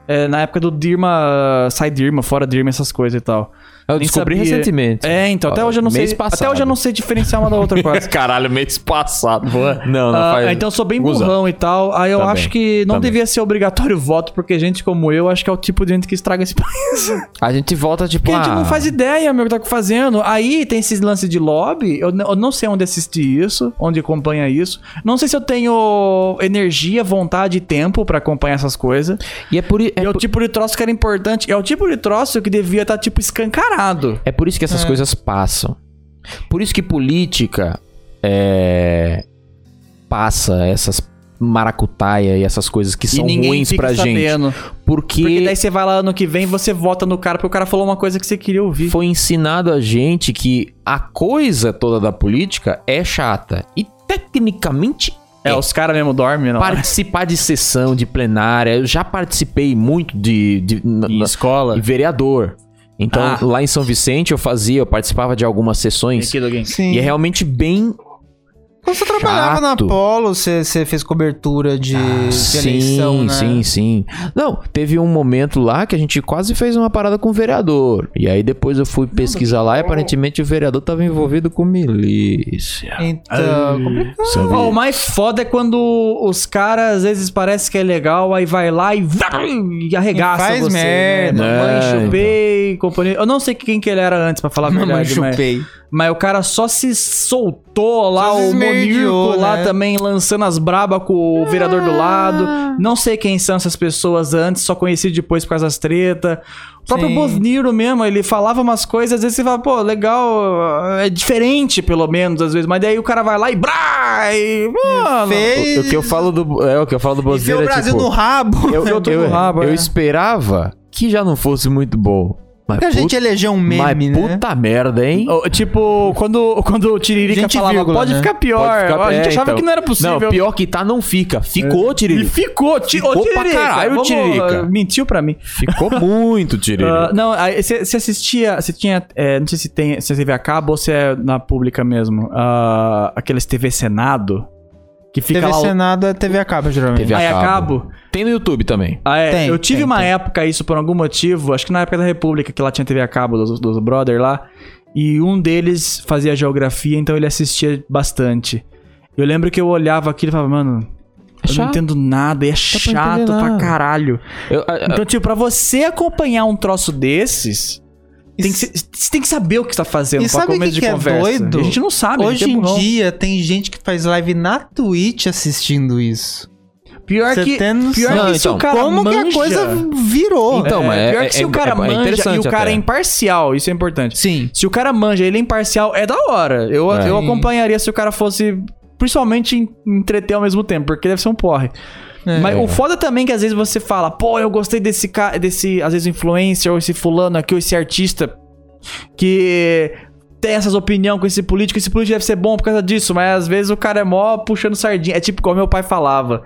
Speaker 3: é, na época do Dirma, sai Dirma, fora Dirma, essas coisas e tal.
Speaker 1: Eu
Speaker 3: Nem
Speaker 1: descobri
Speaker 3: sabia.
Speaker 1: recentemente.
Speaker 3: É, então, até hoje eu não
Speaker 1: Mês
Speaker 3: sei.
Speaker 1: passado.
Speaker 3: Até hoje eu não sei diferenciar uma da outra
Speaker 1: [LAUGHS]
Speaker 3: quase.
Speaker 1: Caralho, mês passado. Não, não
Speaker 3: Ah,
Speaker 1: faz. Tá
Speaker 3: então eu sou bem
Speaker 1: alguns
Speaker 3: burrão e tal. Aí eu
Speaker 1: Também,
Speaker 3: acho que não
Speaker 1: também.
Speaker 3: devia ser obrigatório o voto, porque gente como eu acho que é o tipo de gente que estraga esse [LAUGHS] país.
Speaker 1: A gente volta tipo.
Speaker 3: Porque a gente
Speaker 1: ah,
Speaker 3: não faz ideia, meu, que tá fazendo. Aí tem esses lances de lobby. Eu, n- eu não sei onde assistir isso, onde acompanha isso. Não sei se eu tenho energia, vontade e tempo pra acompanhar essas coisas.
Speaker 1: E é por, i- é
Speaker 3: É o
Speaker 1: por-
Speaker 3: tipo de troço que era importante. É o tipo de troço que devia estar, tipo, escancarado.
Speaker 1: É por isso que essas coisas passam. Por isso que política é, passa essas maracutaia e essas coisas que são ruins pra gente. Porque,
Speaker 3: Porque daí você vai lá ano que vem e você vota no cara, porque o cara falou uma coisa que você queria ouvir.
Speaker 1: foi ensinado a gente que a coisa toda da política é chata. E tecnicamente
Speaker 3: É, os caras mesmo dormem, não. é?
Speaker 1: Participar de sessão, de plenária. Eu já participei muito de. de na-
Speaker 3: Em
Speaker 1: na-
Speaker 3: escola.
Speaker 1: e vereador. Então,
Speaker 3: Ah.
Speaker 1: lá em São Vicente eu fazia, eu participava de algumas sessões.
Speaker 3: Aqui do game.
Speaker 2: Sim.
Speaker 1: E é realmente bem.
Speaker 2: Quando você trabalhava na
Speaker 1: chato.
Speaker 2: Polo, você você fez cobertura de, de eleição,
Speaker 1: Ah, sim, sim,
Speaker 2: né?
Speaker 1: sim. Não, teve um momento lá que a gente quase fez uma parada com o vereador. E aí depois eu fui pesquisar lá e aparentemente o vereador tava envolvido com milícia.
Speaker 2: Então,
Speaker 1: Ah,
Speaker 2: complicado.
Speaker 1: Sabe?
Speaker 3: Ó, o mais foda é quando os caras, às vezes, parece que é legal, aí vai lá e, e arregaça
Speaker 2: E faz
Speaker 3: você.
Speaker 2: merda.
Speaker 3: Né? Mamãe,
Speaker 1: É,
Speaker 3: chupei, companhia. Eu não sei quem que ele era antes, pra falar a
Speaker 2: então. [LAUGHS] Mamãe
Speaker 3: verdade, mas,
Speaker 2: chupei.
Speaker 3: mas o cara só se soltou lá,
Speaker 2: Só se
Speaker 3: o
Speaker 2: esmerdeou,
Speaker 3: Monirco lá
Speaker 2: né?
Speaker 3: também, lançando as braba com o vereador do lado. Não sei quem são essas pessoas antes, só conheci depois por causa das tretas. O próprio
Speaker 2: Sim.
Speaker 3: Bosniro mesmo, ele falava umas coisas, às vezes você fala, pô, legal, é diferente pelo menos, às vezes, mas daí o cara vai lá e brá, e, mano,
Speaker 2: Fez.
Speaker 1: O, o que eu falo do. É o que eu falo do
Speaker 2: e vê
Speaker 1: Bozeiro
Speaker 2: o
Speaker 1: é
Speaker 2: Brasil
Speaker 1: tipo.
Speaker 2: no rabo.
Speaker 1: Eu, eu,
Speaker 3: Enfiou tudo no rabo,
Speaker 1: eu
Speaker 3: é.
Speaker 1: esperava que já não fosse muito bom. Mas,
Speaker 2: Porque a
Speaker 1: puta,
Speaker 2: gente elegeu um
Speaker 1: mas
Speaker 2: meme, né?
Speaker 1: puta merda, hein?
Speaker 3: Oh, Tipo, quando, quando o Tiririca
Speaker 2: Gente,
Speaker 3: falava,
Speaker 2: vírgula,
Speaker 3: pode
Speaker 2: né?
Speaker 3: ficar pior.
Speaker 1: Pode ficar-
Speaker 3: a gente
Speaker 1: é,
Speaker 3: achava
Speaker 1: então.
Speaker 3: que não era possível.
Speaker 1: Não, pior que tá, não fica.
Speaker 2: É.
Speaker 1: Ficou,
Speaker 3: E
Speaker 2: [LAUGHS]
Speaker 1: Tiririca.
Speaker 3: ficou, ti, ô,
Speaker 1: Ficou pra
Speaker 3: Tiririca.
Speaker 1: caralho,
Speaker 3: vamos,
Speaker 1: Tiririca.
Speaker 3: ah, mentiu pra mim.
Speaker 1: Ficou muito, Tiririca.
Speaker 3: Ah, não, aí você você assistia, você tinha, é, não sei se tem, se é TV a cabo ou se é na pública mesmo, ah, aqueles TV Senado, que fica
Speaker 2: TV
Speaker 3: lá... o-
Speaker 2: Senado é TV a cabo, geralmente.
Speaker 1: TV a
Speaker 3: Aí a
Speaker 1: cabo.
Speaker 3: cabo.
Speaker 1: Tem no YouTube também.
Speaker 3: Ah, é.
Speaker 2: Tem,
Speaker 3: eu tive
Speaker 2: tem,
Speaker 3: uma
Speaker 2: tem.
Speaker 3: época isso por algum motivo, acho que na época da República, que lá tinha TV a cabo dos, dos brother lá, e um deles fazia geografia, então ele assistia bastante. Eu lembro que eu olhava aquilo e falava, mano, eu não
Speaker 1: chato.
Speaker 3: entendo nada, e é chato
Speaker 1: entender
Speaker 3: pra
Speaker 1: nada.
Speaker 3: caralho.
Speaker 1: Eu- a- a-
Speaker 3: Então, tipo, pra você acompanhar um troço desses, tem que, ser- você tem que saber o que você tá fazendo
Speaker 2: E
Speaker 3: pra
Speaker 2: sabe o
Speaker 3: começo
Speaker 2: que
Speaker 3: de
Speaker 2: que é
Speaker 3: conversa.
Speaker 2: doido?
Speaker 3: E A gente não sabe, a
Speaker 2: Hoje
Speaker 3: gente é
Speaker 2: em
Speaker 3: burrão.
Speaker 2: dia tem gente que faz live na Twitch assistindo isso.
Speaker 3: Pior
Speaker 2: Você
Speaker 3: que,
Speaker 2: tem noção?
Speaker 3: pior
Speaker 1: Não,
Speaker 3: que se o
Speaker 1: então,
Speaker 3: cara
Speaker 2: Como que a
Speaker 3: manja-
Speaker 2: coisa virou?
Speaker 1: Então, mas é-
Speaker 3: pior que se
Speaker 1: é-
Speaker 3: o cara
Speaker 1: é- é
Speaker 3: manja e o
Speaker 1: interessante
Speaker 3: cara
Speaker 1: até.
Speaker 3: é imparcial, isso é importante.
Speaker 2: Sim.
Speaker 3: Se o cara manja, ele é imparcial, é da hora. Eu,
Speaker 1: É.
Speaker 3: eu acompanharia se o cara fosse. Principalmente em- entreter ao mesmo tempo, porque deve ser um porre.
Speaker 2: É.
Speaker 3: Mas o foda também é que às vezes você fala, pô, eu gostei desse cara, desse, às vezes, influencer, ou esse fulano aqui, ou esse artista que tem essas opiniões com esse político, esse político deve ser bom por causa disso, mas às vezes o cara é mó puxando sardinha. É tipo como meu pai falava.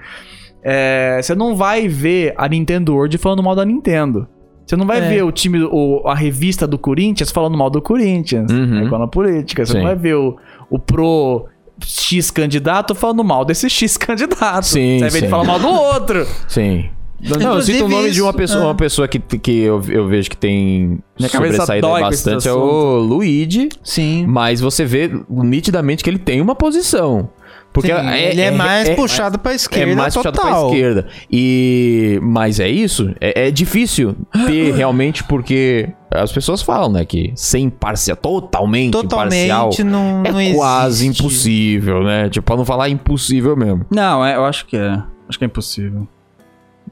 Speaker 3: é, você não vai ver a Nintendo World falando mal da Nintendo. Você não vai
Speaker 2: É.
Speaker 3: ver o time, o, a revista do Corinthians falando mal do Corinthians.
Speaker 1: Uhum.
Speaker 3: né, Quando a política. Você
Speaker 1: Sim.
Speaker 3: não vai ver o, o pro X candidato falando mal desse [LAUGHS] X candidato.
Speaker 1: Sim,
Speaker 3: você vai ver ele
Speaker 1: sim.
Speaker 3: falar mal do outro.
Speaker 1: Sim. Não, eu
Speaker 2: Inclusive
Speaker 1: cito o nome de uma
Speaker 2: isso,
Speaker 1: pessoa,
Speaker 2: é.
Speaker 1: uma pessoa que, que eu, eu vejo que tem
Speaker 3: Minha cabeça
Speaker 1: sobressaído
Speaker 3: dói com esse
Speaker 1: bastante, é o
Speaker 3: assunto.
Speaker 1: Luigi.
Speaker 2: Sim.
Speaker 1: Mas você vê nitidamente que ele tem uma posição. Porque
Speaker 2: Sim,
Speaker 1: é-
Speaker 2: ele é,
Speaker 1: é-
Speaker 2: mais
Speaker 1: é-
Speaker 2: puxado pra esquerda
Speaker 1: é mais
Speaker 2: total.
Speaker 1: puxado pra esquerda. E mas é isso, é, é difícil ter
Speaker 2: [GASPS]
Speaker 1: realmente porque as pessoas falam, né, que ser imparcial, totalmente, imparcial
Speaker 2: Totalmente não, não
Speaker 1: é
Speaker 2: existe.
Speaker 1: quase impossível, né? Tipo, pra não falar impossível mesmo.
Speaker 3: Não, eu acho que é. Acho que é impossível.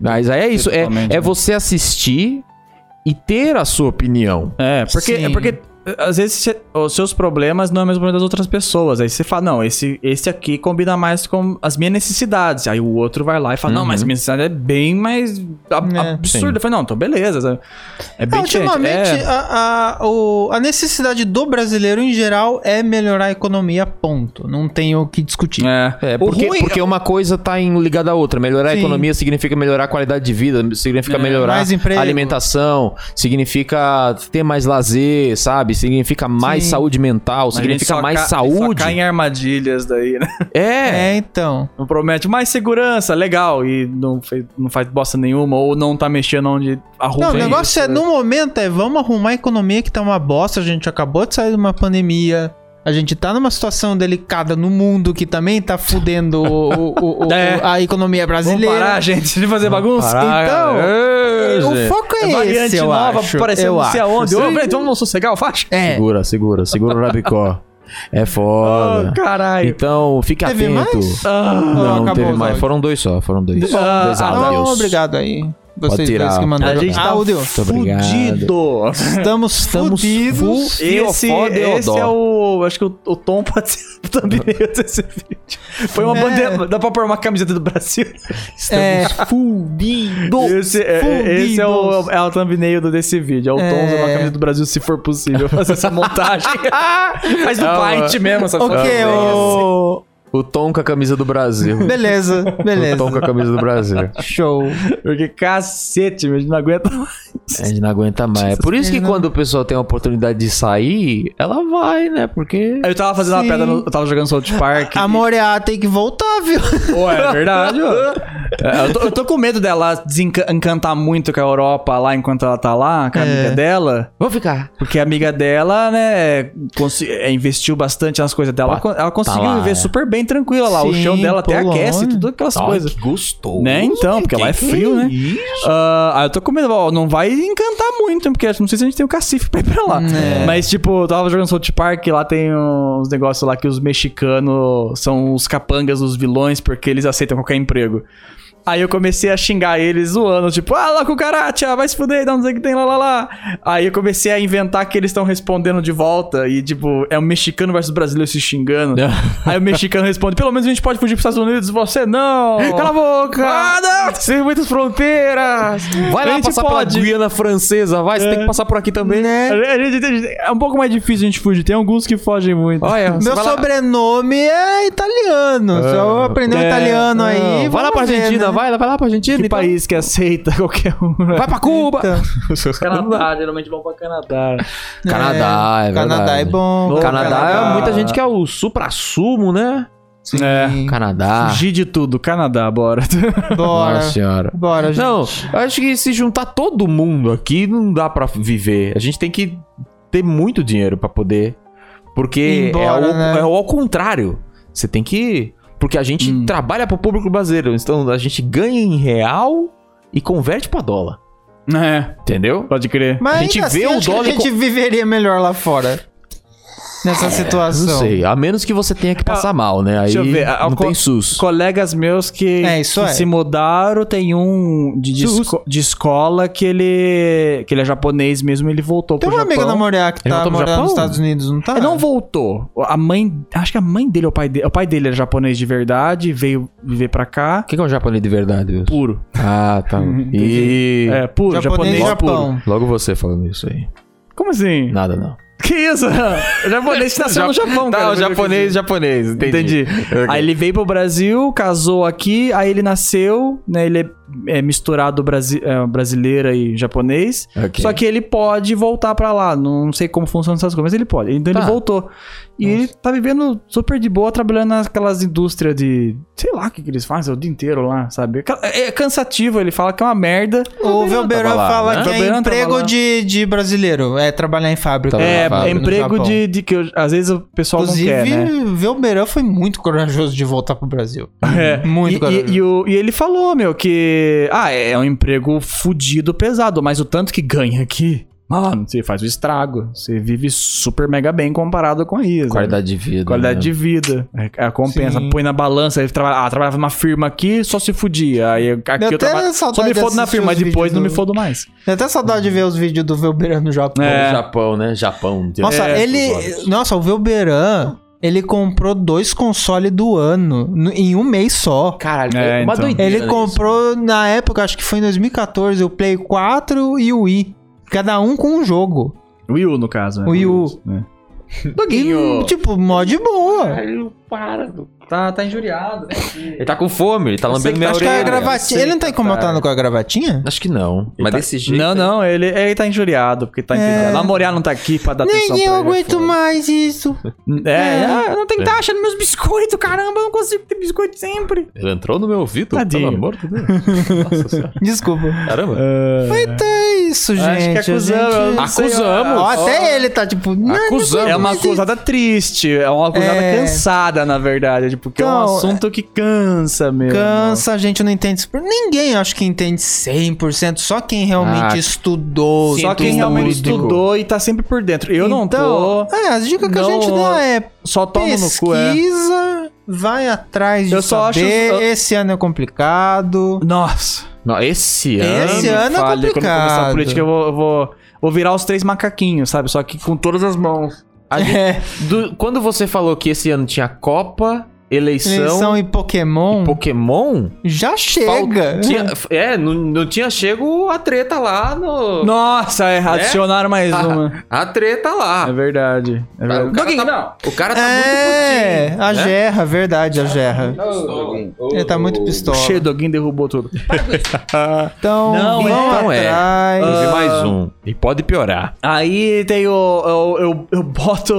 Speaker 1: Mas aí é isso, é,
Speaker 3: Totalmente,
Speaker 1: é
Speaker 3: né?
Speaker 1: você assistir e ter a sua opinião.
Speaker 3: É, porque,
Speaker 2: Sim.
Speaker 3: é porque eh, às vezes cê- os seus problemas não é o mesmo problema das outras pessoas. Aí você fala, não, esse, esse aqui combina mais com as minhas necessidades. Aí o outro vai lá e fala, não,
Speaker 1: Uhum.
Speaker 3: mas minha necessidade é bem mais ab-
Speaker 2: É,
Speaker 3: absurda. Eu falei, não, então beleza. sabe? É
Speaker 2: É,
Speaker 3: bem diferente.
Speaker 2: ultimamente,
Speaker 3: É.
Speaker 2: a, a, o- a necessidade do brasileiro em geral é melhorar a economia, ponto. Não tem o que discutir.
Speaker 3: É.
Speaker 1: É,
Speaker 2: O
Speaker 1: porque,
Speaker 2: ruim-
Speaker 1: porque uma coisa tá em- ligada à outra. Melhorar a
Speaker 2: Sim.
Speaker 1: economia significa melhorar a qualidade de vida, significa
Speaker 3: É,
Speaker 1: melhorar
Speaker 2: mais emprego.
Speaker 1: a alimentação, significa ter mais lazer, sabe? Significa mais
Speaker 2: Sim.
Speaker 1: saúde mental,
Speaker 3: Mas ele
Speaker 1: significa
Speaker 3: só
Speaker 1: mais
Speaker 3: ca- Só
Speaker 1: saúde.
Speaker 3: cai em armadilhas daí, né?
Speaker 1: É,
Speaker 2: É, então.
Speaker 3: Não promete mais segurança, legal. E não, fez, não faz bosta nenhuma, ou não tá mexendo onde arruma.
Speaker 2: Não, o negócio é, no momento, é vamos arrumar a economia que tá uma bosta. A gente acabou de sair de uma pandemia. A gente tá numa situação delicada no mundo que também tá fudendo o- o-
Speaker 3: [LAUGHS]
Speaker 2: o- o-
Speaker 3: É.
Speaker 2: a economia
Speaker 3: Vamos
Speaker 2: brasileira.
Speaker 3: parar, gente, de fazer bagunça.
Speaker 2: Então, o foco é,
Speaker 3: variante
Speaker 2: esse, eu
Speaker 3: nova
Speaker 2: acho.
Speaker 3: apareceu
Speaker 2: eu
Speaker 3: não sei aonde.
Speaker 2: acho.
Speaker 3: Ô, velho, vamos sossegar o faixa? Ah,
Speaker 2: É.
Speaker 1: Segura, segura, segura o rabicó. É foda.
Speaker 3: [LAUGHS] Oh, caralho.
Speaker 1: então, fica
Speaker 2: Teve
Speaker 1: atento.
Speaker 2: mais?
Speaker 3: Ah,
Speaker 2: Ah,
Speaker 1: Não,
Speaker 2: acabou
Speaker 1: teve
Speaker 2: os
Speaker 1: mais.
Speaker 2: áudios.
Speaker 1: Foram dois só, foram dois.
Speaker 3: Ah,
Speaker 1: Dois
Speaker 3: ah,
Speaker 2: Não,
Speaker 1: áudios.
Speaker 2: Então, obrigado aí.
Speaker 1: Pode
Speaker 2: Vocês
Speaker 1: tirar.
Speaker 2: dois que mandaram.
Speaker 3: a gente tá
Speaker 2: Ah, o Deus.
Speaker 1: Muito obrigado.
Speaker 3: fudido.
Speaker 2: Estamos,
Speaker 1: Estamos
Speaker 2: fudidos.
Speaker 1: fu-
Speaker 3: Esse,
Speaker 1: Fiofó
Speaker 3: esse
Speaker 1: Deodó.
Speaker 3: é o. Acho que o, o tom pode ser [LAUGHS] o thumbnail desse vídeo. Foi uma
Speaker 2: É.
Speaker 3: bandeira. Dá pra pôr uma camiseta do Brasil.
Speaker 2: É,
Speaker 3: Fudido. Esse, é- é, esse é, o, é o thumbnail do- desse vídeo. É o tom
Speaker 2: É.
Speaker 3: usando a camisa do Brasil, se for possível. Fazer essa montagem. [LAUGHS] Faz do
Speaker 1: É uma-
Speaker 3: Paint mesmo, essa
Speaker 2: ok,
Speaker 3: foto.
Speaker 2: o...
Speaker 1: O Tom com a camisa do Brasil.
Speaker 2: Beleza,
Speaker 1: O
Speaker 2: beleza.
Speaker 1: Tom com a camisa do Brasil.
Speaker 2: Show.
Speaker 3: Porque cacete, meu, a gente não aguenta
Speaker 1: A gente não aguenta mais. É por isso que quando o pessoal tem a oportunidade de sair, ela vai, né? Porque.
Speaker 3: Eu tava fazendo
Speaker 2: Sim.
Speaker 3: uma pedra, no- eu tava jogando South [LAUGHS] Park.
Speaker 2: A Moriá tem que voltar, viu?
Speaker 3: Ah, Pô, é verdade, ó. É, eu, tô, eu tô com medo dela desencantar muito com a Europa lá enquanto ela tá lá, com a
Speaker 2: É.
Speaker 3: amiga dela.
Speaker 1: Vou ficar.
Speaker 3: Porque a amiga dela, né, consi- é, investiu bastante nas coisas dela. Ela, con- ela conseguiu
Speaker 1: lá,
Speaker 3: viver
Speaker 1: é.
Speaker 3: super bem, tranquila lá. o
Speaker 2: Sim,
Speaker 3: chão dela até
Speaker 2: Polônia.
Speaker 3: aquece, tudo aquelas
Speaker 1: Nossa,
Speaker 3: coisas.
Speaker 1: que gostoso.
Speaker 3: Né, então, porque lá é frio, né? Ah, aí eu tô com medo, ó, não vai encantar muito, porque não sei se a gente tem o cacife pra ir pra lá. Mas, tipo, eu tava jogando South Park, lá tem uns negócios lá que os mexicanos são os capangas, os vilões, porque eles aceitam qualquer emprego. Aí eu comecei a xingar eles zoando, tipo, ah, lá cucaracha, vai se fuder, dá não sei o que tem, lá, lá, lá. Aí eu comecei a inventar que eles estão respondendo de volta e, tipo, é um mexicano versus brasileiro se xingando. Aí o mexicano responde, pelo menos a gente pode fugir pros Estados Unidos, você não.
Speaker 1: Cala a boca!
Speaker 3: Ah, não, sem muitas fronteiras.
Speaker 1: Vai
Speaker 3: A
Speaker 1: lá
Speaker 3: gente
Speaker 1: passar
Speaker 3: pode.
Speaker 1: pela Guiana Francesa, vai. Você
Speaker 2: É.
Speaker 1: tem que passar por aqui também.
Speaker 3: A
Speaker 2: Né?
Speaker 3: gente- a gente- a gente- É um pouco mais difícil a gente fugir. Tem alguns que fogem muito.
Speaker 1: Olha, você
Speaker 2: Meu
Speaker 1: vai lá-
Speaker 2: sobrenome é italiano. Se eu aprender um
Speaker 3: é,
Speaker 2: italiano
Speaker 1: Não,
Speaker 2: aí.
Speaker 1: vai lá pra
Speaker 2: vamos ver,
Speaker 1: Argentina,
Speaker 2: né?
Speaker 1: vai, lá- vai lá pra Argentina.
Speaker 3: que
Speaker 1: então.
Speaker 3: país que aceita qualquer um. né?
Speaker 1: Vai pra Cuba!
Speaker 2: Então,
Speaker 3: Canadá, geralmente vão pra Canadá.
Speaker 1: Canadá, é, verdade.
Speaker 2: Canadá é bom.
Speaker 1: Canadá,
Speaker 3: Canadá.
Speaker 1: é muita gente que é o supra-sumo, né?
Speaker 2: Sim.
Speaker 3: É.
Speaker 1: Canadá.
Speaker 3: Fugir de tudo. Canadá, bora.
Speaker 2: Bora.
Speaker 1: Nossa senhora.
Speaker 2: Bora, gente.
Speaker 1: Não, eu acho que se juntar todo mundo aqui não dá pra viver. A gente tem que ter muito dinheiro pra poder.
Speaker 2: Ir
Speaker 1: Porque
Speaker 2: embora,
Speaker 1: é, ao,
Speaker 2: né?
Speaker 1: é ao contrário. Você tem que. Porque a gente
Speaker 3: Hum.
Speaker 1: trabalha pro público brasileiro. Então a gente ganha em real e converte pra dólar.
Speaker 3: é,
Speaker 1: Entendeu?
Speaker 3: pode crer.
Speaker 2: Mas
Speaker 1: A gente
Speaker 2: ainda
Speaker 1: vê
Speaker 2: assim,
Speaker 1: o
Speaker 2: acho que
Speaker 1: dólar É,
Speaker 2: A gente viveria melhor lá fora. Nessa situação.
Speaker 1: Não sei. A menos que você tenha que passar mal, né? Aí
Speaker 3: Ah, Deixa eu ver, a-
Speaker 1: não
Speaker 3: a-
Speaker 1: tem SUS.
Speaker 3: Colegas meus que,
Speaker 2: É, isso
Speaker 3: que
Speaker 2: é.
Speaker 3: se mudaram, tem um de, de,
Speaker 1: Sus.
Speaker 3: esco- de escola que ele, que ele é japonês mesmo, ele voltou
Speaker 2: Tem
Speaker 3: pro
Speaker 2: uma
Speaker 3: Japão.
Speaker 2: amiga da Moriá que
Speaker 1: Ele
Speaker 2: tá
Speaker 1: voltou pro
Speaker 2: morando
Speaker 1: Japão?
Speaker 2: nos Estados Unidos, não tá?
Speaker 3: Ele não voltou. A mãe. Acho que a mãe dele, o pai dele. O pai dele era japonês de verdade, veio viver pra cá.
Speaker 1: O que que é um japonês de verdade? Wilson?
Speaker 3: Puro.
Speaker 1: Ah, [LAUGHS] tá. E.
Speaker 3: É, puro,
Speaker 2: Japonês
Speaker 3: japonês,
Speaker 2: de
Speaker 3: puro.
Speaker 2: Japão.
Speaker 1: Logo você falando isso aí.
Speaker 3: Como assim?
Speaker 1: Nada, não.
Speaker 3: [LAUGHS] Que
Speaker 1: [LAUGHS]
Speaker 3: isso? O japonês nasceu no Japão, cara.
Speaker 1: Tá, o japonês, japonês. Entendi.
Speaker 3: Entendi.
Speaker 1: Ok.
Speaker 3: Aí ele veio pro Brasil, casou aqui, aí ele nasceu, né? Ele é, é misturado brasi é, brasileira e japonês.
Speaker 1: Ok.
Speaker 3: Só que ele pode voltar pra lá. Não sei como funcionam essas coisas, mas ele pode. Então
Speaker 1: Tá.
Speaker 3: ele voltou. E ele tá vivendo super de boa, trabalhando naquelas indústrias de. Sei lá o que, que eles fazem o dia inteiro lá, sabe? É é cansativo, ele fala que é uma merda.
Speaker 2: O Velberan
Speaker 1: tava lá,
Speaker 2: fala
Speaker 1: né?
Speaker 2: que é
Speaker 3: Velberan tava
Speaker 2: emprego
Speaker 3: lá.
Speaker 2: de, de brasileiro. É trabalhar em fábrica.
Speaker 1: Tava
Speaker 3: É,
Speaker 1: na fábrica,
Speaker 3: é
Speaker 1: no
Speaker 3: emprego
Speaker 2: Japão.
Speaker 3: de, de que eu- às vezes o pessoal não quer,
Speaker 2: Inclusive,
Speaker 3: né?
Speaker 2: Velberan foi muito corajoso de voltar pro Brasil.
Speaker 3: É.
Speaker 2: Muito
Speaker 3: E-
Speaker 2: corajoso.
Speaker 3: e, e o- e ele falou, meu, que. Ah, é um emprego fudido, pesado, mas o tanto que ganha aqui. Mano, você faz o estrago. Você vive super mega bem comparado com isso.
Speaker 1: Qualidade de vida.
Speaker 3: Qualidade
Speaker 1: né?
Speaker 3: de vida. É, é a compensa.
Speaker 2: Sim.
Speaker 3: Põe na balança. Ele trabalha, ah, trabalhava numa firma aqui, só se fudia. Aí aqui
Speaker 2: até
Speaker 3: eu trabalho.
Speaker 2: saudade
Speaker 3: Só
Speaker 2: de
Speaker 3: me fodo na
Speaker 2: assistir
Speaker 3: firma,
Speaker 2: os
Speaker 3: mas depois
Speaker 2: vídeos
Speaker 3: não me
Speaker 2: do-
Speaker 3: fodo mais.
Speaker 2: Tenho até saudade de ver os vídeos do Velberan no Japão.
Speaker 3: É.
Speaker 1: Japão, né? Japão. direto
Speaker 2: Nossa,
Speaker 1: pros
Speaker 2: ele.
Speaker 1: olhos.
Speaker 2: Nossa, o Velberan. Ele comprou dois consoles do ano no- em um mês só.
Speaker 1: Caralho,
Speaker 3: É,
Speaker 1: é, uma
Speaker 3: então.
Speaker 1: doideira.
Speaker 2: Ele
Speaker 1: isso.
Speaker 2: comprou, na época, acho que foi em 2014, o Play 4 e o Wii. Cada um com um jogo.
Speaker 3: O Wii U, no caso. né?
Speaker 2: O Wii U.
Speaker 3: né?
Speaker 2: E, tipo, mó de
Speaker 3: Ah,
Speaker 2: boa. Tipo,
Speaker 3: Tá, tá injuriado.
Speaker 1: Ele tá com fome, ele tá lambendo minha
Speaker 2: Acho que
Speaker 1: orelha.
Speaker 2: a gravatinha. Ele não tá incomodado com a gravatinha?
Speaker 1: Acho que não. Mas
Speaker 3: tá-
Speaker 1: desse jeito.
Speaker 3: Não, não, ele, ele tá injuriado, porque tá injuriado. Lamorear não tá aqui pra dar atenção.
Speaker 2: É. Ninguém
Speaker 3: pra
Speaker 2: eu
Speaker 3: ele,
Speaker 2: aguento
Speaker 3: foda-se.
Speaker 2: mais isso.
Speaker 3: É,
Speaker 2: É.
Speaker 3: ah, não tem que
Speaker 1: É.
Speaker 3: tá achando meus biscoitos, caramba, eu não consigo ter biscoito sempre.
Speaker 1: Ele entrou no meu ouvido,
Speaker 3: Tadinho.
Speaker 1: pelo amor de Deus. Nossa senhora.
Speaker 2: Desculpa.
Speaker 1: Caramba.
Speaker 2: É isso,
Speaker 3: Acho que
Speaker 2: gente. a
Speaker 3: acusamos,
Speaker 2: gente-
Speaker 3: não sei,
Speaker 1: Acusamos.
Speaker 2: Ó,
Speaker 3: ó.
Speaker 2: até ele tá tipo. "Não, não
Speaker 1: Acusamos.
Speaker 2: aguento
Speaker 3: É uma
Speaker 2: mais
Speaker 3: acusada triste, é uma acusada
Speaker 2: É.
Speaker 3: cansada, na verdade, tipo, porque é um
Speaker 2: Então,
Speaker 3: assunto que cansa mesmo.
Speaker 2: Cansa, a gente não entende. isso. Ninguém acho que entende 100%, só quem realmente
Speaker 1: Ah,
Speaker 2: estudou.
Speaker 3: Só
Speaker 2: tudo.
Speaker 3: quem realmente
Speaker 1: Tudo.
Speaker 3: estudou e tá sempre por dentro. Eu não
Speaker 2: Então,
Speaker 3: tô,
Speaker 2: É, as dicas que a
Speaker 3: Não,
Speaker 2: gente
Speaker 3: ó,
Speaker 2: dá é
Speaker 3: só tomo no cu, é.
Speaker 2: pesquisa, vai atrás de
Speaker 3: Eu só acho-
Speaker 2: saber.
Speaker 3: eu-
Speaker 2: Esse ano é complicado.
Speaker 3: Nossa.
Speaker 1: Não, esse ano.
Speaker 2: Esse ano é
Speaker 3: Quando começar a
Speaker 2: complicado.
Speaker 3: política, eu vou, eu vou, vou virar os três macaquinhos, sabe? Só que com todas as mãos.
Speaker 1: a gente-
Speaker 2: É.
Speaker 1: do- quando você falou que esse ano tinha Copa, eleição,
Speaker 2: Eleição e Pokémon.
Speaker 1: Pokémon?
Speaker 2: Já chega.
Speaker 1: Tinha- é, não, não tinha chego a treta lá no.
Speaker 3: Nossa, é, adicionaram [LAUGHS] mais uma.
Speaker 1: A, a treta lá.
Speaker 3: É verdade. É
Speaker 1: Cara,
Speaker 3: verdade.
Speaker 1: O cara tá, o cara tá
Speaker 2: é,
Speaker 1: muito putinho,
Speaker 2: a
Speaker 1: né?
Speaker 2: Gerra, verdade, a Gerra. Ele tá muito pistola.
Speaker 3: Cheio de alguém derrubou tudo.
Speaker 2: Então,
Speaker 3: Não,
Speaker 2: vamos
Speaker 1: então é.
Speaker 2: atrás.
Speaker 1: Teve
Speaker 2: Ah,
Speaker 1: mais um.
Speaker 2: tipo,
Speaker 1: E pode piorar.
Speaker 3: Aí tem o. Eu, eu, eu boto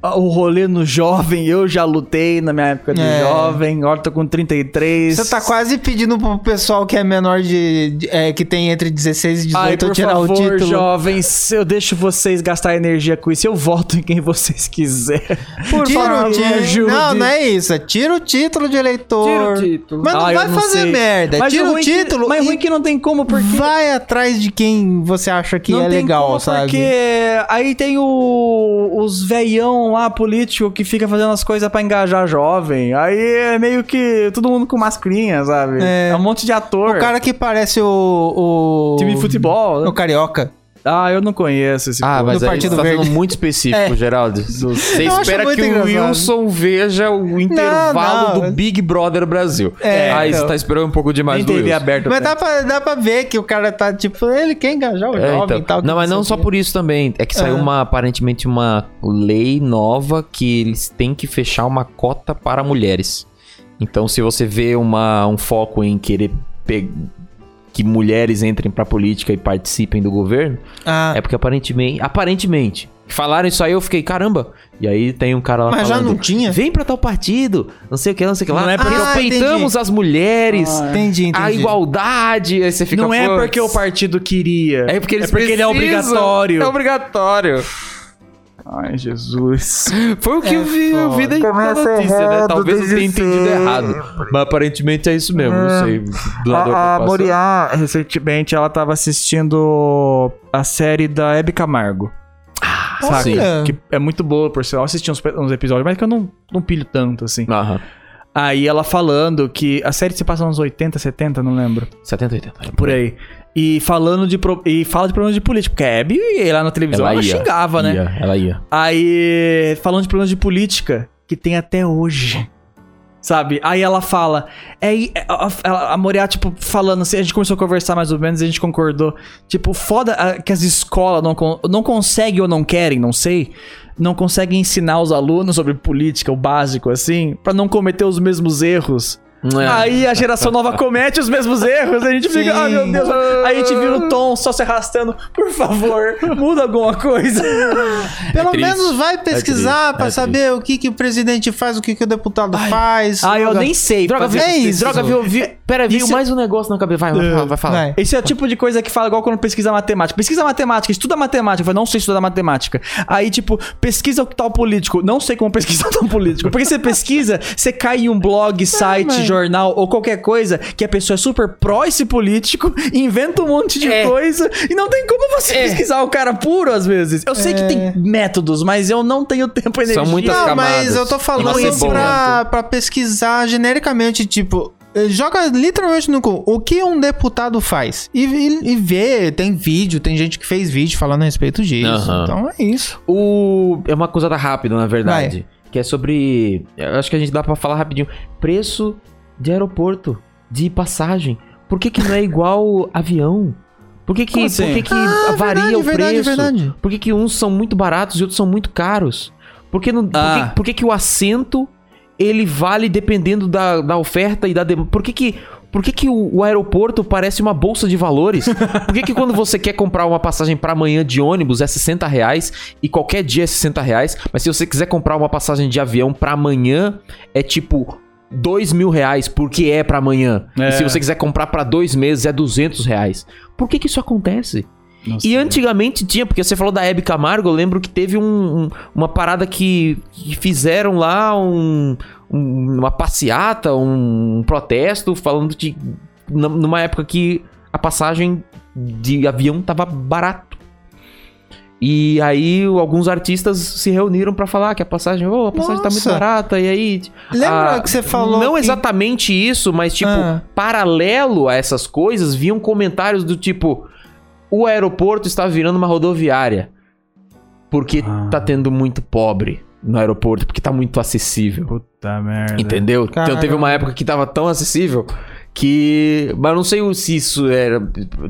Speaker 3: o rolê no jovem. Eu já lutei na minha época de
Speaker 2: É.
Speaker 3: jovem. Agora tô com 33.
Speaker 2: Você tá quase pedindo pro pessoal que é menor de. de- é, que tem entre 16 e
Speaker 3: Ai,
Speaker 2: 18
Speaker 3: por
Speaker 2: então, tirar
Speaker 3: favor,
Speaker 2: o título.
Speaker 3: jovens, eu deixo vocês gastar energia com isso. Eu voto em quem vocês quiserem. Por
Speaker 2: Tira o título.
Speaker 3: ajude.
Speaker 2: Não, não é isso. É tira o título de eleitor.
Speaker 1: título.
Speaker 2: Mas não
Speaker 3: Ah, eu
Speaker 2: vai
Speaker 3: não
Speaker 2: fazer
Speaker 3: sei.
Speaker 2: merda.
Speaker 3: Mas
Speaker 2: tira o
Speaker 3: ruim é
Speaker 2: título
Speaker 3: Que, mas
Speaker 2: e
Speaker 3: ruim que não tem como, porque.
Speaker 2: vai atrás de quem você acha que
Speaker 3: não
Speaker 2: é
Speaker 3: tem
Speaker 2: legal,
Speaker 3: como,
Speaker 2: sabe?
Speaker 3: Porque é, aí tem o- os veião lá político que fica fazendo as coisas pra engajar jovem. Aí é meio que todo mundo com mascrinha, sabe?
Speaker 2: É.
Speaker 3: É, um monte de ator.
Speaker 2: O cara que parece o. o...
Speaker 3: Time de futebol. né?
Speaker 2: O carioca.
Speaker 3: Ah, eu não conheço esse
Speaker 1: Ah,
Speaker 3: povo.
Speaker 1: mas
Speaker 2: Do
Speaker 1: aí
Speaker 2: Partido
Speaker 1: você tá sendo
Speaker 2: Verde.
Speaker 1: muito específico,
Speaker 2: [LAUGHS] É.
Speaker 1: Geraldo. Você
Speaker 2: Eu acho
Speaker 1: espera
Speaker 2: muito
Speaker 1: que o
Speaker 2: engraçado.
Speaker 1: Wilson veja o intervalo
Speaker 2: não.
Speaker 1: do Big Brother Brasil.
Speaker 2: É,
Speaker 1: aí você
Speaker 2: então.
Speaker 1: tá esperando um pouco demais
Speaker 3: Nem
Speaker 1: do
Speaker 3: TV
Speaker 1: Wilson.
Speaker 3: aberta.
Speaker 2: Mas dá pra, dá pra ver que o cara tá, tipo, ele quer engajar o
Speaker 1: É,
Speaker 2: jovem
Speaker 1: então.
Speaker 2: e tal. que
Speaker 1: não, mas
Speaker 2: sei
Speaker 1: não
Speaker 2: o
Speaker 1: só
Speaker 2: quê.
Speaker 1: por isso também. É que saiu
Speaker 2: Ah.
Speaker 1: uma aparentemente uma lei nova que eles têm que fechar uma cota para mulheres. Então, se você vê uma, um foco em querer pe- que mulheres entrem pra política e participem do governo,
Speaker 2: Ah,
Speaker 1: é porque aparentemente, aparentemente, falaram isso aí, eu fiquei, caramba. E aí tem um cara lá
Speaker 2: mas já
Speaker 1: falando,
Speaker 2: não tinha? Ah,
Speaker 1: vem pra tal partido, não sei o que, não sei o que lá.
Speaker 3: Não é porque Ah,
Speaker 2: eu-
Speaker 1: respeitamos as mulheres,
Speaker 2: Entendi, entendi.
Speaker 1: a igualdade, aí você fica...
Speaker 3: não é
Speaker 1: "Putz".
Speaker 3: porque o partido queria.
Speaker 1: É porque, eles
Speaker 3: É porque ele é
Speaker 1: precisam.
Speaker 3: obrigatório.
Speaker 1: É obrigatório.
Speaker 3: Ai, Jesus.
Speaker 1: Foi o que eu vi, eu vi da, da notícia, né? Talvez eu tenha entendido errado. Mas aparentemente é isso mesmo, não sei. Do
Speaker 2: Ah,
Speaker 1: lado
Speaker 3: A, a
Speaker 1: da ocupação.
Speaker 3: Moriá, recentemente, ela tava assistindo a série da Hebe Camargo.
Speaker 2: Olha.
Speaker 3: Que é muito boa, por sinal. Eu assisti uns, pe- uns episódios, mas que eu não, não pilho tanto, assim.
Speaker 1: Aham.
Speaker 3: Aí ela falando que... A série se passa nos 80, 70, não lembro.
Speaker 1: 70, 80.
Speaker 3: Por aí. E falando de... pro- E fala de problemas de política. Porque a Hebe, lá na televisão,
Speaker 1: Ela
Speaker 3: ela,
Speaker 1: ia,
Speaker 3: xingava, né?
Speaker 1: Ia, ela ia.
Speaker 3: Aí, falando de problemas de política, que tem até hoje. Sabe? Aí ela fala. É, e- é, a, a, a Moriá, tipo, falando assim, a gente começou a conversar mais ou menos e a gente concordou. Tipo, foda ah, que as escolas não, con- não conseguem ou não querem, não sei. Não conseguem ensinar os alunos sobre política, o básico, assim, pra não cometer os mesmos erros.
Speaker 1: É. Ah,
Speaker 3: Aí a geração nova comete os mesmos erros, a gente fica,
Speaker 2: Sim.
Speaker 3: ah, meu Deus. Aí a gente vira o tom só se arrastando, por favor, muda alguma coisa.
Speaker 2: Pelo
Speaker 1: É triste.
Speaker 2: menos vai pesquisar
Speaker 1: triste,
Speaker 2: pra
Speaker 1: é
Speaker 2: saber o que, que o presidente faz, o que, que o deputado faz.
Speaker 3: Ah, eu
Speaker 2: Droga.
Speaker 3: nem sei.
Speaker 1: Droga,
Speaker 3: fazer
Speaker 1: viu?
Speaker 2: É
Speaker 3: esse-
Speaker 2: isso.
Speaker 1: Droga, viu? viu pera, viu
Speaker 3: Isso-
Speaker 1: mais um negócio na cabeça. Vai, vai, falar, vai falar.
Speaker 2: Vai.
Speaker 3: Esse é o tipo de coisa que fala igual quando pesquisa matemática. Pesquisa matemática, estuda matemática. Eu falo, não sei estudar matemática. Aí, tipo, pesquisa o tal político. Não sei como pesquisar [LAUGHS] tal político. Porque você pesquisa, você cai em um blog, site, jornal ou qualquer coisa que a pessoa é super pró esse político, inventa um monte de
Speaker 1: É.
Speaker 3: coisa e não tem como você pesquisar o cara puro às vezes. Eu sei que tem métodos, mas eu não tenho tempo e energia. Ah,
Speaker 1: São muitas
Speaker 2: Não,
Speaker 1: camadas.
Speaker 2: mas eu
Speaker 1: Nossa,
Speaker 2: tô
Speaker 1: é
Speaker 2: falando
Speaker 1: bom. né?
Speaker 2: pra, pra pesquisar genericamente, tipo. eh, Joga literalmente no cu. O que um deputado faz? E, e, e vê, tem vídeo, tem gente que fez vídeo falando a respeito disso.
Speaker 1: Aham.
Speaker 2: Então é isso.
Speaker 1: O... É uma coisa rápida, na verdade. Que é sobre. Eu acho que a gente dá pra falar rapidinho. Preço de aeroporto, de passagem. Por que, que não é igual avião? Por que, que,
Speaker 3: Como assim?
Speaker 1: por que, que
Speaker 2: É
Speaker 1: varia o preço? Por que, que uns são muito baratos e outros são muito caros? Por que, não, por
Speaker 3: Ah.
Speaker 1: que, por que, que o assento ele vale dependendo da, da oferta e da demanda? Por que, que, por que, que o, o aeroporto parece uma bolsa de
Speaker 3: [LAUGHS]
Speaker 1: valores? Por que, que quando você quer comprar uma passagem pra amanhã de ônibus é 60 reais e qualquer dia é 60 reais? Mas se você quiser comprar uma passagem de avião pra amanhã é tipo. 2 mil reais, porque é pra amanhã.
Speaker 3: É.
Speaker 1: E se você quiser comprar pra dois meses, é 200 reais. Por que que isso acontece? E
Speaker 2: é.
Speaker 1: antigamente tinha, porque você falou da Hebe Camargo, eu lembro que teve um- um- uma parada que, que fizeram lá, um- um- uma passeata, um, protesto, falando de. na- numa época que a passagem de avião tava barato. E aí alguns artistas se reuniram pra falar que a passagem, oh, a passagem tá muito
Speaker 2: Nossa.
Speaker 1: barata, e aí.
Speaker 2: Lembra
Speaker 1: Ah,
Speaker 2: que você falou.
Speaker 1: Não
Speaker 2: que-
Speaker 1: exatamente isso, mas tipo,
Speaker 2: Ah.
Speaker 1: paralelo a essas coisas, vinham comentários do tipo: o aeroporto está virando uma rodoviária. Porque tá tendo muito pobre no aeroporto, porque tá muito acessível.
Speaker 3: Tá
Speaker 5: né?
Speaker 3: merda.
Speaker 1: Entendeu?
Speaker 2: Cara.
Speaker 1: Então teve uma época que tava tão acessível que. Mas eu não sei o- se isso era.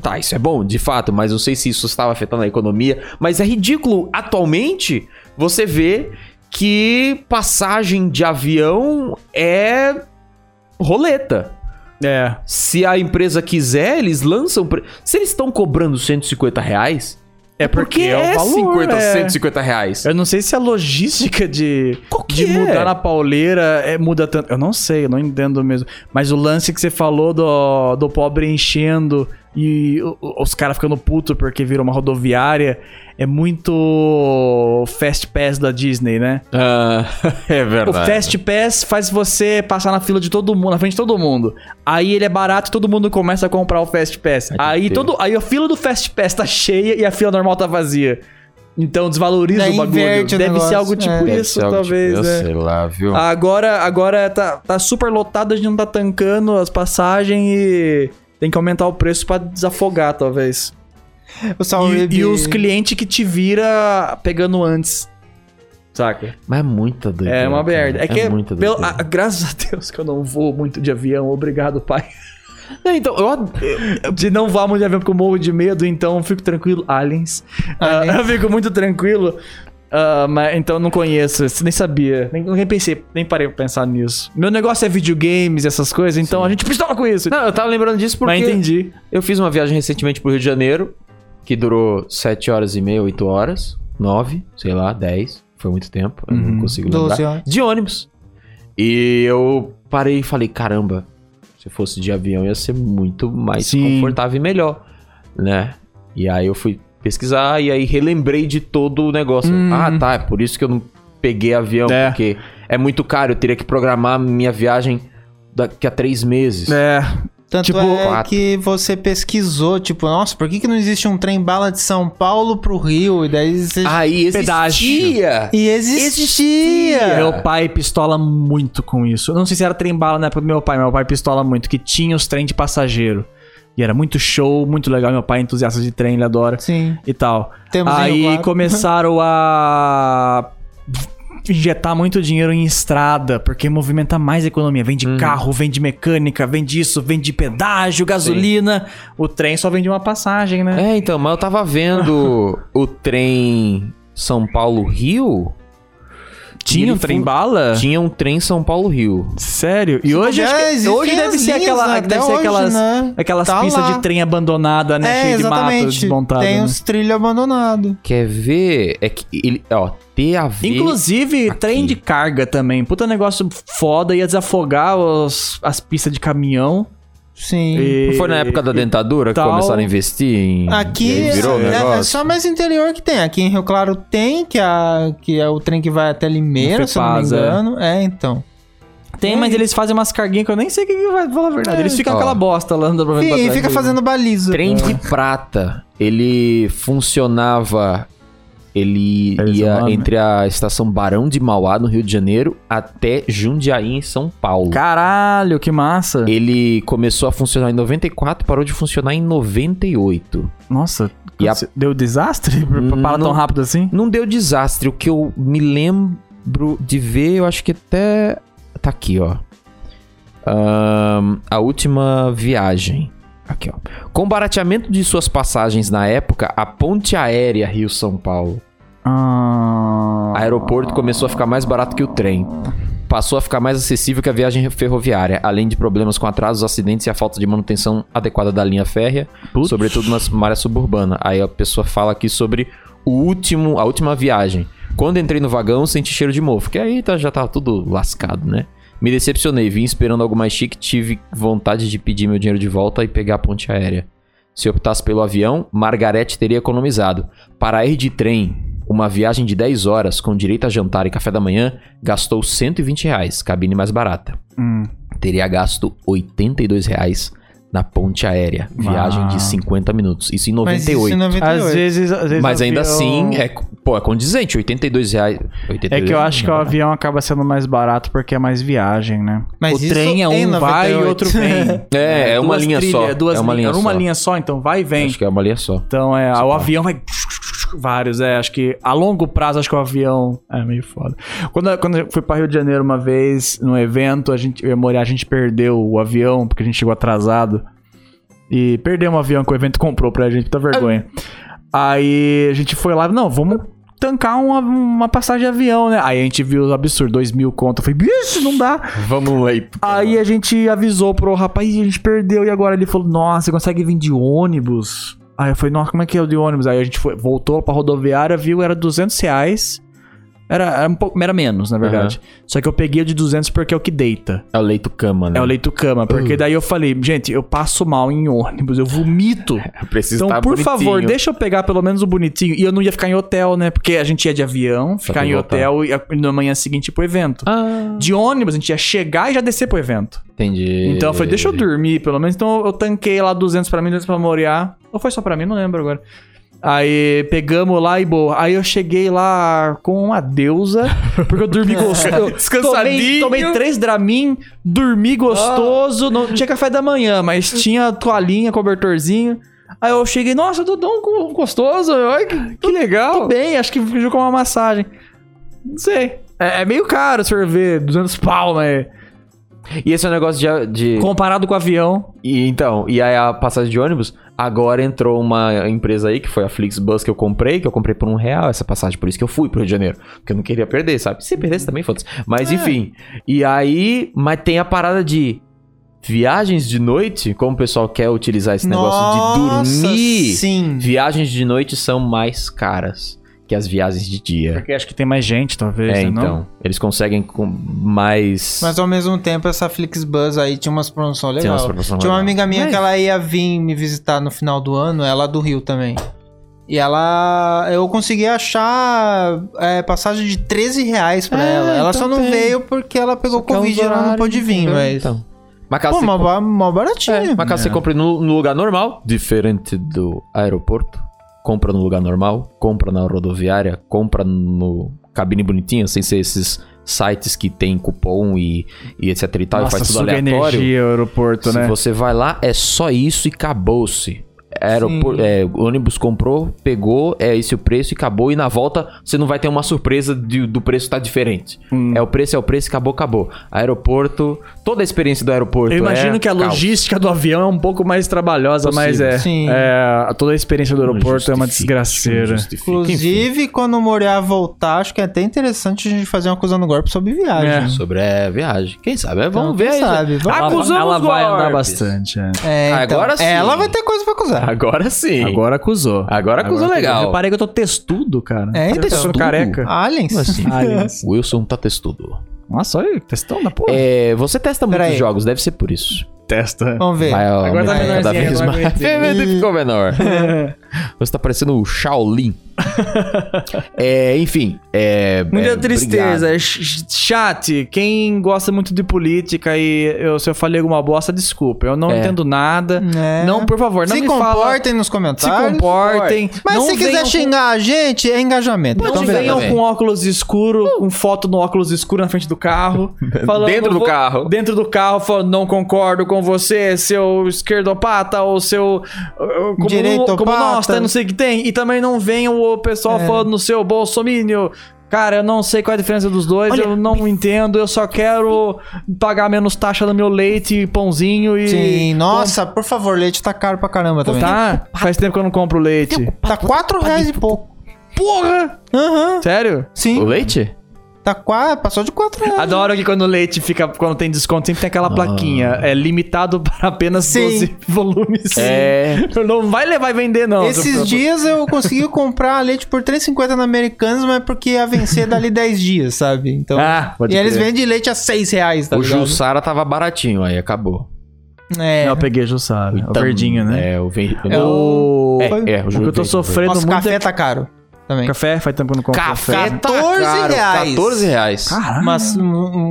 Speaker 1: Tá, isso é bom, de fato, mas eu não sei se isso estava afetando a economia. Mas é ridículo atualmente você ver que passagem de avião é roleta.
Speaker 3: É.
Speaker 1: Se a empresa quiser, eles lançam. pre- Se eles estão cobrando 150 reais,
Speaker 3: É porque, é o valor,
Speaker 1: 50,
Speaker 3: é.
Speaker 1: 150 reais.
Speaker 3: Eu não sei se a logística de,
Speaker 1: Qual que
Speaker 3: de
Speaker 1: é?
Speaker 3: mudar na pauleira é, muda tanto. Eu não sei, eu não entendo mesmo. Mas o lance que você falou do, do pobre enchendo e o- o- os caras ficando puto porque virou uma rodoviária é muito Fast Pass da Disney, né?
Speaker 1: Ah, [LAUGHS] é
Speaker 3: O
Speaker 1: verdade.
Speaker 3: Fast Pass faz você passar na fila de todo mundo, na frente de todo mundo. Aí ele é barato e todo mundo começa a comprar o Fast Pass. Aí,
Speaker 1: Deus.
Speaker 3: todo, aí a fila do Fast Pass tá cheia e a fila normal tá vazia. Então desvaloriza
Speaker 2: Daí
Speaker 3: o bagulho.
Speaker 2: É, inverte o
Speaker 3: Deve ser
Speaker 2: negócio,
Speaker 3: algo tipo
Speaker 2: é.
Speaker 1: Deve
Speaker 3: isso,
Speaker 1: ser algo tipo-
Speaker 3: talvez,
Speaker 1: eu
Speaker 3: né?
Speaker 1: sei lá, viu?
Speaker 3: Agora, agora tá, tá super lotado, a gente não tá tancando as passagens e tem que aumentar o preço pra desafogar, talvez.
Speaker 2: O
Speaker 3: E,
Speaker 2: salve
Speaker 3: e os clientes que te vira pegando antes. Saca?
Speaker 1: Mas é muita doideira.
Speaker 3: É uma
Speaker 1: cara.
Speaker 3: merda. É que,
Speaker 1: muita
Speaker 3: pelo-
Speaker 1: doideira.
Speaker 3: ah, graças a Deus que eu não vou muito de avião. Obrigado, pai.
Speaker 1: Não, então, eu ad-
Speaker 3: De não vá muito de avião porque eu morro de medo, então eu fico tranquilo. Aliens. Ah,
Speaker 2: Aliens.
Speaker 3: eu fico muito tranquilo. Ah, mas, então eu não conheço, nem sabia. Nem, nem pensei, nem parei pra pensar nisso. Meu negócio é videogames e essas coisas, então a gente pistola com isso.
Speaker 1: Não, eu tava lembrando disso porque
Speaker 3: Mas entendi.
Speaker 1: eu fiz uma viagem recentemente pro Rio de Janeiro, que durou 7 horas e meia, 8 horas, 9, sei lá, 10. Foi muito tempo, eu
Speaker 3: Uhum.
Speaker 1: não consigo lembrar.
Speaker 2: 12 horas.
Speaker 1: De ônibus. E eu parei e falei, caramba, se fosse de avião ia ser muito mais
Speaker 3: Sim.
Speaker 1: confortável e melhor, né? E aí eu fui pesquisar e aí relembrei de todo o negócio.
Speaker 3: Uhum.
Speaker 1: Ah, tá, é por isso que eu não peguei avião,
Speaker 3: É.
Speaker 1: porque é muito caro, eu teria que programar minha viagem daqui a três meses.
Speaker 3: É,
Speaker 2: Tanto
Speaker 3: Tipo,
Speaker 2: é
Speaker 1: quatro.
Speaker 2: que você pesquisou, tipo, nossa, por que, que não existe um trem bala de São Paulo pro Rio? E daí você.
Speaker 3: Ah,
Speaker 1: Aí existia.
Speaker 3: Pedágio.
Speaker 2: e existia!
Speaker 1: existia.
Speaker 3: Meu pai pistola muito com isso. Eu não sei se era trem bala na época do meu pai, mas meu pai pistola muito, que tinha os trem de passageiro. E era muito show, muito legal. Meu pai é entusiasta de trem, ele adora
Speaker 2: Sim,
Speaker 3: e tal.
Speaker 2: temos em
Speaker 3: Aí
Speaker 2: Rio Claro.
Speaker 3: começaram a injetar muito dinheiro em estrada, porque movimenta mais a economia. Vende carro, vende mecânica, vende isso, vende pedágio, gasolina. O trem só vende uma passagem, né?
Speaker 1: É, então, mas eu tava
Speaker 3: [LAUGHS]
Speaker 1: vendo o trem São Paulo-Rio.
Speaker 3: Tinha
Speaker 1: Ele
Speaker 3: um trem
Speaker 1: fu-
Speaker 3: bala?
Speaker 1: Tinha um trem São Paulo-Rio.
Speaker 3: Sério? E hoje, acho que-
Speaker 2: Aliás, existem
Speaker 3: hoje deve
Speaker 2: as
Speaker 3: ser,
Speaker 2: linhas,
Speaker 3: aquela,
Speaker 2: né?
Speaker 3: deve
Speaker 2: É, Até
Speaker 3: ser
Speaker 2: hoje,
Speaker 3: aquelas,
Speaker 2: né?
Speaker 3: aquelas
Speaker 2: Tá
Speaker 3: pistas
Speaker 2: lá.
Speaker 3: de trem abandonada, né?
Speaker 2: É,
Speaker 3: Cheia de mato
Speaker 2: exatamente.
Speaker 3: desmontada.
Speaker 2: Tem
Speaker 3: né?
Speaker 2: os trilhos abandonados.
Speaker 1: Quer ver? É que ele, ó, TAV.
Speaker 3: Inclusive,
Speaker 1: aqui.
Speaker 3: trem de carga também. Puta negócio foda, ia desafogar os- as pistas de caminhão.
Speaker 2: Sim.
Speaker 1: Não
Speaker 3: E-
Speaker 1: foi na época da dentadura que
Speaker 3: tal.
Speaker 1: começaram a investir em.
Speaker 2: Aqui
Speaker 1: e aí virou o
Speaker 2: é, é
Speaker 1: negócio.
Speaker 2: só mais interior que tem. Aqui em Rio Claro tem, que, a, que é o trem que vai até Limeira,
Speaker 3: No
Speaker 2: se eu não me
Speaker 3: Fepasa, é.
Speaker 2: engano. É, então.
Speaker 3: Tem, mas eles fazem umas carguinhas que eu nem sei o que, que vai falar a verdade.
Speaker 1: É,
Speaker 3: Eles ficam
Speaker 1: ó.
Speaker 3: aquela bosta lá andando pra frente e pra
Speaker 2: Sim,
Speaker 3: trás.
Speaker 2: fica fazendo baliza.
Speaker 1: Trem de prata. Ele funcionava. Ele
Speaker 3: Eles
Speaker 1: ia
Speaker 3: amam, né?
Speaker 1: entre a estação Barão de Mauá, no Rio de Janeiro, até Jundiaí, em São Paulo.
Speaker 3: Caralho, que massa.
Speaker 1: Ele começou a funcionar em 94, parou de funcionar em 98.
Speaker 3: Nossa,
Speaker 1: E a-
Speaker 3: deu desastre? [LAUGHS]
Speaker 1: Hum,
Speaker 3: Para tão
Speaker 1: não-
Speaker 3: rápido assim?
Speaker 1: Não deu desastre. O que eu me lembro de ver, eu acho que até. Tá aqui, ó. Ahn, a última viagem. Aqui, ó. Com barateamento de suas passagens na época, a ponte aérea Rio-São Paulo.
Speaker 3: Ah...
Speaker 1: Aeroporto começou a ficar mais barato que o trem. Passou a ficar mais acessível que a viagem ferroviária, além de problemas com atrasos, acidentes e a falta de manutenção adequada da linha férrea,
Speaker 3: Putz.
Speaker 1: sobretudo na área suburbana. Aí a pessoa fala aqui sobre o último, a última viagem. Quando entrei no vagão, senti cheiro de mofo, que aí tá- já tava tudo lascado, né? Me decepcionei, vim esperando algo mais chique, tive vontade de pedir meu dinheiro de volta e pegar a ponte aérea. Se optasse pelo avião, Margarete teria economizado. Para ir de trem, uma viagem de 10 horas com direito a jantar e café da manhã, gastou 120 reais, cabine mais barata.
Speaker 3: Hum.
Speaker 1: Teria gasto 82 reais na ponte aérea, viagem
Speaker 3: Ah.
Speaker 1: de 50 minutos. Isso em
Speaker 2: Mas isso
Speaker 1: 98.
Speaker 2: em
Speaker 1: Mas,
Speaker 2: 98.
Speaker 3: Às vezes, às vezes o
Speaker 1: ainda
Speaker 3: avião-
Speaker 1: assim, é, co- pô, é condizente, 82 reais. 82
Speaker 3: É que eu acho que o
Speaker 1: né?
Speaker 3: avião acaba sendo mais barato porque é mais viagem, né?
Speaker 2: Mas
Speaker 3: o
Speaker 2: isso
Speaker 3: trem é
Speaker 2: em
Speaker 3: um vai e
Speaker 2: 98. [LAUGHS]
Speaker 3: outro vem.
Speaker 1: É, é uma
Speaker 3: Duas
Speaker 1: linha
Speaker 3: trilha,
Speaker 1: só.
Speaker 3: Duas
Speaker 1: é uma
Speaker 3: linhas.
Speaker 1: linha
Speaker 3: Era uma
Speaker 1: só.
Speaker 3: linha só, então vai e vem.
Speaker 1: Acho que é uma linha só.
Speaker 3: Então é, o avião vai vários, é. Acho que a longo prazo, acho que o avião é meio foda. Quando, eu- quando eu fui pra Rio de Janeiro uma vez, num evento, a gente, eu ia morar, a gente perdeu o avião, porque a gente chegou atrasado. E perdeu um avião que o evento comprou pra gente, puta vergonha. Aí a gente foi lá, não, vamos tancar uma, uma passagem de avião, né? Aí a gente viu os absurdos, dois mil conto. Eu falei, bicho, não dá.
Speaker 1: Vamos no leito.
Speaker 3: Aí a gente avisou pro rapaz, "Ih, a gente perdeu. E agora ele falou, nossa, você consegue vir de ônibus? Aí eu falei, nossa, como é que é o de ônibus? Aí a gente foi, voltou pra rodoviária, viu, era 200 reais. Era, era um pouco, era menos, na verdade. Só que eu peguei o de 200 porque é o que deita.
Speaker 1: É o leito cama, né?
Speaker 3: É o leito cama. Porque daí eu falei, gente, eu passo mal em ônibus, eu vomito.
Speaker 1: Precisa
Speaker 3: Então,
Speaker 1: estar
Speaker 3: por favor,
Speaker 1: tá bonitinho.
Speaker 3: deixa eu pegar pelo menos o bonitinho. E eu não ia ficar em hotel, né? Porque a gente ia de avião, ficar
Speaker 1: tem
Speaker 3: em
Speaker 1: que voltar.
Speaker 3: hotel e a- na manhã seguinte ir pro evento.
Speaker 1: Ah,
Speaker 3: De ônibus, a gente ia chegar e já descer pro evento.
Speaker 1: entendi.
Speaker 3: Então eu falei, deixa eu dormir, pelo menos. Então eu tanquei lá 200 pra mim, 200 pra Moriá. Ou foi só pra mim, não lembro agora. Aí pegamos lá e boa. Aí eu cheguei lá com uma deusa, porque eu [LAUGHS] dormi gostoso. Descansadinho. Ah. Tomei, tomei três Dramin, dormi gostoso. Não tinha café da manhã, mas tinha toalhinha, cobertorzinho. Aí eu cheguei, nossa, eu tô tão go- gostoso. Ai, que, que legal. Tô bem, acho que fugiu com uma massagem. Não sei. É, é meio caro sorvete, 200 pau, mas...
Speaker 1: E esse é um negócio de... de...
Speaker 3: Comparado com o avião,
Speaker 1: E então, e aí a passagem de ônibus, agora entrou uma empresa aí, que foi a Flixbus que eu comprei, que eu comprei por um real essa passagem, por isso que eu fui pro Rio de Janeiro, porque eu não queria perder, sabe? Se perdesse também, foda-se.
Speaker 2: É.
Speaker 1: Mas enfim, e aí, mas tem a parada de viagens de noite, como o pessoal quer utilizar esse negócio de dormir,
Speaker 2: Sim.
Speaker 1: viagens de noite são mais caras que as viagens de dia.
Speaker 3: Porque acho que tem mais gente, talvez,
Speaker 1: É,
Speaker 3: né, não?
Speaker 1: então, eles conseguem com mais...
Speaker 2: Mas ao mesmo tempo, essa Flixbus aí tinha umas promoções
Speaker 1: Tem umas
Speaker 2: legais.
Speaker 1: proporções
Speaker 2: Tinha uma
Speaker 1: legais.
Speaker 2: amiga minha que ela ia vir me visitar no final do ano, ela é do Rio também. E ela. Eu consegui achar é, passagem de 13 reais pra
Speaker 1: É,
Speaker 2: ela. Ela só
Speaker 1: então
Speaker 2: não
Speaker 1: tem.
Speaker 2: veio porque ela pegou
Speaker 1: Só que é um
Speaker 2: Covid e ela não
Speaker 1: horário,
Speaker 2: pôde vir,
Speaker 1: entendeu?
Speaker 2: mas.
Speaker 1: Então. Mas caso
Speaker 2: Pô,
Speaker 1: você
Speaker 2: mó, ba- mó baratinho.
Speaker 1: É, mas caso você compre no, no lugar normal, diferente do aeroporto, compra no lugar normal, compra na rodoviária, compra no cabine bonitinha, sem ser esses sites que tem cupom e, e etc e tal, e Tá, faz tudo
Speaker 3: suga
Speaker 1: aleatório.
Speaker 3: energia o aeroporto,
Speaker 1: Se
Speaker 3: né?
Speaker 1: você vai lá, é só isso e acabou-se. Aeroporto,
Speaker 2: Sim.
Speaker 1: é, ônibus comprou, pegou, é esse o preço e acabou. E na volta você não vai ter uma surpresa de- do preço tá diferente.
Speaker 3: Hum.
Speaker 1: É o preço, é o preço, acabou, acabou. Aeroporto, toda a experiência do aeroporto.
Speaker 3: Eu imagino
Speaker 1: é
Speaker 3: que a
Speaker 1: caos.
Speaker 3: logística do avião é um pouco mais trabalhosa,
Speaker 1: Possível.
Speaker 3: mas é,
Speaker 2: Sim.
Speaker 3: é, Toda a experiência do
Speaker 1: Não
Speaker 3: aeroporto é uma
Speaker 1: justifica,
Speaker 3: desgraceira.
Speaker 1: não justifica. Enfim.
Speaker 2: Inclusive, quando o Moriá voltar, acho que é até interessante a gente fazer uma coisa no golpe sobre
Speaker 3: É.
Speaker 2: viagem.
Speaker 1: Sobre a viagem. Quem sabe? É, Vamos
Speaker 2: Então,
Speaker 1: ver
Speaker 2: quem
Speaker 1: aí.
Speaker 2: sabe? Vamos-
Speaker 3: Ela,
Speaker 1: Acusamos
Speaker 3: ela vai
Speaker 1: golpes.
Speaker 3: andar bastante. é.
Speaker 2: É, então,
Speaker 1: Agora sim.
Speaker 2: Ela vai ter coisa pra acusar.
Speaker 1: Agora sim.
Speaker 3: Agora acusou.
Speaker 1: Agora acusou legal.
Speaker 3: Eu reparei que eu tô testudo, cara.
Speaker 2: É,
Speaker 3: eu tô
Speaker 2: então.
Speaker 3: careca.
Speaker 2: Aliens?
Speaker 1: Como assim?
Speaker 3: Aliens.
Speaker 1: Wilson tá testudo.
Speaker 3: Nossa, olha, testão da porra.
Speaker 1: É, você testa
Speaker 2: Pera
Speaker 1: muitos
Speaker 2: aí.
Speaker 1: jogos, deve ser por isso.
Speaker 3: Testa.
Speaker 2: Vamos ver.
Speaker 1: Vai
Speaker 3: Agora tá
Speaker 1: aumentar cada
Speaker 3: menorzinho,
Speaker 1: vez
Speaker 3: agora
Speaker 1: mais.
Speaker 3: bonitinho.
Speaker 1: Ele ficou menor. Você tá parecendo o Shaolin. É, enfim. É,
Speaker 3: Muita
Speaker 1: é,
Speaker 3: tristeza. Ch- Chat, quem gosta muito de política e eu- se eu falei alguma bosta, desculpa. Eu não
Speaker 1: É.
Speaker 3: entendo nada.
Speaker 2: É.
Speaker 3: Não, por favor, não
Speaker 2: se
Speaker 3: me fala.
Speaker 2: comportem nos
Speaker 3: Se
Speaker 2: comentários.
Speaker 3: comportem.
Speaker 2: Mas
Speaker 3: Não
Speaker 2: se quiser
Speaker 3: venham com-
Speaker 2: xingar a gente, é engajamento.
Speaker 3: Não
Speaker 2: Então,
Speaker 1: venham
Speaker 2: beleza.
Speaker 3: venham
Speaker 1: também.
Speaker 3: com óculos escuro, com foto no óculos escuro na frente do carro.
Speaker 1: [LAUGHS]
Speaker 3: falando,
Speaker 1: Dentro do
Speaker 3: "Vou-
Speaker 1: carro.
Speaker 3: Dentro do carro, falando, não concordo com você, seu esquerdopata, ou seu. uh, Como,
Speaker 2: Direitopata. É.
Speaker 3: como nossa, não sei o que tem. E também não venham o pessoal falando no seu bolsomínio. Cara, eu não sei qual é a diferença dos dois, eu não entendo, eu só quero pagar menos taxa no meu leite, pãozinho e.
Speaker 2: Sim, nossa, por favor, leite tá caro pra caramba também. Tá,
Speaker 3: Tá? Faz tempo que eu não compro leite.
Speaker 2: 4 reais e pouco.
Speaker 3: Porra!
Speaker 2: Aham,
Speaker 3: Sério?
Speaker 1: O
Speaker 2: sim.
Speaker 1: leite?
Speaker 2: Tá qua- passou de 4 reais.
Speaker 3: Adoro que quando o leite fica, quando tem desconto, sempre tem aquela plaquinha. É limitado [LAUGHS] para apenas
Speaker 2: Sim.
Speaker 3: 12 volumes.
Speaker 1: É.
Speaker 3: [LAUGHS] Não vai levar e vender, não.
Speaker 2: Esses dias eu consegui [LAUGHS] comprar leite por 3,50 na Americanas, mas porque ia vencer dali 10 dias, sabe? Então.
Speaker 3: Ah,
Speaker 2: e
Speaker 3: pode
Speaker 2: eles
Speaker 3: crer.
Speaker 2: vendem leite a 6 reais, tá
Speaker 1: o
Speaker 2: ligado?
Speaker 1: Jussara tava baratinho, aí acabou.
Speaker 2: É.
Speaker 3: Não, eu peguei Jussara. o
Speaker 1: Tam-
Speaker 3: verdinho, né?
Speaker 1: É, o ver...
Speaker 2: É
Speaker 3: O...
Speaker 1: É, é,
Speaker 3: o que eu tô sofrendo
Speaker 2: Nossa, o
Speaker 3: muito
Speaker 2: café
Speaker 3: é
Speaker 2: tá caro também.
Speaker 3: café, faz tempo que eu não compro
Speaker 1: Café, tá
Speaker 2: 14
Speaker 1: caro,
Speaker 2: reais.
Speaker 1: 14 reais.
Speaker 3: Caralho.
Speaker 2: Mas um,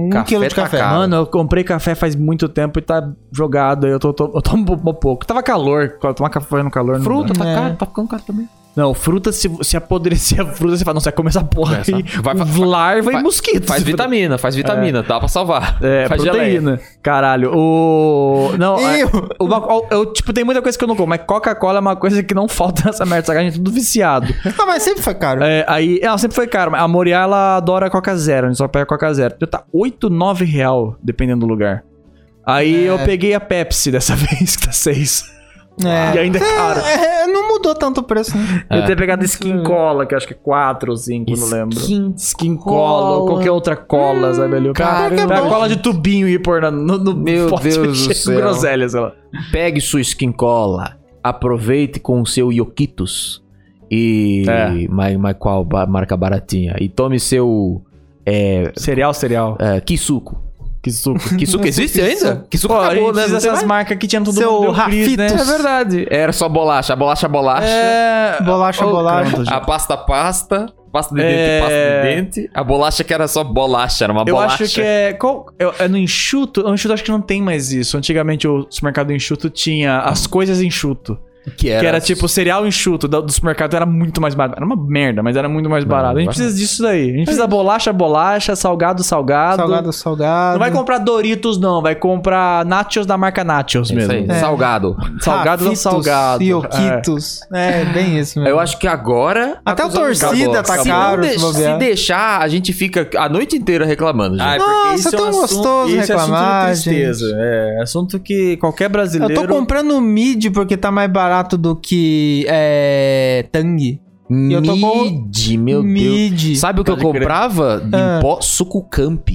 Speaker 2: um
Speaker 1: Café
Speaker 2: quilo de
Speaker 1: tá
Speaker 2: café.
Speaker 1: caro.
Speaker 3: Mano, eu comprei café faz muito tempo e tá jogado. aí Eu, tô, tô- eu tomo um pouco. Tava calor. Tomar café no calor não dá.
Speaker 1: Fruta tá
Speaker 2: É.
Speaker 1: caro, tá ficando caro também.
Speaker 3: Não, fruta, se, se apodrecer a fruta, você fala, não, você vai comer essa porra
Speaker 1: Essa.
Speaker 3: aí.
Speaker 1: Vai- vai-
Speaker 3: larva
Speaker 1: vai-
Speaker 3: e mosquito.
Speaker 1: Faz
Speaker 3: Você- tá
Speaker 1: vitamina, faz vitamina, dá pra salvar.
Speaker 3: É,
Speaker 1: faz
Speaker 3: proteína. Caralho. O. Não, é-
Speaker 2: Eu?
Speaker 3: uma- eu, tipo, tem muita coisa que eu não como, mas Coca-Cola é uma coisa que não [LAUGHS] falta nessa merda, essa gente é tudo viciado.
Speaker 2: Ah, mas sempre foi caro.
Speaker 3: É, aí, ela sempre foi caro, mas a Moriá, ela adora Coca Zero, a gente só pega Coca Zero. Então tá 8, 9 real, dependendo do lugar. Aí eu peguei a Pepsi dessa [LAUGHS] vez, que tá 6.
Speaker 2: É.
Speaker 3: E ainda é caro.
Speaker 2: É, é, não mudou tanto o preço, né?
Speaker 1: É.
Speaker 3: Eu tinha pegado Skin Cola, que eu acho que é 4 ou 5, não lembro.
Speaker 1: Skin
Speaker 3: Skin Cola, ou qualquer outra cola, sabe? Ali,
Speaker 1: cara,
Speaker 3: Pega
Speaker 1: é bom.
Speaker 3: a cola de tubinho e pôr na- no, no
Speaker 1: Meu
Speaker 3: pote
Speaker 1: Deus
Speaker 3: cheio
Speaker 1: do
Speaker 3: de
Speaker 1: céu.
Speaker 3: groselha, sei lá.
Speaker 1: Pegue sua skin cola, aproveite com o seu Yokitos e
Speaker 3: É.
Speaker 1: mas, mas qual ba- marca baratinha e tome seu é,
Speaker 3: Cereal, cereal.
Speaker 1: é, Kisuko.
Speaker 3: Que suco.
Speaker 1: Kisuko existe
Speaker 3: É,
Speaker 1: ainda? Kisuko
Speaker 3: Pô, a gente
Speaker 1: acabou, né?
Speaker 3: diz
Speaker 1: Não tem
Speaker 3: essas
Speaker 1: mais?
Speaker 3: marcas que tinha todo
Speaker 2: Seu
Speaker 3: mundo. deu crise,
Speaker 1: É
Speaker 2: Rafitos.
Speaker 1: verdade. Era só bolacha, bolacha, bolacha.
Speaker 3: É.
Speaker 2: Bolacha,
Speaker 1: Ô,
Speaker 2: bolacha.
Speaker 3: canto, gente.
Speaker 1: A pasta, pasta. Pasta de dente,
Speaker 3: É.
Speaker 1: pasta de dente. A bolacha que era só bolacha, era uma
Speaker 3: Eu
Speaker 1: bolacha.
Speaker 3: acho que é. Qual, é, é no enxuto? No enxuto acho que não tem mais isso. Antigamente o supermercado enxuto tinha as coisas enxuto.
Speaker 1: que
Speaker 3: Que era tipo cereal enxuto do, do supermercado era muito mais barato. Era uma merda, mas era muito mais barato. A gente
Speaker 1: vai-
Speaker 3: precisa disso daí. A gente precisa bolacha, bolacha, salgado, salgado.
Speaker 2: Salgado, salgado.
Speaker 3: Não vai comprar Doritos, não. Vai comprar Nachos da marca Nachos
Speaker 1: É isso
Speaker 3: mesmo.
Speaker 1: aí,
Speaker 2: É.
Speaker 1: Salgado.
Speaker 3: Salgado não
Speaker 2: Rafitos,
Speaker 3: salgado.
Speaker 2: Yokitos. É. bem isso mesmo.
Speaker 1: Eu acho que agora.
Speaker 2: Até o
Speaker 1: acusando-
Speaker 2: torcida tá
Speaker 1: Acabou.
Speaker 2: caro,
Speaker 1: Se,
Speaker 2: se
Speaker 1: não de-
Speaker 2: bobear.
Speaker 1: se deixar, a gente fica a noite inteira reclamando. gente.
Speaker 3: Ai, porque
Speaker 2: Nossa,
Speaker 3: isso
Speaker 2: é tão
Speaker 3: um assunto-
Speaker 2: gostoso
Speaker 3: isso é assunto de
Speaker 2: reclamar,
Speaker 3: tristeza. É, assunto que qualquer
Speaker 2: Eu
Speaker 3: brasileiro.
Speaker 2: tô comprando mid porque tá mais barato do que é, Tang. e eu tô com-
Speaker 1: Mid, meu Deus.
Speaker 2: Mid.
Speaker 1: Sabe o que eu
Speaker 3: Pode crer.
Speaker 1: comprava? De
Speaker 2: Ah.
Speaker 1: pó sucucamp.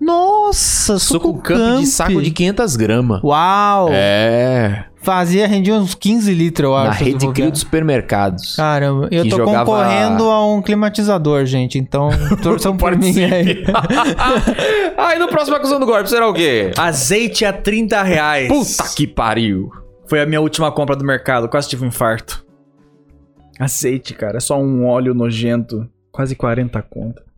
Speaker 2: Nossa,
Speaker 1: Sucucamp de saco de 500 gramas.
Speaker 2: Uau!
Speaker 1: É.
Speaker 2: Fazia, rendia uns 15 litros, eu acho.
Speaker 1: Na
Speaker 2: se eu
Speaker 1: rede
Speaker 2: bobear.
Speaker 1: crio dos
Speaker 2: [LAUGHS]
Speaker 1: supermercados.
Speaker 2: Caramba, eu
Speaker 1: que
Speaker 2: tô
Speaker 1: jogava-
Speaker 2: concorrendo a um climatizador,
Speaker 1: [LAUGHS]
Speaker 2: gente. Então, torçam por mim aí.
Speaker 1: Aí no próximo acusando golpe será o quê?
Speaker 3: Azeite a 30 reais.
Speaker 1: Puta que pariu.
Speaker 3: Foi a minha última compra do mercado. Quase tive um infarto. Azeite, cara. É só um óleo nojento. Quase 40 conto.